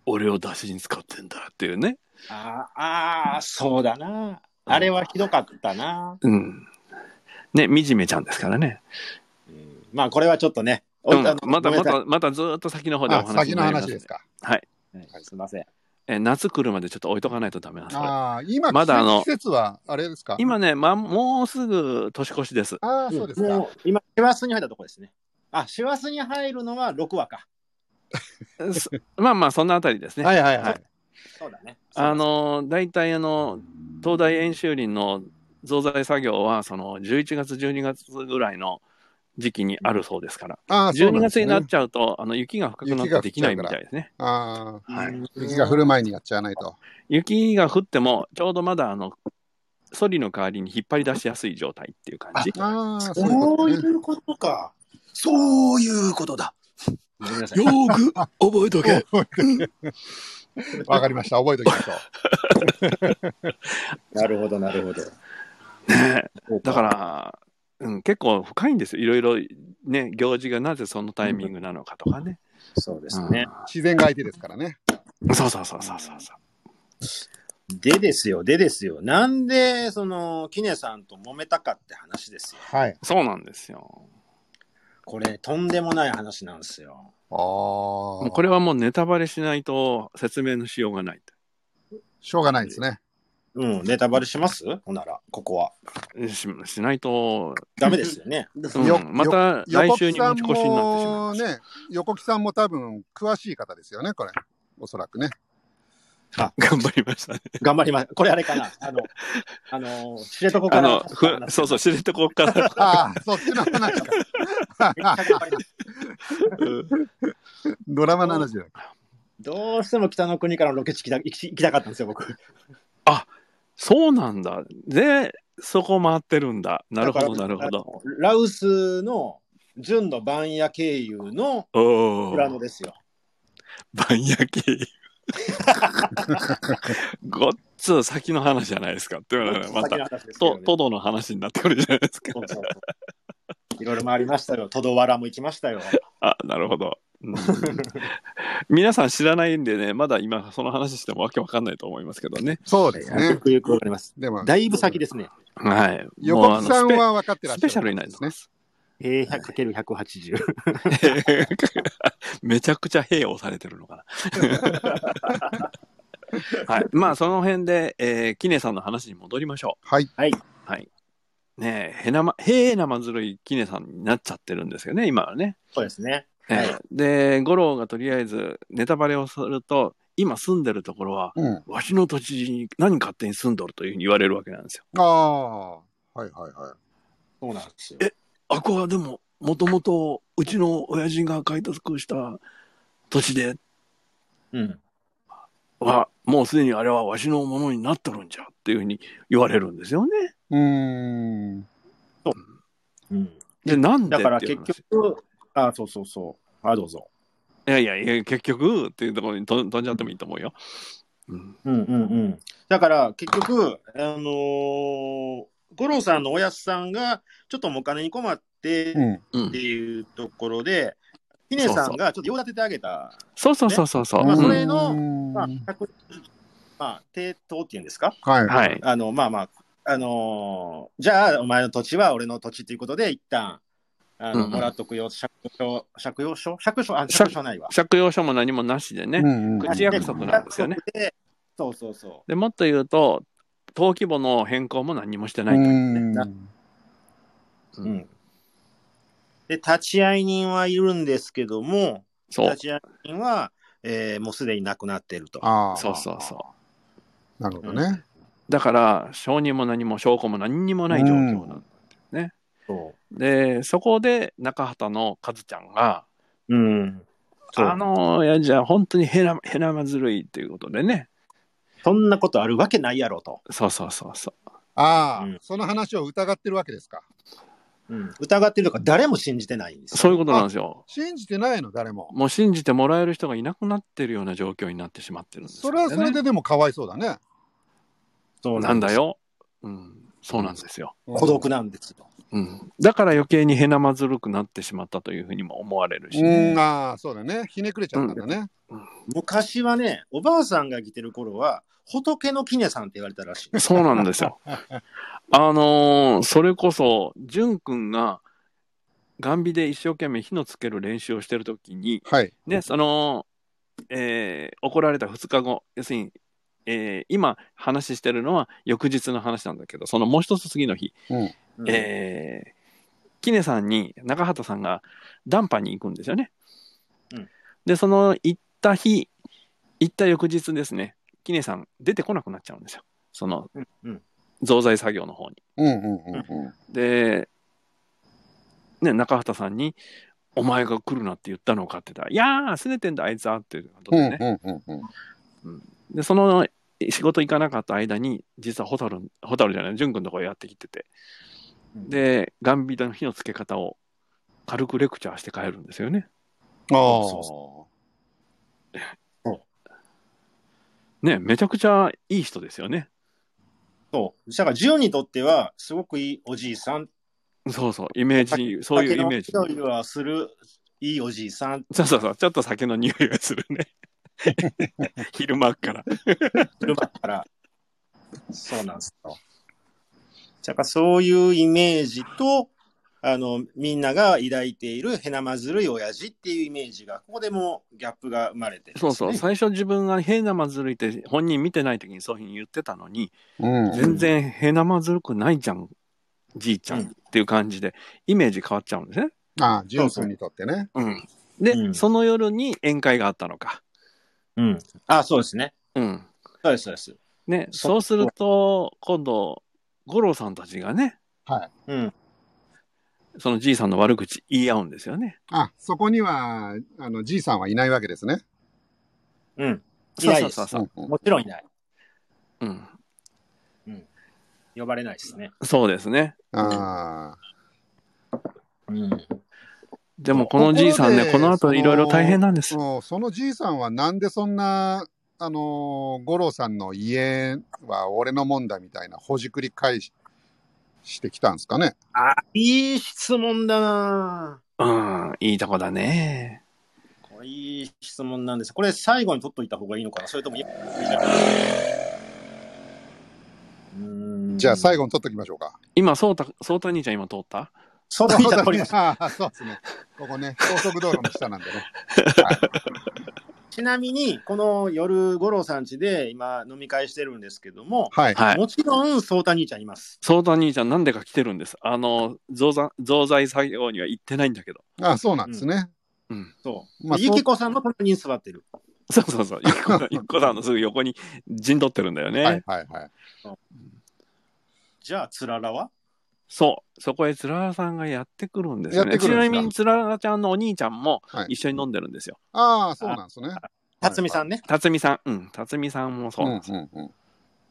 [SPEAKER 4] 俺を出しに使ってんだっていうね。
[SPEAKER 2] ああ、そうだな。あれはひどかったな。
[SPEAKER 4] うん。ね、惨めちゃんですからね。
[SPEAKER 2] うんまあ、これはちょっとね。お
[SPEAKER 4] うん
[SPEAKER 2] あの
[SPEAKER 4] また
[SPEAKER 2] ごめんな
[SPEAKER 4] ま
[SPEAKER 2] さい
[SPEAKER 4] た、またずーっと先の方でお
[SPEAKER 1] あ
[SPEAKER 4] 話
[SPEAKER 1] 先
[SPEAKER 4] に
[SPEAKER 1] の
[SPEAKER 4] なります
[SPEAKER 1] 話ですか。
[SPEAKER 2] はいすみません。
[SPEAKER 4] え夏来るまでちょっと置いとかないとダメなんですこれ
[SPEAKER 1] ああ、今、
[SPEAKER 4] まだあの
[SPEAKER 1] 季節はあれですか。
[SPEAKER 4] 今ね、ま、もうすぐ年越 しです。
[SPEAKER 1] ああ、そうですか。
[SPEAKER 2] もう今、師走に入ったとこですね。あ、師走に入るのは6話か。
[SPEAKER 4] すまあまあ、そんなあたりですね。
[SPEAKER 1] はいはいはい。
[SPEAKER 2] そうだね。
[SPEAKER 4] あのー、大体あの、東大演習林の増材作業は、その11月、12月ぐらいの時期にあるそうですから、
[SPEAKER 1] ああ、そう
[SPEAKER 4] 12
[SPEAKER 1] んです
[SPEAKER 4] 月
[SPEAKER 1] ね
[SPEAKER 4] になっちゃうと、あの雪が深くなってできないみたいですね。
[SPEAKER 1] ああ、
[SPEAKER 4] はい
[SPEAKER 1] 雪が降る前にやっちゃわないと。
[SPEAKER 4] 雪が降っても、ちょうどまだあの、ソリの代わりに引っ張り出しやすい状態っていう感じ。
[SPEAKER 1] ああ、そういうこ
[SPEAKER 2] そ
[SPEAKER 1] とね
[SPEAKER 2] ういうことか。
[SPEAKER 5] そういうことだ。
[SPEAKER 2] ごめんなさい
[SPEAKER 5] よ。ーく覚えとけ。
[SPEAKER 1] わかりました。覚えておきましょう。
[SPEAKER 2] なるほど、なるほど。
[SPEAKER 4] ねだから、うん、結構深いんですよ。いろいろね、行事がなぜそのタイミングなのかとかね。
[SPEAKER 2] そうですね。
[SPEAKER 1] 自然が相手ですからね。
[SPEAKER 4] うんそうそうそうそうそうそう。
[SPEAKER 2] でですよ、でですよ。なんで、その、キネさんと揉めたかって話ですよ。
[SPEAKER 1] はい。
[SPEAKER 4] そうなんですよ。
[SPEAKER 2] これ、とんでもない話なんですよ。
[SPEAKER 1] ああ、
[SPEAKER 4] もう
[SPEAKER 1] こ
[SPEAKER 4] こ
[SPEAKER 1] れ
[SPEAKER 4] れはもうネタバレしないと説明のしようがない。
[SPEAKER 1] しょうがないですね。
[SPEAKER 2] うん、ネタバレしますほんなら、ここは。
[SPEAKER 4] ししないと、
[SPEAKER 2] ダメですよね。
[SPEAKER 4] うん
[SPEAKER 1] よ
[SPEAKER 4] また来週に持ち越しに
[SPEAKER 1] 横
[SPEAKER 4] なってしまいま
[SPEAKER 1] 木
[SPEAKER 4] す。
[SPEAKER 1] さんもね、横木さんも多分詳しい方ですよね、これ。おそらくね。
[SPEAKER 4] 頑張りましたね。
[SPEAKER 2] 頑張ります。これあれかな。あの、あの、知床から
[SPEAKER 4] あの、。ふそうそう、知床から。
[SPEAKER 1] ああ、そっちの話か。
[SPEAKER 4] うん
[SPEAKER 1] ドラマの話じゃなくて
[SPEAKER 2] どうしても北の国からのロケ地行きた行き行きたかったんですよ、僕。
[SPEAKER 4] そうなんだ。で、そこ回ってるんだ。なるほど、な
[SPEAKER 2] だから
[SPEAKER 4] るほど。。
[SPEAKER 2] あのラウスの純の番屋経由の
[SPEAKER 4] お
[SPEAKER 2] 裏
[SPEAKER 4] ー
[SPEAKER 2] 野ですよ。
[SPEAKER 4] 晩焼き。ごっつ先の話じゃないですかっていうのはねま
[SPEAKER 2] 先
[SPEAKER 4] た
[SPEAKER 2] の話ですけど
[SPEAKER 4] と
[SPEAKER 2] ね
[SPEAKER 4] トドの話になってくるじゃないですか
[SPEAKER 2] そうそうそういろいろ回りましたよ。トドワラも行きましたよ。
[SPEAKER 4] あなるほど、うん 皆さん知らないんでねまだ今その話してもわけわかんないと思いますけどね
[SPEAKER 1] そうです
[SPEAKER 2] ゆ
[SPEAKER 1] ね。
[SPEAKER 2] くゆくわかります。
[SPEAKER 1] でも、
[SPEAKER 2] だいぶ先ですね。
[SPEAKER 4] はい
[SPEAKER 1] 横木さん
[SPEAKER 4] もうあの
[SPEAKER 1] は分かっ
[SPEAKER 4] スペ
[SPEAKER 1] てらっしゃ
[SPEAKER 4] ス
[SPEAKER 1] る。
[SPEAKER 4] ペシャルになります
[SPEAKER 2] えー、100×180。
[SPEAKER 4] めちゃくちゃ併用されてるのか なはいまあその辺で、えー、キネさんの話に戻りましょう
[SPEAKER 1] はい。
[SPEAKER 4] ねえ、へなま、へえなまずるいきねさんになっちゃってるんですよね、今はね。
[SPEAKER 2] そうですね。
[SPEAKER 4] ええ
[SPEAKER 2] はい
[SPEAKER 4] で、五郎がとりあえずネタバレをすると、今住んでるところは、
[SPEAKER 1] うん。
[SPEAKER 4] わしの土地に何勝手に住んどるというふうに言われるわけなんですよ。
[SPEAKER 1] ああ、はいはいはい。
[SPEAKER 2] そうなんですよ。
[SPEAKER 4] あこはでも、もともとうちの親父が開拓した土地で
[SPEAKER 2] うん。
[SPEAKER 4] は、もうすでにあれはわしのものになっとるんじゃっていうふうに言われるんですよね。
[SPEAKER 1] うーん。
[SPEAKER 2] うん、
[SPEAKER 4] で、なんで
[SPEAKER 2] だから
[SPEAKER 4] っていう
[SPEAKER 2] 結
[SPEAKER 4] 話
[SPEAKER 2] 局、あ、そうそうそう。あ、どうぞ。
[SPEAKER 4] いやいやいや、結局っていうところに飛ん飛んじゃってもいいと思うよ。うん、
[SPEAKER 2] うんうんうん。だから結局、あのー五郎さんのおやすさんがちょっとお金に困ってっ
[SPEAKER 1] うん。
[SPEAKER 4] うん
[SPEAKER 2] ていうところで、ひねさんがちょっと用立ててあげた、
[SPEAKER 4] そうそうそうそうそう。
[SPEAKER 2] まあ
[SPEAKER 4] うん
[SPEAKER 2] それの
[SPEAKER 1] うん
[SPEAKER 2] まあ
[SPEAKER 1] はい。、
[SPEAKER 2] 100まあ、抵当っていうんですか
[SPEAKER 4] は。
[SPEAKER 1] はい
[SPEAKER 2] あの、まあまあ、あのーじゃあ、お前の土地は俺の土地ということで、一旦、あ
[SPEAKER 4] うん
[SPEAKER 2] の、
[SPEAKER 4] うん
[SPEAKER 2] もらっとくよ、借用借用書借用書あ、
[SPEAKER 4] 借
[SPEAKER 2] 借用書ないわ。
[SPEAKER 4] 借用書も何もなしでね、
[SPEAKER 1] うんうん
[SPEAKER 4] 口約束なんですよね。
[SPEAKER 2] で。そうそうそ
[SPEAKER 4] でもっと言うと、登記簿の変更も何もしてないと
[SPEAKER 1] うん
[SPEAKER 2] う。うん。で、立ち会い人はいるんですけども、
[SPEAKER 4] そう
[SPEAKER 2] 立。ち会い人はえーもうすでに亡くなっていると。
[SPEAKER 1] ああ。
[SPEAKER 4] そうそうそ
[SPEAKER 1] なるほどね。
[SPEAKER 4] う。だから、証人も何も証拠も何にもない状況なの。
[SPEAKER 2] そ
[SPEAKER 4] で、そこで中畑の和ちゃんが、
[SPEAKER 2] ううん。そう
[SPEAKER 4] あの親父は本当にへらへらまずるいということでね。
[SPEAKER 2] そんなことあるわけないやろと。
[SPEAKER 4] そうそうそうそう。
[SPEAKER 1] ああ、
[SPEAKER 2] うん
[SPEAKER 1] その話を疑ってるわけですか。
[SPEAKER 2] うん、疑ってるとか誰も信じてないんですよ。
[SPEAKER 4] そういうことなんですよ。
[SPEAKER 1] 信じてないの、誰も。
[SPEAKER 4] もう信じてもらえる人がいなくなってるような状況になってしまってるんです
[SPEAKER 1] そ
[SPEAKER 4] よ、
[SPEAKER 1] れ
[SPEAKER 4] ね。
[SPEAKER 1] はそれででもかわいそうだね。
[SPEAKER 2] そう
[SPEAKER 4] なん
[SPEAKER 2] です
[SPEAKER 4] だ。よ。うん。そうなんですよ。
[SPEAKER 2] 孤独なんですよ。
[SPEAKER 4] うん。だから余計にへなまずるくなってしまったというふうにも思われるし。
[SPEAKER 1] うん、ああ、そうだね。ひねくれちゃったんだね。
[SPEAKER 2] 昔はね、おばあさんが来てる頃は、仏の杵さんって言われたら しい。
[SPEAKER 4] そうなんですよ。あのーそれこそ、淳くんが、ガンビで一生懸命火のつける練習をしてるときに、
[SPEAKER 1] はい。
[SPEAKER 4] ね、その、えー怒られた2日後、要するに、えー今話してるのは翌日の話なんだけど、そのもう一つ次の日、
[SPEAKER 1] うん。
[SPEAKER 2] うん
[SPEAKER 4] えー、キネさんに中畑さんが談判に行くんですよね。
[SPEAKER 2] うん
[SPEAKER 4] で、その行った日、行った翌日ですね、キネさん出てこなくなっちゃうんですよ。その
[SPEAKER 2] うんうん、
[SPEAKER 4] 造財作業の方に。
[SPEAKER 1] うんうんうんうん。
[SPEAKER 4] で、ね、中畑さんに、お前が来るなって言ったのかって言ったら、いやー、すねてんだ、あいつはっていうこと
[SPEAKER 1] う
[SPEAKER 4] で
[SPEAKER 1] ん
[SPEAKER 4] ね。
[SPEAKER 1] うんうんうん。
[SPEAKER 4] で、その仕事行かなかった間に、実はホタル、ホタルじゃない、ジュン君のところへやってきてて、
[SPEAKER 2] うん
[SPEAKER 4] で、ガンビタの火のつけ方を軽くレクチャーして帰るんですよね。
[SPEAKER 1] ああ。
[SPEAKER 2] そう
[SPEAKER 4] ね、めちゃくちゃいい人ですよね。
[SPEAKER 2] そう。だから、ジオにとっては、すごくいいおじいさん。
[SPEAKER 4] そうそう、イメージ、そういうイメージ。
[SPEAKER 2] 酒の匂いはする、いいおじいさん。
[SPEAKER 4] そうそうそう、ちょっと酒の匂いがする ね。昼間っから。
[SPEAKER 2] 車から。そうなんですよ。だから、そういうイメージと、あの、みんなが抱いている、へなまずるい親父っていうイメージが、ここでもギャップが生まれてるんです
[SPEAKER 4] そ
[SPEAKER 2] ね、
[SPEAKER 4] うそう、最初自分が変なまずるいって本人見てない時にそういうふうに言ってたのに、
[SPEAKER 1] うん。
[SPEAKER 4] 全然へなまずるくないじゃん、じいちゃん
[SPEAKER 2] う
[SPEAKER 4] っ
[SPEAKER 2] ん
[SPEAKER 4] ていう感じで、イメージ変わっちゃうんですね。
[SPEAKER 1] ああ、ジュン君にとってね。
[SPEAKER 4] うん、で、
[SPEAKER 2] うん
[SPEAKER 4] その夜に宴会があったのか。
[SPEAKER 2] うん。あ、そうですね。
[SPEAKER 4] うん。
[SPEAKER 2] そうです、そうです。
[SPEAKER 4] ね、
[SPEAKER 2] そ
[SPEAKER 4] そうすると、今度、五郎さんたちがね、
[SPEAKER 2] うん。
[SPEAKER 4] そのじいさんの悪口言い合うんですよね。
[SPEAKER 1] あ、そこには、あの、じいさんはいないわけですね。
[SPEAKER 2] うん。い
[SPEAKER 4] そう
[SPEAKER 2] ない
[SPEAKER 4] そう
[SPEAKER 2] です
[SPEAKER 4] そうそう。
[SPEAKER 1] うんうん
[SPEAKER 2] もちろんいない。
[SPEAKER 4] うん。
[SPEAKER 2] 呼ばれないですね。
[SPEAKER 4] そうですね。
[SPEAKER 1] ああ。
[SPEAKER 2] うん。
[SPEAKER 4] でも、このじいさんね、
[SPEAKER 1] と
[SPEAKER 4] こ
[SPEAKER 1] ころ
[SPEAKER 4] の
[SPEAKER 1] でそ
[SPEAKER 4] 後
[SPEAKER 1] の
[SPEAKER 4] いろいろ大変なんです。
[SPEAKER 1] もうそのじいさんはなんでそんな、あのー、五郎さんの家は俺のもんだみたいなほじくり返ししてきたんですかね。
[SPEAKER 2] あ、いい質問だな
[SPEAKER 4] うん、いいとこだね。
[SPEAKER 2] これいい質問なんです。これ最後に取っといた方がいいのかなそれとも、うん
[SPEAKER 1] じゃあ最
[SPEAKER 2] 後。
[SPEAKER 1] 後に取っときましょうか。
[SPEAKER 4] 今、そうた、そうた兄ちゃん今通った
[SPEAKER 2] そうだ、取りました
[SPEAKER 1] ああそうですね。ここね、高速道路の下なんでね。
[SPEAKER 2] ちなみに、この夜、五郎さん家で今飲み会してるんですけども、
[SPEAKER 1] はい。
[SPEAKER 4] はい。
[SPEAKER 2] もちろん、そうた兄ちゃんいます。
[SPEAKER 4] そうた兄ちゃんなんでか来てるんです。あの、増産増財作業には行ってないんだけど。
[SPEAKER 1] ああそうなんですね。
[SPEAKER 4] うん。
[SPEAKER 2] そう。
[SPEAKER 1] まあ
[SPEAKER 2] ゆきこさんの隣に座ってる。
[SPEAKER 4] そうそうそう。ゆっ こさんゆっこさんのすぐ横に陣取ってるんだよね。
[SPEAKER 1] はいはいはい。
[SPEAKER 2] じゃあ、つららは
[SPEAKER 4] そう。そこへつららさんがやってくるんですよ
[SPEAKER 1] や
[SPEAKER 4] ね。
[SPEAKER 1] ってくるんで
[SPEAKER 4] ち
[SPEAKER 1] す
[SPEAKER 4] な
[SPEAKER 1] か
[SPEAKER 4] みにつららちゃんのお兄ちゃんも
[SPEAKER 1] はい
[SPEAKER 4] 一緒に飲んでるんですよ。
[SPEAKER 1] ああ、そうなんですね。
[SPEAKER 2] 辰巳さんね。
[SPEAKER 4] 辰巳さん。うん。辰巳さんもそううんなん
[SPEAKER 1] う
[SPEAKER 4] です。
[SPEAKER 1] んうん。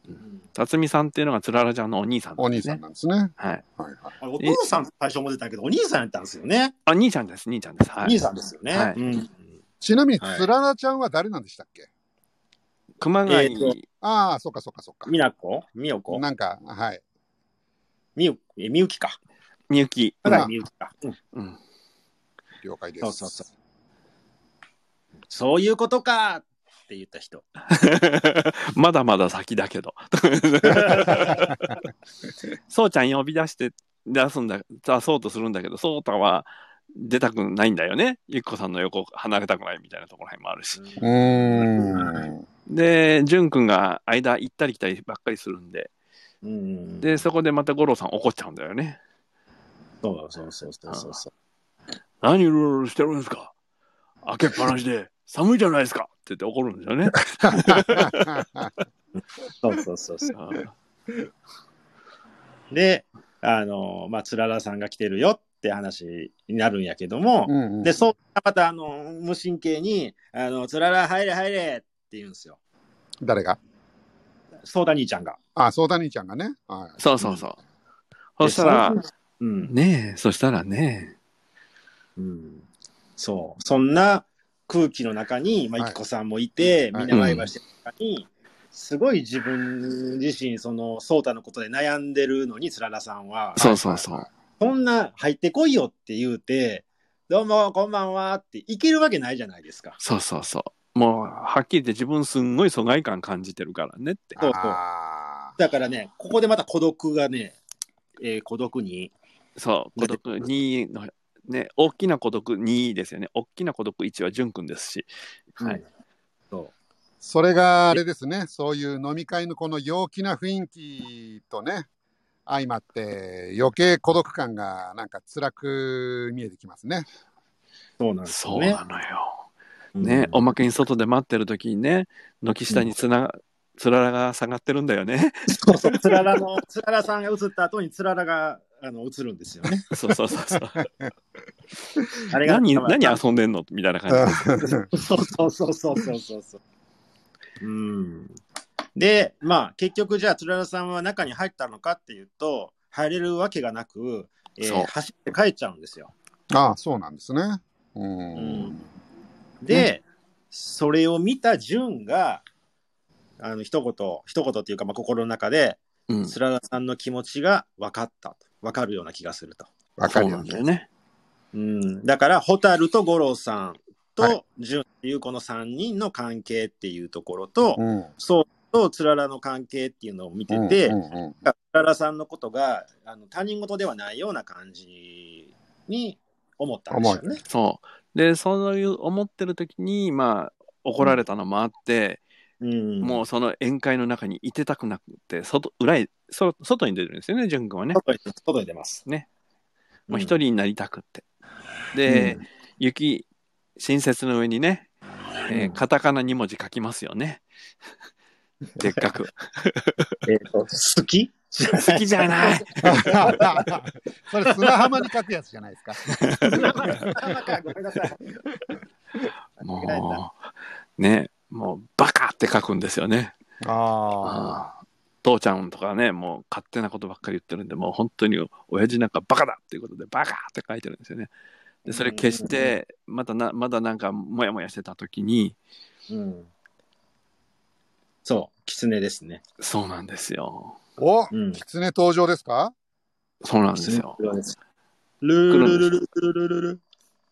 [SPEAKER 2] うん
[SPEAKER 4] 辰巳さんっていうのがつららちゃんのお兄さん、
[SPEAKER 1] お兄さん。なんですね。
[SPEAKER 4] はい。
[SPEAKER 1] はいはい。
[SPEAKER 2] あれお父さん最初も出たけど、お兄さんやったんですよね。
[SPEAKER 4] あ、兄ちゃんです。兄ちゃんです。はい。
[SPEAKER 2] 兄さんですよね。
[SPEAKER 4] はい
[SPEAKER 2] うん
[SPEAKER 1] ちなみに、
[SPEAKER 2] はい
[SPEAKER 1] つららちゃんは誰なんでしたっけ
[SPEAKER 4] 熊谷、
[SPEAKER 2] えー
[SPEAKER 1] ああ、そっかそっかそっか
[SPEAKER 2] み。なこみよこ
[SPEAKER 1] なんか、はい。
[SPEAKER 2] みゆえみゆきか。
[SPEAKER 4] みゆき。
[SPEAKER 2] ただみゆきか、うん
[SPEAKER 4] うん。
[SPEAKER 1] 了解です。
[SPEAKER 2] そうそうそう。そういうことかって言った人。
[SPEAKER 4] まだまだ先だけ ど。そうちゃん呼び出して出すんだ、出そうとするんだけど、そうたは出たくないんだよね。ゆっこさんの横離れたくないみたいなところもあるし。
[SPEAKER 1] う ーん。
[SPEAKER 4] で、じゅんくんが間行ったり来たりばっかりするんで、
[SPEAKER 2] うん、
[SPEAKER 4] で、そこでまた五郎さん怒っちゃうんだよね。
[SPEAKER 2] そうそうそうそうそうそ
[SPEAKER 4] 何うろうろしてるんですか開けっぱなしで、寒いじゃないですかって言って怒るんです よね。
[SPEAKER 2] そうそうそうそ
[SPEAKER 4] あ
[SPEAKER 2] う。で、あの、まあ、つららさんが来てるよって話になるんやけども、
[SPEAKER 1] うんうん
[SPEAKER 2] で、そう、また、あの、無神経に、あの、つらら入れ入れって言うんですよ。
[SPEAKER 1] 誰が
[SPEAKER 2] ソーダ兄ちゃんが。
[SPEAKER 1] あ、そうだ兄ちゃんがね。はい
[SPEAKER 4] そうそうそう。
[SPEAKER 2] で
[SPEAKER 4] そしたら
[SPEAKER 2] そ、ううん、
[SPEAKER 4] ねえ、そしたらね
[SPEAKER 2] うん。そう。そんな空気の中に、まあ、
[SPEAKER 1] はい
[SPEAKER 2] いきこさんもいて、
[SPEAKER 1] はい
[SPEAKER 2] みんなワイワイしてる中に、すごい自分自身、その、ソータのことで悩んでるのに、つららさんは
[SPEAKER 4] え、、そうそうそう。
[SPEAKER 2] そんな入ってこいよって言うて、どうも、こんばんはって、いけるわけないじゃないですか。
[SPEAKER 4] そうそうそう。もう、はっきり言って自分すんごい疎外感感じてるからねって。
[SPEAKER 2] そうそう
[SPEAKER 1] あ
[SPEAKER 2] だからね、ここでまた孤独がね、えー孤独に、
[SPEAKER 4] そう、孤独2の、ね、大きな孤独2ですよね。大きな孤独1は淳君ですし。はい。
[SPEAKER 2] うんそ
[SPEAKER 1] ーそれがあれですね、そういう飲み会のこの陽気な雰囲気とね、相まって余計孤独感がなんか辛く見えてきますね。
[SPEAKER 2] うそうなんです
[SPEAKER 4] そ
[SPEAKER 2] よ
[SPEAKER 4] う
[SPEAKER 2] ね
[SPEAKER 4] な。のよ。ね、
[SPEAKER 2] う
[SPEAKER 4] お
[SPEAKER 2] ん
[SPEAKER 4] まけに外で待ってる時にね、軒下につな、つららが下がってるんだよね。
[SPEAKER 2] そうそう、つららの、つららさんが映った後につららが、あの、映るんですよ ね。
[SPEAKER 4] そうそうそうそう。
[SPEAKER 2] あれが、
[SPEAKER 4] 何、何
[SPEAKER 2] あ
[SPEAKER 4] 遊んでんのみたいな感じ。
[SPEAKER 2] そうそうそうそうそうそうそう。うん。で、まあ、結局、じゃあ、つららさんは中に入ったのかっていうと、入れるわけがなく、えー
[SPEAKER 4] そう
[SPEAKER 2] 走って帰っちゃうんですよ。
[SPEAKER 1] ああ、そうなんですね。うん。
[SPEAKER 2] うんで、それを見た潤が、あの、一言、一言っていうか、まあ、心の中で、
[SPEAKER 4] うん。
[SPEAKER 2] つららさんの気持ちが分かったと。分かるような気がすると。
[SPEAKER 1] わか
[SPEAKER 4] そう
[SPEAKER 1] る
[SPEAKER 4] な
[SPEAKER 1] よ
[SPEAKER 4] ん
[SPEAKER 1] ね
[SPEAKER 4] だ。よね。
[SPEAKER 2] うん、だから、ホタルと五郎さん
[SPEAKER 1] は
[SPEAKER 2] と純っていうこの3人の関係っていうところと、
[SPEAKER 1] うん。
[SPEAKER 2] そうとつららの関係っていうのを見てて、
[SPEAKER 1] うんうん
[SPEAKER 2] つららさんのことがあの他人事ではないような感じに思ったんですよね。
[SPEAKER 4] そう。で、そういう思ってる時に、まあ、怒られたのもあって、
[SPEAKER 2] うん、
[SPEAKER 4] もうその宴会の中にいてたくなくて、外、裏へ、そ外に出るんですよね、淳君はね。
[SPEAKER 2] 外に外に出ます。
[SPEAKER 4] ね。
[SPEAKER 2] もう
[SPEAKER 4] もう
[SPEAKER 2] 一
[SPEAKER 4] 一人になりたくって。で、雪、新雪の上にね、えー
[SPEAKER 2] うん
[SPEAKER 4] カタカナ2文字書きますよ ね。でっかく。
[SPEAKER 2] えーと好 き
[SPEAKER 4] 好きじゃない。
[SPEAKER 1] それ砂浜に書くやつじゃないですか。
[SPEAKER 2] ごめんなさい。
[SPEAKER 4] もう、ね、もう、バカって書くんですよね。
[SPEAKER 1] ああ。
[SPEAKER 4] 父ちゃんとかね、もう勝手なことばっかり言ってるんで、もう本当に親父なんかバカだっていうことで、バカって書いてるんですよね。で、それ消して、またな、まだなんか、モヤモヤしてた時に、
[SPEAKER 2] うん、そう、狐ですね。
[SPEAKER 4] そうなんですよ。
[SPEAKER 1] お、
[SPEAKER 2] うん
[SPEAKER 1] 狐登場ですか
[SPEAKER 4] そうなんですよ。
[SPEAKER 2] ルルルルルルルル。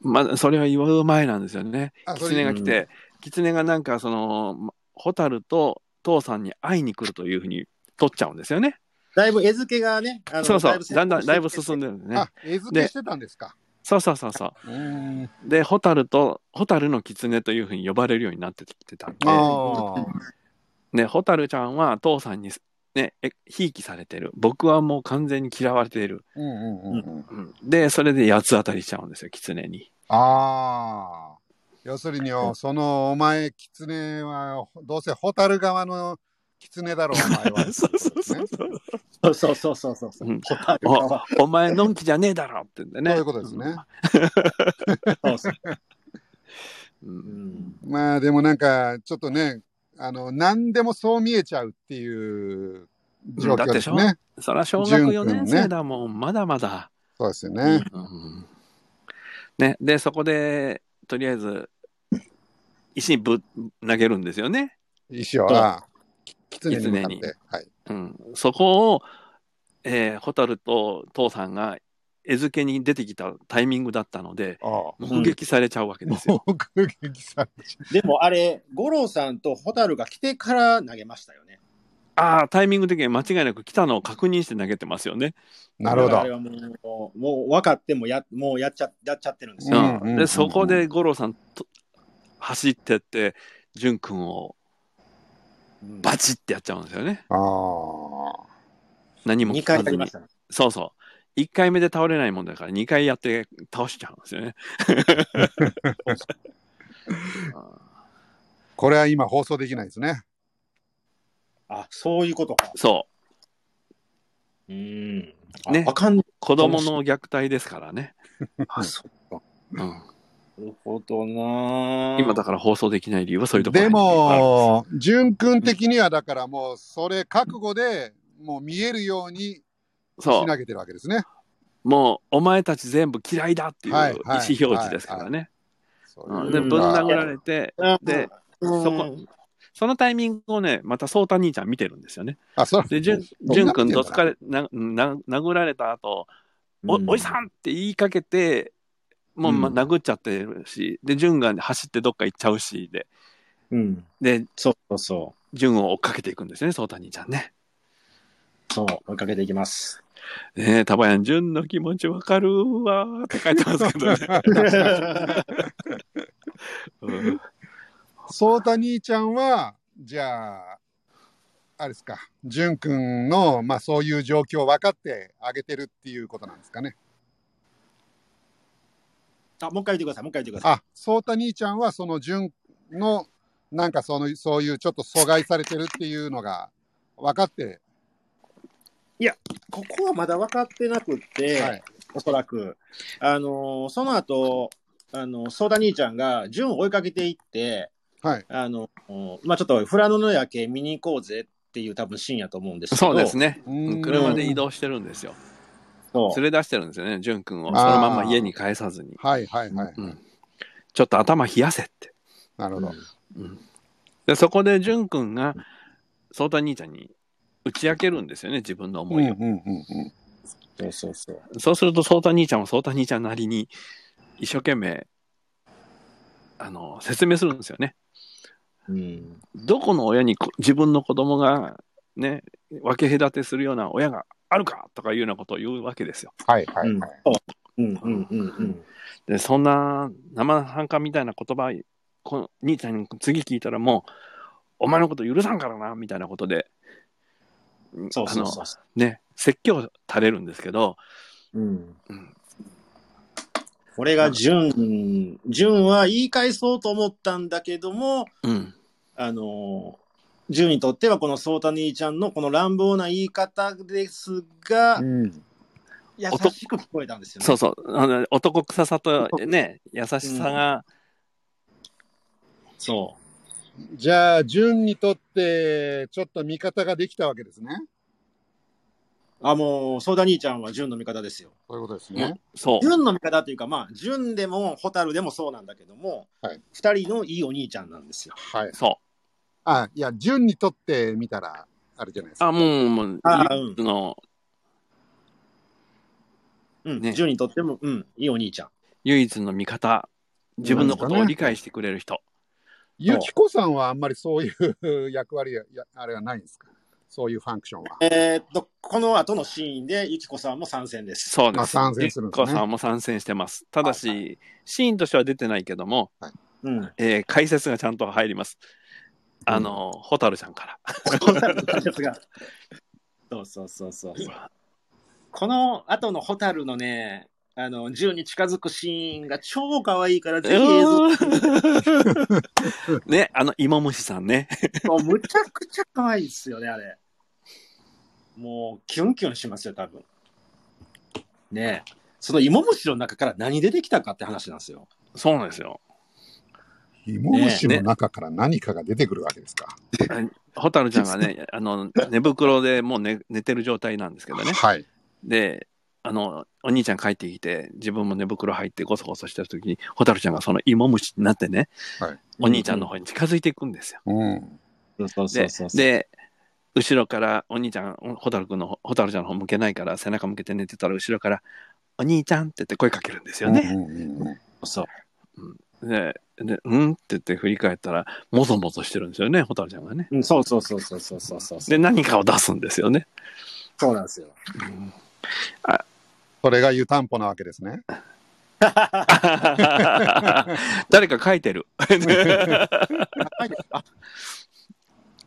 [SPEAKER 4] まあ、それは言う前なんですよね。
[SPEAKER 1] あそれ
[SPEAKER 4] 狐が来て、狐がなんかその、ま蛍と父さんに会いに来るというふうに取っちゃうんですよね。
[SPEAKER 2] だいぶ餌付けがね、あの
[SPEAKER 4] そうそ、
[SPEAKER 2] いう
[SPEAKER 4] だんだんだいぶ進ん
[SPEAKER 2] で。
[SPEAKER 4] でるんですね
[SPEAKER 1] あ。、絵付けしてたんですか。
[SPEAKER 4] そうそうそうそう。
[SPEAKER 1] うん。
[SPEAKER 4] で、蛍と、蛍の狐というふうに呼ばれるようになってきてたんで、
[SPEAKER 1] ああ。
[SPEAKER 4] ね、蛍ちゃんは父さんに、ね、えひいきされてる。僕はもう完全に嫌われている。
[SPEAKER 1] うんうんうんうん。
[SPEAKER 4] うんで、それで八つ当たりしちゃうんですよ、狐に。
[SPEAKER 1] ああ。要するによ、そのお前、狐は、どうせ蛍側の狐だろう、お前 は。ね
[SPEAKER 4] う。
[SPEAKER 2] そうそうそうそうそう。
[SPEAKER 4] うん
[SPEAKER 2] ホタルは
[SPEAKER 4] おお前、のんきじゃねえだろって言ってね。
[SPEAKER 1] そういうことですね。
[SPEAKER 2] そうそう。
[SPEAKER 4] うん。
[SPEAKER 2] うん
[SPEAKER 4] う
[SPEAKER 2] ん
[SPEAKER 1] まあでもなんか、ちょっとね、あの、何でもそう見えちゃうっていう状況です
[SPEAKER 4] うんだ
[SPEAKER 1] ね。
[SPEAKER 4] そら小学
[SPEAKER 1] 淳君ね
[SPEAKER 4] 4年生だもん、まだまだ。
[SPEAKER 1] そうですよね。
[SPEAKER 4] うんね、で、そこで、とりあえず、石ぶ投げるんですよね。
[SPEAKER 1] 石を、あ狐に向かっ
[SPEAKER 4] 狐
[SPEAKER 1] て。はい。
[SPEAKER 4] うん、そこを、えー、蛍と父さんが餌付けに出てきたタイミングだったので、
[SPEAKER 1] あ
[SPEAKER 4] 目撃されちゃうわけですよ。
[SPEAKER 1] あ。目撃されちゃ
[SPEAKER 2] でもあれ、五郎さんとホタルが来てから投げましたよね。
[SPEAKER 4] ああ、タイミング的に間違いなく来たのを確認して投げてますよね。
[SPEAKER 1] うなるほ
[SPEAKER 2] だからあれ
[SPEAKER 1] ど。
[SPEAKER 2] はもう、もう分かってもや、もうやっちゃ、やっちゃってるんです
[SPEAKER 4] う
[SPEAKER 2] よ。
[SPEAKER 1] んうん
[SPEAKER 4] ん、
[SPEAKER 1] うん
[SPEAKER 4] で、そこで五郎さんと走ってって、淳君を
[SPEAKER 2] うん
[SPEAKER 4] バチってやっちゃうんですよね。
[SPEAKER 1] あ
[SPEAKER 4] 何も
[SPEAKER 2] 二
[SPEAKER 4] 聞
[SPEAKER 2] 回や
[SPEAKER 4] かず
[SPEAKER 2] り
[SPEAKER 4] に
[SPEAKER 2] まし。たね。
[SPEAKER 4] そうそう。1回目で倒れないもんだから2回やって倒しちゃうんですよね。あ
[SPEAKER 1] これは今放送できないですね。
[SPEAKER 2] あ、そういうことか。
[SPEAKER 4] そ
[SPEAKER 2] う
[SPEAKER 4] う。
[SPEAKER 2] ん。あ
[SPEAKER 4] ね
[SPEAKER 2] あかん。な
[SPEAKER 4] 子供の虐待ですからね。
[SPEAKER 2] あそうか
[SPEAKER 4] うん、
[SPEAKER 2] るほどな
[SPEAKER 4] 今だから放送できない理由はそういうところ
[SPEAKER 1] で
[SPEAKER 4] にあるんです
[SPEAKER 1] も、淳君的にはだからもう、それ覚悟で、もう見えるように
[SPEAKER 4] そ
[SPEAKER 1] しなげてるわけですね。
[SPEAKER 4] う。もう、お前たち全部嫌いだっていう意
[SPEAKER 1] はい
[SPEAKER 4] 思
[SPEAKER 1] はい
[SPEAKER 4] 表示ですからね。
[SPEAKER 1] そうい
[SPEAKER 4] うん
[SPEAKER 1] う
[SPEAKER 4] で、
[SPEAKER 2] うん
[SPEAKER 4] ぶん殴られて、
[SPEAKER 2] ら
[SPEAKER 4] で、
[SPEAKER 2] うん
[SPEAKER 4] そこ、そのタイミングをね、また蒼太兄ちゃん見てるんですよね。
[SPEAKER 1] あ、それ
[SPEAKER 4] で、じゅん
[SPEAKER 1] ん
[SPEAKER 4] じゅんくん、どつかれ、な、な、殴られた後、お、
[SPEAKER 2] うん
[SPEAKER 4] おいさんって言いかけて、もう、ま、
[SPEAKER 2] うん
[SPEAKER 4] 殴っちゃってるし、で、じゅんが走ってどっか行っちゃうし、で、
[SPEAKER 2] うん。
[SPEAKER 4] で、
[SPEAKER 2] そうそうそ
[SPEAKER 4] じゅんを追っかけていくんですよね、蒼太兄ちゃんね。
[SPEAKER 2] う。そう、追いかけていき ます。
[SPEAKER 4] ねえ、たばやん、じゅんの気持ちわかるわーって書いてますけどね。 うん
[SPEAKER 1] そうた兄ちゃんは、じゃあ、あれですか、淳君の、まあそういう状況を分かってあげてるっていうことなんですかね。
[SPEAKER 2] あ、もう一回言ってください、もう一回言ってください。
[SPEAKER 1] あ、そうた兄ちゃんは、その淳の、なんかその、そういうちょっと阻害されてるっていうのが分かって、
[SPEAKER 2] ここはまだ分かってなくって、
[SPEAKER 1] はい。
[SPEAKER 2] おそらく。あのーその後、あの、ソーダ兄ちゃんが、ジュンを追いかけていって、
[SPEAKER 1] はい。
[SPEAKER 2] あの、おまあちょっと富良野の夜景見に行こうぜっていう多分シーンやと思うんですけど。
[SPEAKER 4] そうですね。
[SPEAKER 1] う
[SPEAKER 4] うん
[SPEAKER 1] ん
[SPEAKER 4] 車で移動してるんですよ。
[SPEAKER 2] そう。
[SPEAKER 4] 連れ出してるんですよね、じゅんくんを。そ
[SPEAKER 1] あ
[SPEAKER 4] の
[SPEAKER 1] ー
[SPEAKER 4] まんま家に帰さずに。
[SPEAKER 1] はいはいはい。
[SPEAKER 4] うんちょっと頭冷やせって。
[SPEAKER 1] なるほど。
[SPEAKER 4] うんでそこでじゅんくんが、蒼太兄ちゃんに打ち明けるんですよね、自分の
[SPEAKER 1] う
[SPEAKER 4] 思
[SPEAKER 1] ん
[SPEAKER 4] い
[SPEAKER 1] うん
[SPEAKER 4] を。
[SPEAKER 1] うんうん。
[SPEAKER 2] そうそうそう。
[SPEAKER 4] そうすると、蒼太兄ちゃんは蒼太兄ちゃんなりに、一生懸命、あの、説明するんですよね。
[SPEAKER 2] うん。
[SPEAKER 4] どこの親にこ自分の子供が、ね、分け隔てするような親があるかとかいうようなことを言うわけですよ。
[SPEAKER 1] はいは
[SPEAKER 2] う
[SPEAKER 1] い
[SPEAKER 2] ん
[SPEAKER 1] はい。
[SPEAKER 2] うんうんうんうん。
[SPEAKER 4] でそんな生半可みたいな言葉この兄ちゃんに次聞いたらもうお前のこと許さんからなみたいなことでん
[SPEAKER 2] そうそうそう。
[SPEAKER 4] あのね説教垂れるんですけど、
[SPEAKER 2] うん
[SPEAKER 4] うん
[SPEAKER 2] これが純、純は言い返そうと思ったんだけども、
[SPEAKER 4] うん
[SPEAKER 2] あの、純にとってはこのソータ兄ちゃんのこの乱暴な言い方ですが、
[SPEAKER 1] うん
[SPEAKER 2] 優しく聞こえたんですよね。
[SPEAKER 4] そうそうあの男臭さとね優しさが、
[SPEAKER 2] そ
[SPEAKER 1] じゃあ、淳にとって、ちょっと味方ができたわけですね。
[SPEAKER 2] う。あ、もう、ソーダ兄ちゃんは純の味方ですよ。
[SPEAKER 1] そういうことです
[SPEAKER 4] う
[SPEAKER 1] ね
[SPEAKER 4] ん。そう
[SPEAKER 2] 純の味方というか、まあ、純でも蛍でもそうなんだけども、
[SPEAKER 1] はい
[SPEAKER 2] 二人のいいお兄ちゃんなんですよ。
[SPEAKER 1] はい。
[SPEAKER 4] そう
[SPEAKER 1] あ、いや、淳にとってみたら、あれじゃないですか。
[SPEAKER 4] あもうもう
[SPEAKER 2] あうん
[SPEAKER 4] あの
[SPEAKER 2] うん。
[SPEAKER 4] ね
[SPEAKER 2] 純にとっても、うん、いいお兄ちゃん。
[SPEAKER 4] 唯一の味方自分のことを理解してくれる人、
[SPEAKER 1] ゆきこさんはあんまりそういう役割や、やあれはないんですかそういうファンクションは。
[SPEAKER 2] えーっと、この後のシーンで、ゆきこさんも参戦です。
[SPEAKER 4] そう
[SPEAKER 1] ま
[SPEAKER 4] で
[SPEAKER 1] あ
[SPEAKER 4] す。
[SPEAKER 1] 参戦するんですね
[SPEAKER 4] ゆっこさんも参戦してます。ただし、シーンとしては出てないけども、
[SPEAKER 2] うん。
[SPEAKER 4] えー解説がちゃんと入ります。あの、ホタルちゃんから。
[SPEAKER 2] ですが。 そうそうそうそう。この後の蛍のね、あの、銃に近づくシーンが超可愛いから、ぜひ映像
[SPEAKER 4] ね、あの、芋虫さんね。
[SPEAKER 2] もうむちゃくちゃ可愛いですよね、あれ。もう、キュンキュンしますよ、多分。ねえ。その芋虫の中から何出てきたかって話なんですよ。
[SPEAKER 4] そうなんですよ。
[SPEAKER 1] 芋虫の中から何かが出てくるわけですか。
[SPEAKER 4] ホタルちゃんがね、あの、寝袋でもう寝寝てる状態なんですけどね。
[SPEAKER 1] はい。
[SPEAKER 4] で、あの、お兄ちゃん帰ってきて、自分も寝袋入ってゴソゴソしてる時に、ホタルちゃんがその芋虫になってね、
[SPEAKER 1] はい
[SPEAKER 4] お兄ちゃんの方に近づいていくんですよ。
[SPEAKER 1] うん。
[SPEAKER 2] そう
[SPEAKER 4] でで後ろからお兄ちゃん蛍君の蛍ちゃんの方向けないから背中向けて寝てたら後ろから「お兄ちゃん」って言って声かけるんですよね。
[SPEAKER 1] うんうんうん
[SPEAKER 2] そう。
[SPEAKER 4] でで「うん?」って言って振り返ったらもぞもぞしてるんですよね蛍ちゃんがね。
[SPEAKER 2] うん、そうそうそうそうそうそうそう。
[SPEAKER 4] で何かを出すんですよね。
[SPEAKER 2] そうなんですよ。
[SPEAKER 1] それが湯たんぽなわけですね。
[SPEAKER 4] 誰か書いてる。
[SPEAKER 2] あ、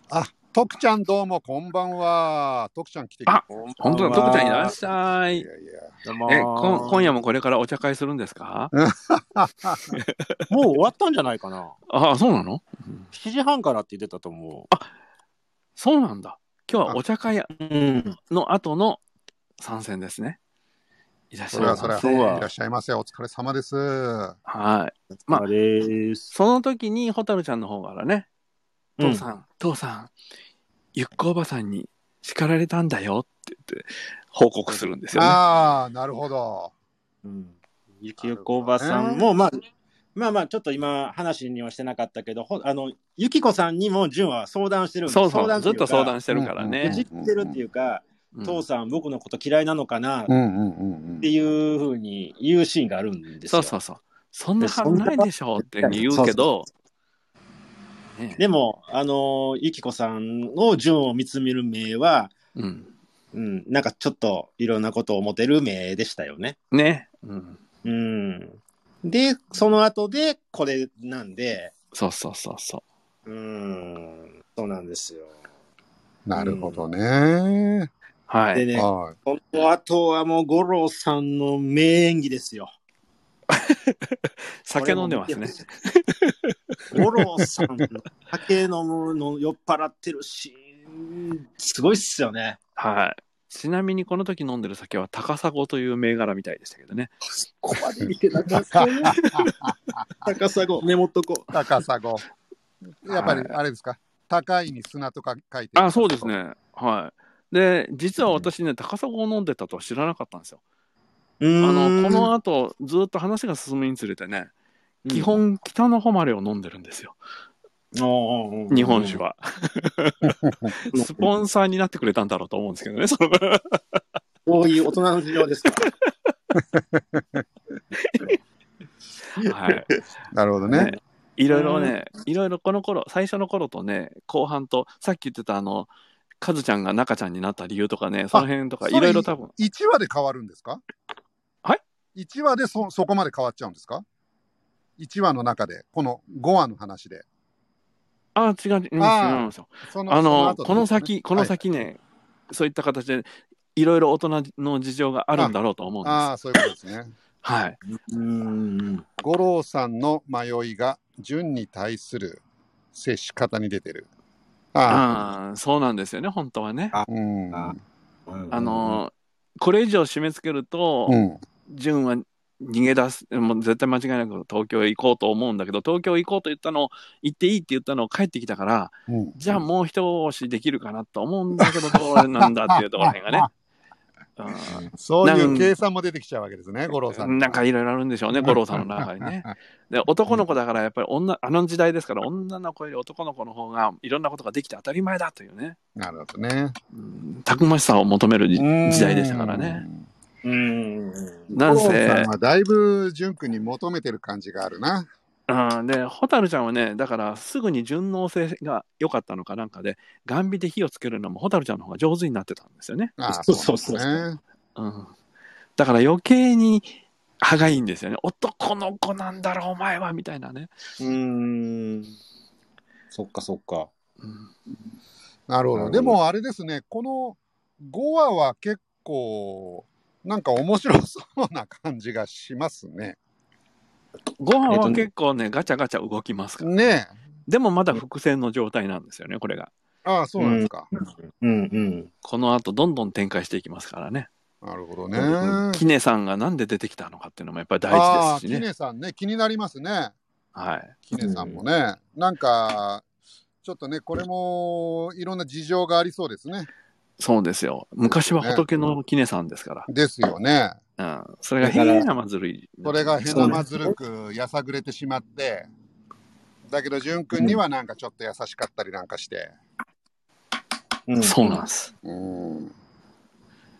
[SPEAKER 1] あ、徳ちゃんどうもこんばんは。徳ちゃん来て
[SPEAKER 4] あ
[SPEAKER 2] ん
[SPEAKER 4] 本当だ、
[SPEAKER 2] ばんは
[SPEAKER 4] 徳ちゃんいらっしゃ
[SPEAKER 1] い
[SPEAKER 4] い。
[SPEAKER 1] やいや。
[SPEAKER 4] え、こん今夜もこれからお茶会するんですか
[SPEAKER 2] もう終わったんじゃないかな。
[SPEAKER 4] ああ、そうなの
[SPEAKER 2] 7時半からって言ってたと思
[SPEAKER 4] そうなんだ。今日はお茶会
[SPEAKER 2] う。うん。
[SPEAKER 4] の後の参戦ですね。いらっしゃ
[SPEAKER 1] そ
[SPEAKER 4] い
[SPEAKER 1] れは
[SPEAKER 4] ま
[SPEAKER 1] それは。
[SPEAKER 4] せ。
[SPEAKER 2] そうだ
[SPEAKER 1] いらっしゃいませ。お疲れ様です。
[SPEAKER 4] はい。ま
[SPEAKER 2] ま
[SPEAKER 4] あ
[SPEAKER 2] あ、です。
[SPEAKER 4] その時に、蛍ちゃんの方からね、父さん、父さん、ゆっこおばさんに叱られたんだよって言って、報告するんですよね。
[SPEAKER 1] ああ、なるほど。
[SPEAKER 2] うん。ゆきよこおばさんも、まあ、まあまあ、ちょっと今、話にはしてなかったけど、ほあの、ゆきこさんにも、じゅんは相談してるんです
[SPEAKER 4] そうそう、
[SPEAKER 2] 談
[SPEAKER 4] ずっと相談
[SPEAKER 2] し
[SPEAKER 4] してるか
[SPEAKER 1] う
[SPEAKER 4] ら
[SPEAKER 1] んうん
[SPEAKER 4] ね
[SPEAKER 1] う
[SPEAKER 2] じ。ってるっていうか、
[SPEAKER 4] うん
[SPEAKER 2] 父さん、僕のこと嫌いなのかなっ
[SPEAKER 1] うんうんうん
[SPEAKER 2] ていうふうに言うシーンがあるんです
[SPEAKER 4] そ
[SPEAKER 2] よ。
[SPEAKER 4] うそうそう。そんなはずないでしょうって言うけど、ね
[SPEAKER 2] でも、あの、ゆきこさんのじゅんを見つめる目は、
[SPEAKER 4] うん、
[SPEAKER 2] うん、なんかちょっといろんなことを思ってる目でしたよね。
[SPEAKER 4] ね、うん、
[SPEAKER 2] うん。で、その後で、これなんで、
[SPEAKER 4] そうそうそうそう
[SPEAKER 2] ーん、そうなんですよ。
[SPEAKER 1] なるほどね。
[SPEAKER 4] う。は
[SPEAKER 2] で
[SPEAKER 4] い。
[SPEAKER 2] ね、
[SPEAKER 1] は
[SPEAKER 2] この後はもう五郎さんの名演技ですよ。
[SPEAKER 4] 酒飲んでますね。
[SPEAKER 2] 五郎さんの酒飲むの酔っ払ってるシーン、すごいっすよね。
[SPEAKER 4] はい。ちなみにこの時飲んでる酒は高砂という銘柄みたいでしたけどね。
[SPEAKER 3] ここまで見てなかったね。
[SPEAKER 2] 高砂語、メモっとこ
[SPEAKER 1] い。高砂 語。やっぱり、あれですか。高いに砂とか書いて。
[SPEAKER 4] あ、そうです。ね。はい。で、実は私ね、高砂を飲んでたとは知らなかったんですよ。
[SPEAKER 2] う。う
[SPEAKER 4] あ
[SPEAKER 2] ーん
[SPEAKER 4] の、この後、ずっと話が進むにつれてね、基、本、北の誉れを飲んでるんですよ。
[SPEAKER 2] うん
[SPEAKER 4] 日本酒。は。スポンサーになってくれたんだろうと思うんですけどね、その
[SPEAKER 2] こういう大人の事情です か。
[SPEAKER 4] はい。
[SPEAKER 1] なるほどね。
[SPEAKER 4] ねいろいろね、いろいろこの頃、最初の頃とね、後半と、さっき言ってたあの、カズちゃんが中ちゃんになった理由とかね、その辺とか、
[SPEAKER 1] それ
[SPEAKER 4] いろいろ多分、
[SPEAKER 1] 一話で変わるんですか
[SPEAKER 4] はい
[SPEAKER 1] 一話でそそこまで変わっちゃうんですか一話の中で、この五話の話で。
[SPEAKER 4] ああ、違う、違います違いますよ。
[SPEAKER 1] そ
[SPEAKER 4] あの、
[SPEAKER 1] そ後って
[SPEAKER 4] こ
[SPEAKER 1] と
[SPEAKER 4] の
[SPEAKER 1] ですね
[SPEAKER 4] 先、この先ね、そういった形で、いろいろ大人の事情があるんだろうと思うんで
[SPEAKER 1] ああ、そ
[SPEAKER 4] す。
[SPEAKER 1] ういうことですね。
[SPEAKER 4] はい。
[SPEAKER 2] うん。
[SPEAKER 1] 五郎さんの迷いが順に対する接し方に出てる。あ
[SPEAKER 4] ああ、そうなんですよね、本当はね。
[SPEAKER 1] あ、うん。
[SPEAKER 2] あ
[SPEAKER 4] あ、の、これ以上締め付けると、
[SPEAKER 1] うん。
[SPEAKER 4] 純は逃げ出す、もう絶対間違いなく東京へ行こうと思うんだけど、東京行こうと言ったのを、行っていいって言ったのを帰ってきたから、
[SPEAKER 1] うん
[SPEAKER 4] じゃあもう一押しできるかなと思うんだ けど、どうなんだっていうところがね。
[SPEAKER 1] そういう
[SPEAKER 4] なん
[SPEAKER 1] 計算も出てきちゃうわけですね、五郎さ。
[SPEAKER 4] うんん、なんかいろいろあるんでしょうね、五郎さんの中にね。で男の子だから、やっぱり女、あの時代ですから、女の子より男の子の方がいろんなことができて当たり前だというね、
[SPEAKER 1] なるほどね。
[SPEAKER 4] うんたくましさを求めるじ時代でしたからね。
[SPEAKER 2] うん。
[SPEAKER 1] う。
[SPEAKER 4] なんん
[SPEAKER 1] 五郎さ
[SPEAKER 4] せ
[SPEAKER 1] ん、はだいぶ淳君に求めてる感じがあるな。
[SPEAKER 4] うん、で、蛍ちゃんはね、だからすぐに順応性が良かったのかなんかで、眼火で火をつけるのも蛍ちゃんの方が上手になってたんですよね。
[SPEAKER 1] あ あ
[SPEAKER 2] そうそうそう
[SPEAKER 1] そうなんですね。
[SPEAKER 4] うんだから余計に歯がいいんですよね。男の子なんだろ、お前はみたいなね。
[SPEAKER 2] うん。そっかそっか。
[SPEAKER 4] うん
[SPEAKER 1] なるほ
[SPEAKER 2] なる
[SPEAKER 1] ど。
[SPEAKER 2] ほど
[SPEAKER 1] でもあれですね、この5話は結構、なんか面白そうな感じがしますね。
[SPEAKER 4] ご飯
[SPEAKER 2] えっと
[SPEAKER 4] は
[SPEAKER 2] ね
[SPEAKER 4] 結構ね、ガチャガチャ動きますから。
[SPEAKER 1] ねえ。
[SPEAKER 4] でもまだ伏線の状態なんですよね、これが。
[SPEAKER 1] ああ、そうなんですか。
[SPEAKER 2] うんうん。
[SPEAKER 4] この後どんどん展開していきますからね。
[SPEAKER 1] なるほどね。
[SPEAKER 4] キネさんがなんで出てきたのかっていうのもやっぱ
[SPEAKER 1] あ
[SPEAKER 4] り
[SPEAKER 1] あ
[SPEAKER 4] 大事ですし
[SPEAKER 1] キ
[SPEAKER 4] ね。
[SPEAKER 1] ネさんね、気になりますね。
[SPEAKER 4] はい。
[SPEAKER 1] キネさんもね。なんか、ちょっとね、これもいろんな事情がありそうですね。
[SPEAKER 4] そうですよ。昔は仏のキネさんですか
[SPEAKER 1] ですよね。
[SPEAKER 4] ら。うん。それが
[SPEAKER 2] だから
[SPEAKER 4] 変なまずるい。
[SPEAKER 1] それがへなまずるくやさぐれてしまって、だけど、淳君にはなんかちょっと優しかったりなんかして。
[SPEAKER 2] うん
[SPEAKER 4] そうなんです。
[SPEAKER 1] うん。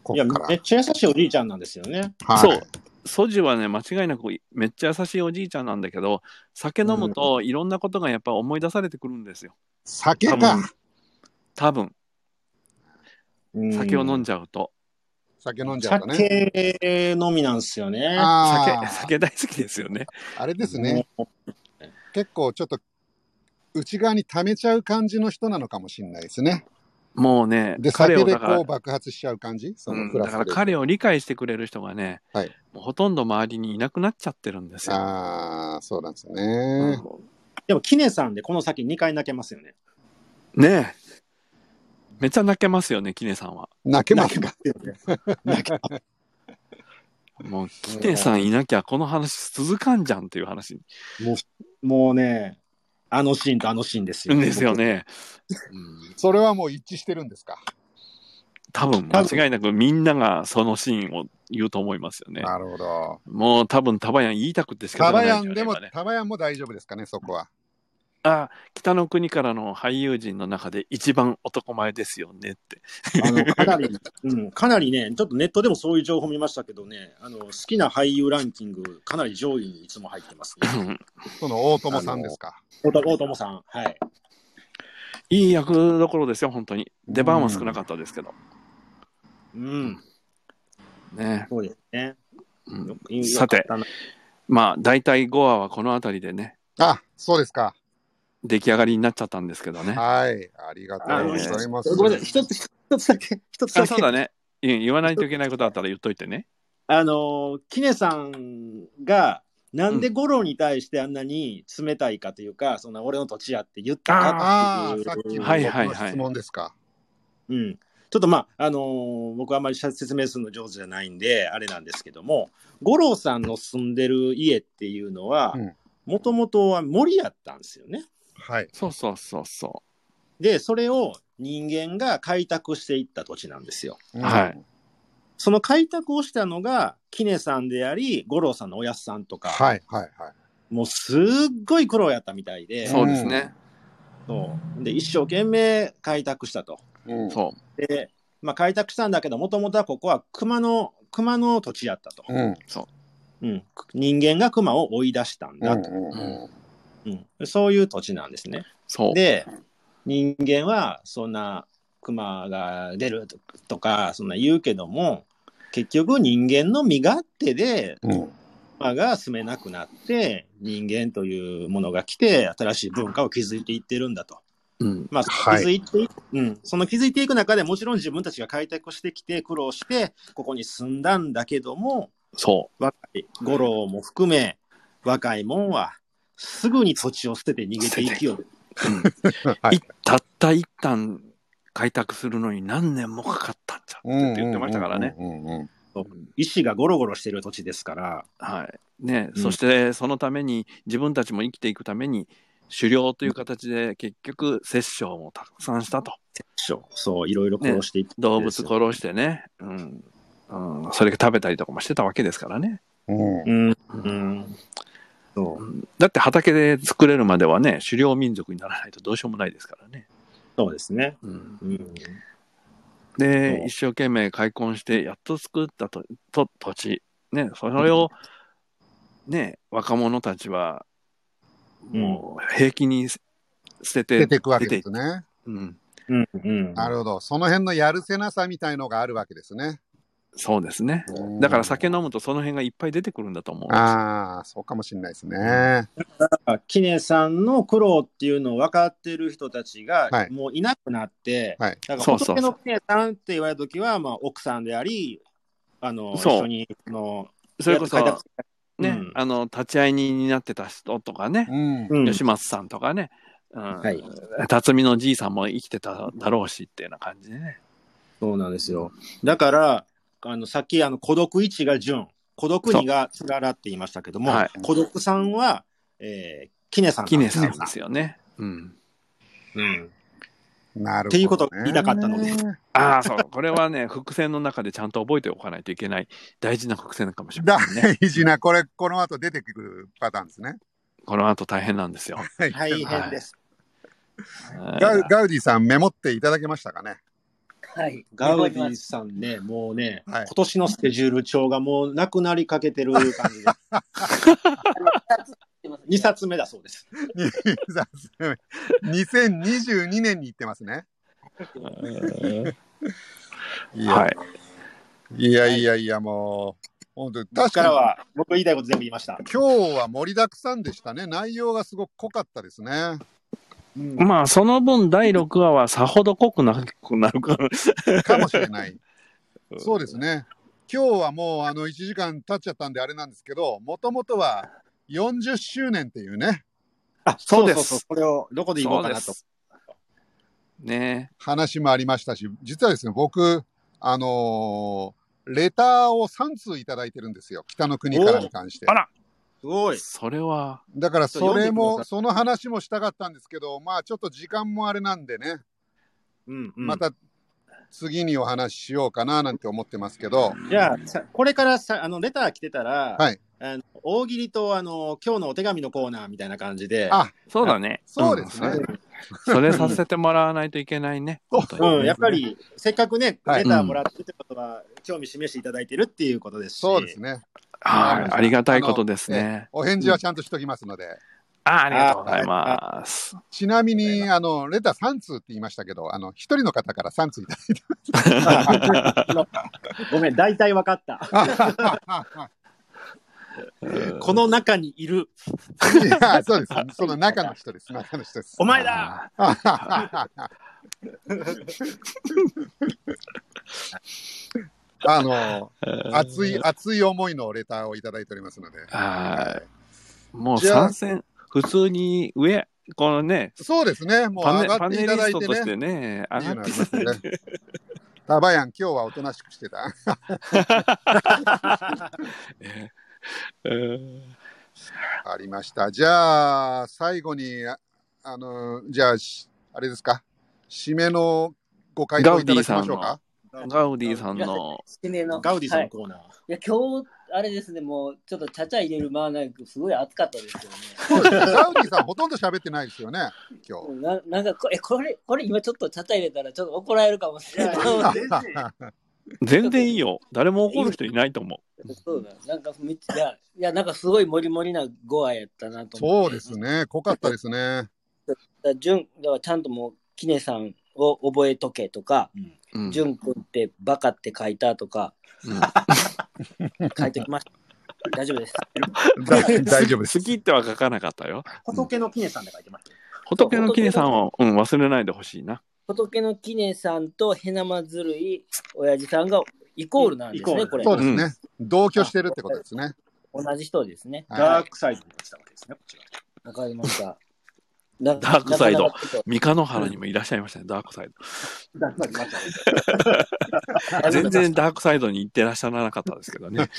[SPEAKER 1] こ
[SPEAKER 2] いや、
[SPEAKER 1] っから
[SPEAKER 2] めっちゃ優しいおじいちゃんなんですよね。
[SPEAKER 1] はい
[SPEAKER 4] そう。ソジュはね、間違いなくめっちゃ優しいおじいちゃんなんだけど、酒飲むといろんなことがやっぱ思い出されてくるんですよ。
[SPEAKER 1] 酒
[SPEAKER 4] 多
[SPEAKER 1] か
[SPEAKER 4] 分。多分、酒を飲ん
[SPEAKER 2] じ
[SPEAKER 4] じゃうと。
[SPEAKER 1] 酒飲んじゃうとね。
[SPEAKER 2] 酒飲みなんですよね。
[SPEAKER 1] あ
[SPEAKER 4] 酒、
[SPEAKER 1] ー
[SPEAKER 4] 酒大好きですよね。
[SPEAKER 1] あれですね。結構ちょっと内側に溜めちゃう感じの人なのかもしれないですね。
[SPEAKER 4] もうね
[SPEAKER 1] で、
[SPEAKER 4] 彼
[SPEAKER 1] 先
[SPEAKER 4] を
[SPEAKER 1] で
[SPEAKER 4] だから
[SPEAKER 1] こう爆発しちゃう感じそのク
[SPEAKER 4] うん
[SPEAKER 1] ラス
[SPEAKER 4] だ
[SPEAKER 1] で。
[SPEAKER 4] から彼を理解してくれる人がね、
[SPEAKER 1] はい
[SPEAKER 4] もうほとんど周りにいなくなっちゃってるんですよ。
[SPEAKER 1] ああ、そうなんです
[SPEAKER 4] う
[SPEAKER 1] ね。
[SPEAKER 4] ん
[SPEAKER 2] でも、キネさんでこの先2回泣けますよね。
[SPEAKER 4] ねえめっちゃ泣けますよねキネさんは。
[SPEAKER 1] 泣けますか
[SPEAKER 4] もうキネさんいなきゃこの話続かんじゃんっていう話
[SPEAKER 2] もうね、あのシーンとあのシーンですよ。
[SPEAKER 4] ですよね。うん
[SPEAKER 1] それはもう一致してるんですか、
[SPEAKER 4] 多分間違いなくみんながそのシーンを言うと思いますよね。
[SPEAKER 1] なるほど。
[SPEAKER 4] もう多分タバヤン言いたくて仕
[SPEAKER 1] タ
[SPEAKER 4] 方が
[SPEAKER 1] バ
[SPEAKER 4] ない
[SPEAKER 1] ヤ
[SPEAKER 4] す
[SPEAKER 1] ン
[SPEAKER 4] よ
[SPEAKER 1] でも、
[SPEAKER 4] 今ね
[SPEAKER 1] タバヤンも大丈夫ですかね、そこは。
[SPEAKER 4] あ北の国からの俳優陣の中で一番男前ですよねって。
[SPEAKER 2] あのかなり、うん、かなりね、ちょっとネットでもそういう情報見ましたけどね、あの好きな俳優ランキング、かなり上位にいつも入ってます、ね。
[SPEAKER 1] その大友さんですか。
[SPEAKER 2] 大大友さん、はい。
[SPEAKER 4] いい役どころですよ、本当に。出番は少なかったですけど。
[SPEAKER 2] うん、
[SPEAKER 4] ね、
[SPEAKER 2] そうですね。
[SPEAKER 4] うん
[SPEAKER 2] よく
[SPEAKER 4] さて、
[SPEAKER 2] よかったな
[SPEAKER 4] まあ、大体5話はこの辺りでね、
[SPEAKER 1] あ、そうですか。
[SPEAKER 4] 出来上がりになっちゃったんですけどね。
[SPEAKER 1] はい。ありがとうございます。
[SPEAKER 2] ごめんなさい、一つ、一つだけ、一つだ
[SPEAKER 4] あ
[SPEAKER 2] け
[SPEAKER 4] そう。だね。うん言わないといけないことあったら言っといてね。
[SPEAKER 2] あの、キネさんが、なんで五郎に対してあんなに冷たいかというか、そんな俺の土地やって言ったか
[SPEAKER 1] あ
[SPEAKER 2] ってい
[SPEAKER 1] あ、
[SPEAKER 2] う。
[SPEAKER 1] さっきの
[SPEAKER 4] は
[SPEAKER 1] 僕
[SPEAKER 4] いはい
[SPEAKER 1] の質問ですか。
[SPEAKER 2] うん、ちょっとまあ、あのー僕あんまり説明するの上手じゃないんで、あれなんですけども、五郎さんの住んでる家っていうのは
[SPEAKER 1] うん、
[SPEAKER 2] もともとは森やったんですよね。
[SPEAKER 1] はい。
[SPEAKER 4] そうそうそうそ
[SPEAKER 2] で、それを人間が開拓していった土地なんですよ。
[SPEAKER 4] は。
[SPEAKER 1] うん。
[SPEAKER 2] その開拓をしたのが、キネさんであり、五郎さんのおやすさんとか、
[SPEAKER 1] はいはいはい。
[SPEAKER 2] もうすっごい苦労やったみたいうで、
[SPEAKER 4] そうですね。
[SPEAKER 2] そうで一生懸命開拓したと。
[SPEAKER 1] うん
[SPEAKER 4] そ
[SPEAKER 2] で、まあ、開拓したんだけど、もともとはここは熊の、熊の土地やったと。
[SPEAKER 1] うん。
[SPEAKER 2] うん、人間が熊を追い出したんだと、
[SPEAKER 1] うんうん
[SPEAKER 2] うんそういう土地なんですね
[SPEAKER 4] う。。そう。
[SPEAKER 2] で人間はそんな熊が出るとかそんな言うけども結局人間の身勝手で
[SPEAKER 1] うんうん
[SPEAKER 2] 熊が住めなくなって人間というものが来て新しい文化を築いていってるんだと。
[SPEAKER 4] うん。
[SPEAKER 2] まあ、
[SPEAKER 1] はい
[SPEAKER 2] 気づいていく、うん、その気づいていく中でもちろん自分たちが開拓してきて苦労してここに住んだんだけども
[SPEAKER 4] そ
[SPEAKER 2] 若い五郎も含め若いもんはすぐに土地を捨てて逃げていきよる
[SPEAKER 4] う。うん
[SPEAKER 1] はい
[SPEAKER 4] いたった一旦開拓するのに何年もかかったんじゃって言ってましたからね。
[SPEAKER 1] うんうんうんうん。
[SPEAKER 2] 石がゴロゴロしてる土地ですから
[SPEAKER 4] はい。ね、
[SPEAKER 2] うん
[SPEAKER 4] そしてそのために自分たちも生きていくために狩猟という形で結局殺生もたくさんしたと。
[SPEAKER 2] そうそういろいろ殺していって、
[SPEAKER 4] 動物殺してね。うん。うん、それが食べたりとかもしてたわけですからね。
[SPEAKER 1] うん
[SPEAKER 2] うんうんそう
[SPEAKER 4] だって畑で作れるまではね、狩猟民族にならないとどうしようもないですからね。
[SPEAKER 2] そうですね、
[SPEAKER 4] うん、
[SPEAKER 2] うん、
[SPEAKER 4] で、
[SPEAKER 2] そう
[SPEAKER 4] 一生懸命開墾して、やっと作ったとと土地、ね、それを、ね、若者たちは、
[SPEAKER 2] うん
[SPEAKER 4] もう平気に捨てて、
[SPEAKER 1] 出てくわけですね。
[SPEAKER 4] うん、
[SPEAKER 2] うんうん
[SPEAKER 1] なるほど。その辺のやるせなさみたいのがあるわけですね。
[SPEAKER 4] そうですね。
[SPEAKER 1] うん
[SPEAKER 4] だから酒飲むとその辺がいっぱい出てくるんだと思う。
[SPEAKER 1] ああ、そうかもしれないですね。
[SPEAKER 2] キネさんの苦労っていうのを分かってる人たちが、
[SPEAKER 1] はい
[SPEAKER 2] もういなくなって、
[SPEAKER 1] はい
[SPEAKER 2] だから
[SPEAKER 4] そうそうそう
[SPEAKER 2] 仏のキネさんって言われた時は、まあ、奥さんでありあの一
[SPEAKER 4] そう
[SPEAKER 2] 緒にあの
[SPEAKER 4] それこそ
[SPEAKER 2] 開、拓
[SPEAKER 4] ね、
[SPEAKER 2] うん
[SPEAKER 4] あの、立ち会い人になってた人とかね、
[SPEAKER 1] うん。
[SPEAKER 2] うん
[SPEAKER 4] 吉松さんとかね、うん
[SPEAKER 2] はい
[SPEAKER 4] 辰巳のじいさんも生きてただろうしっていうような感じでね。
[SPEAKER 2] そうなんですよ。だから、あの、さっき、あの、孤独1が純、孤独2がつららって言いましたけども、
[SPEAKER 4] はい
[SPEAKER 2] 孤独3は、えー、キネさんなん
[SPEAKER 4] キネ
[SPEAKER 2] です
[SPEAKER 4] さんですよね。うん
[SPEAKER 2] うん。
[SPEAKER 1] なるほど、ね。
[SPEAKER 2] っていうこと言いたかったので
[SPEAKER 4] ああ、そう。これはね、 伏線の中でちゃんと覚えておかないといけない大事な伏線かもしれ
[SPEAKER 1] 大
[SPEAKER 4] ないね。
[SPEAKER 1] 事 な、これ、この後出てくるパターンですね。
[SPEAKER 4] この後大変なんですよ。
[SPEAKER 1] はい
[SPEAKER 2] 大変です。
[SPEAKER 1] ガウ
[SPEAKER 4] あ
[SPEAKER 1] ガウディさん、メモっていただけましたかね。
[SPEAKER 3] はい。
[SPEAKER 2] ガウデ
[SPEAKER 3] 頑
[SPEAKER 2] ィ
[SPEAKER 3] 張ります
[SPEAKER 2] さんね、もうね、
[SPEAKER 1] はい
[SPEAKER 2] 今年のスケジュール帳がもうなくなりかけてる感じで、2冊目だそうです。
[SPEAKER 1] 2022年に行ってますね。
[SPEAKER 4] ー
[SPEAKER 1] いや、、
[SPEAKER 4] はいい。
[SPEAKER 1] やいやいや、もう、本当に
[SPEAKER 2] ここ
[SPEAKER 1] 確
[SPEAKER 2] から
[SPEAKER 1] か
[SPEAKER 2] は、僕言いたいこと全部言いました。
[SPEAKER 1] に、今日は盛りだくさんでしたね。内容がすごく濃かったですね。
[SPEAKER 2] うん
[SPEAKER 4] まあ、その分第6話はさほど濃くなくなるから。
[SPEAKER 1] かもしれない。そうですね。今日はもうあの1時間経っちゃったんであれなんですけど、もともとは40周年っていうね、
[SPEAKER 2] あ、
[SPEAKER 4] そうです
[SPEAKER 2] そうこれをどこで言お
[SPEAKER 4] そうう
[SPEAKER 2] か
[SPEAKER 4] で
[SPEAKER 2] なと。
[SPEAKER 4] す。ね
[SPEAKER 1] 話もありましたし、実はですね、僕、あのーレターを3通いただいてるんですよ。北の国からに関して
[SPEAKER 4] おあ。ら
[SPEAKER 2] すご
[SPEAKER 4] え。
[SPEAKER 2] い。
[SPEAKER 4] それは、
[SPEAKER 1] だからそれ
[SPEAKER 2] ちょ
[SPEAKER 1] も、
[SPEAKER 2] っと読んで
[SPEAKER 1] その
[SPEAKER 2] ください
[SPEAKER 1] 話もしたかったんですけど、まあちょっと時間もあれなんでね、
[SPEAKER 2] うん、うん。
[SPEAKER 1] また次にお話ししようかななんて思ってますけど、
[SPEAKER 2] じゃあ、さこれからさ、あの、レター来てたら、
[SPEAKER 1] はい
[SPEAKER 2] あの大喜利と、あの、今日のお手紙のコーナーみたいな感じで、
[SPEAKER 1] あ
[SPEAKER 4] そうだね。
[SPEAKER 1] そうですね。
[SPEAKER 4] んそれそれさせてもらわないといけないね。本当に
[SPEAKER 2] うん、やっぱり、せっかくね、
[SPEAKER 1] はい
[SPEAKER 2] レターもらってってことは、興味示していただいてるっていうことですし、
[SPEAKER 1] そうですね。
[SPEAKER 4] はい。ありがたいことですね。
[SPEAKER 1] お返事はちゃんとしときますので。
[SPEAKER 4] あありがとうございます。
[SPEAKER 1] ちなみに、あの、レター3通って言いましたけど、あの、一人の方から3通いただ いて
[SPEAKER 2] ごめん、大体わか った。
[SPEAKER 4] うん
[SPEAKER 2] この中にいる、
[SPEAKER 1] いや、そうです。その中の人です。中の人です。
[SPEAKER 2] お前だ
[SPEAKER 1] あの、熱い、熱い思いのレターをいただいておりますので。
[SPEAKER 4] はい。もう
[SPEAKER 1] じゃあ
[SPEAKER 4] 参戦、普通に上、このね、
[SPEAKER 1] そうですね。もう
[SPEAKER 4] パ
[SPEAKER 1] 上
[SPEAKER 4] ネ
[SPEAKER 1] が
[SPEAKER 4] パ
[SPEAKER 1] って
[SPEAKER 4] ネ
[SPEAKER 1] いた
[SPEAKER 4] リ
[SPEAKER 1] だ
[SPEAKER 4] ス
[SPEAKER 1] い
[SPEAKER 4] ト
[SPEAKER 1] て
[SPEAKER 4] として
[SPEAKER 1] ね。い
[SPEAKER 4] ね、上
[SPEAKER 1] い
[SPEAKER 4] が
[SPEAKER 1] のが
[SPEAKER 4] っ
[SPEAKER 1] あ
[SPEAKER 4] て
[SPEAKER 1] りますね。タバヤン、今日はおとなしくしてた。
[SPEAKER 4] えーうん
[SPEAKER 1] ありました。じゃあ、最後に、ああの、じゃあ、しあれですか、締めのご回答いただきましょうか。
[SPEAKER 4] ガウディさんの、
[SPEAKER 3] してねえの。
[SPEAKER 2] ガウディさん
[SPEAKER 3] は
[SPEAKER 2] の
[SPEAKER 3] い、
[SPEAKER 2] コーナー。
[SPEAKER 3] いや、今日、あれですね、もう、ちょっとちゃちゃ入れる間はなく、すごい暑かったです
[SPEAKER 1] そ
[SPEAKER 3] よね。
[SPEAKER 1] うですねガウディさん、ほとんど喋ってないですよね、今日。
[SPEAKER 3] ななんかこれ、これ、これ今ちょっとちゃちゃ入れたら、ちょっと怒られるかもしれ ない。
[SPEAKER 4] 全然いいよ。誰も怒る人いないと思
[SPEAKER 3] そうだ、なんかめっちゃ、いや、いやなんかすごいモリモリな5話やったなと思
[SPEAKER 1] そうですね、濃かったですね。
[SPEAKER 3] って。じゅん、だからちゃんともう、きねさんを覚えとけとか、
[SPEAKER 4] う。うん
[SPEAKER 3] じゅんくんってバカって書いたとか、
[SPEAKER 4] うん
[SPEAKER 3] 書いてきました。大丈夫です。
[SPEAKER 1] だ大丈夫です
[SPEAKER 4] 好。きっては書かなかったよ。
[SPEAKER 2] 仏の杵さんで書いてます。
[SPEAKER 4] 仏の杵さんを、うん、忘れないでほしいな。
[SPEAKER 3] 仏のきねさんとへなまずるい親父さんがイコールなんです
[SPEAKER 2] イコー
[SPEAKER 3] ね、
[SPEAKER 2] ル
[SPEAKER 3] これ。
[SPEAKER 1] そうですね、同居してるってことですね。
[SPEAKER 3] 同じ人ですね。
[SPEAKER 1] は
[SPEAKER 2] ダ
[SPEAKER 1] い
[SPEAKER 2] ークサイドにしたわけですね、こちら。
[SPEAKER 3] わかりました。ダ
[SPEAKER 4] ダークサイド。
[SPEAKER 3] なかなかちょっ
[SPEAKER 4] 三日野原にもいらっしゃいましたね、ダークサイ
[SPEAKER 2] ダークサイドにしたわけです
[SPEAKER 3] と
[SPEAKER 4] ド。全然ダークサイドに行ってらっしゃらなかったですけどね。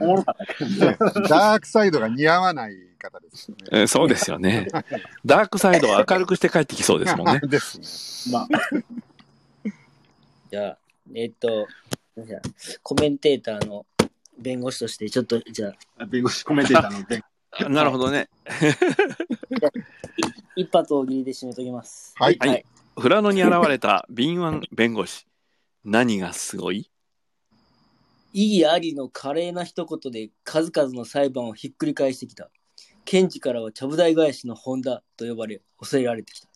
[SPEAKER 2] おもろかった。
[SPEAKER 1] ダークサイドが似合わない方ですよね。。
[SPEAKER 4] えーそうですよね。ダークサイドは明るくして帰ってきそうですもんね
[SPEAKER 1] ですね。
[SPEAKER 2] ま
[SPEAKER 3] じゃあ、えっと、なんかコメンテーターの弁護士として、ちょっと、じゃあ、
[SPEAKER 2] あ、弁護士コメンテーターの弁
[SPEAKER 4] なるほどね。
[SPEAKER 3] 一発大喜利で締めときます。
[SPEAKER 1] はい
[SPEAKER 4] はい富良野に現れた敏腕弁護士。何がすごい
[SPEAKER 3] 意義ありの華麗な一言で数々の裁判をひっくり返してきた。検事からはちゃぶ台返しの本田と呼ばれ、教えられてきた。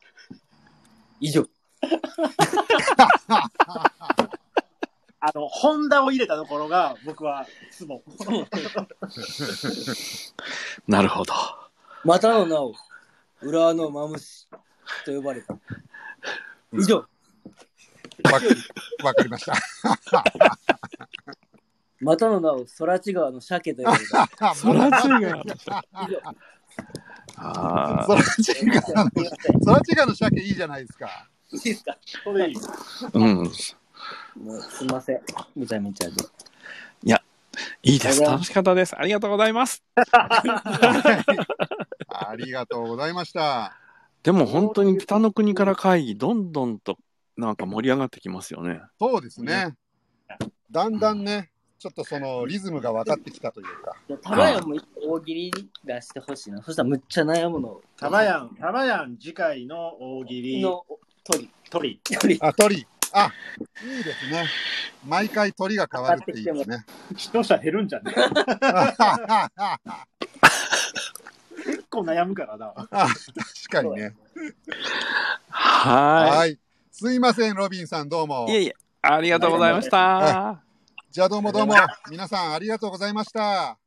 [SPEAKER 3] 以上。
[SPEAKER 2] あの、ホンダを入れたところが、僕は、ツボ。
[SPEAKER 4] なるほど。
[SPEAKER 3] またの名を、浦和のマムシと呼ばれた。以上。
[SPEAKER 1] わかわかり ました。
[SPEAKER 3] またの名を、空知川の鮭と呼ばれた。
[SPEAKER 4] そらちが。
[SPEAKER 3] 以上。
[SPEAKER 4] あ
[SPEAKER 1] そ
[SPEAKER 4] あ
[SPEAKER 1] らちがの、そらちがの鮭いいじゃないですか。
[SPEAKER 3] いいですか
[SPEAKER 2] それいい。
[SPEAKER 4] うん。い
[SPEAKER 3] もうすいません。めちゃめちゃで。
[SPEAKER 4] いです。楽しかったです。ありがとうございます。
[SPEAKER 1] ありがとうございました。
[SPEAKER 4] でも本当に北の国から会議、どんどんとなんか盛り上がってきますよね。
[SPEAKER 1] そうですね。だんだんね、ちょっとそのリズムが分かってきたというか。
[SPEAKER 3] たまやんも一個大喜利出してほしいな。そしたらむっちゃ悩むの。
[SPEAKER 2] タバヤン、タバヤン次回の大喜利、
[SPEAKER 3] の鳥。
[SPEAKER 2] 鳥。
[SPEAKER 3] 鳥。
[SPEAKER 1] あ、鳥。あ、いいですね。毎回鳥が変わるっていいです ね。
[SPEAKER 2] 視聴者減るんじゃね 結構悩むからな。
[SPEAKER 1] 確かにね。
[SPEAKER 4] は
[SPEAKER 1] はい。すいません、ロビンさん、どうも
[SPEAKER 4] い。い。えいえ、ありがとうございました。
[SPEAKER 1] じゃあどうもどうも。皆さん、ありがとうございました。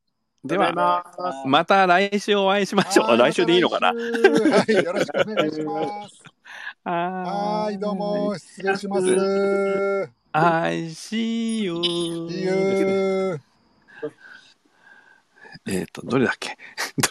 [SPEAKER 4] で
[SPEAKER 2] ただい
[SPEAKER 4] は、
[SPEAKER 2] ま
[SPEAKER 4] また来週お会いしましょう。来週でいいのかな
[SPEAKER 1] はい、よろしくお願いします。
[SPEAKER 4] は
[SPEAKER 1] はい、どう。も、失礼します。See
[SPEAKER 4] I see you.
[SPEAKER 1] you.
[SPEAKER 4] えっ、と、どれだっけどれ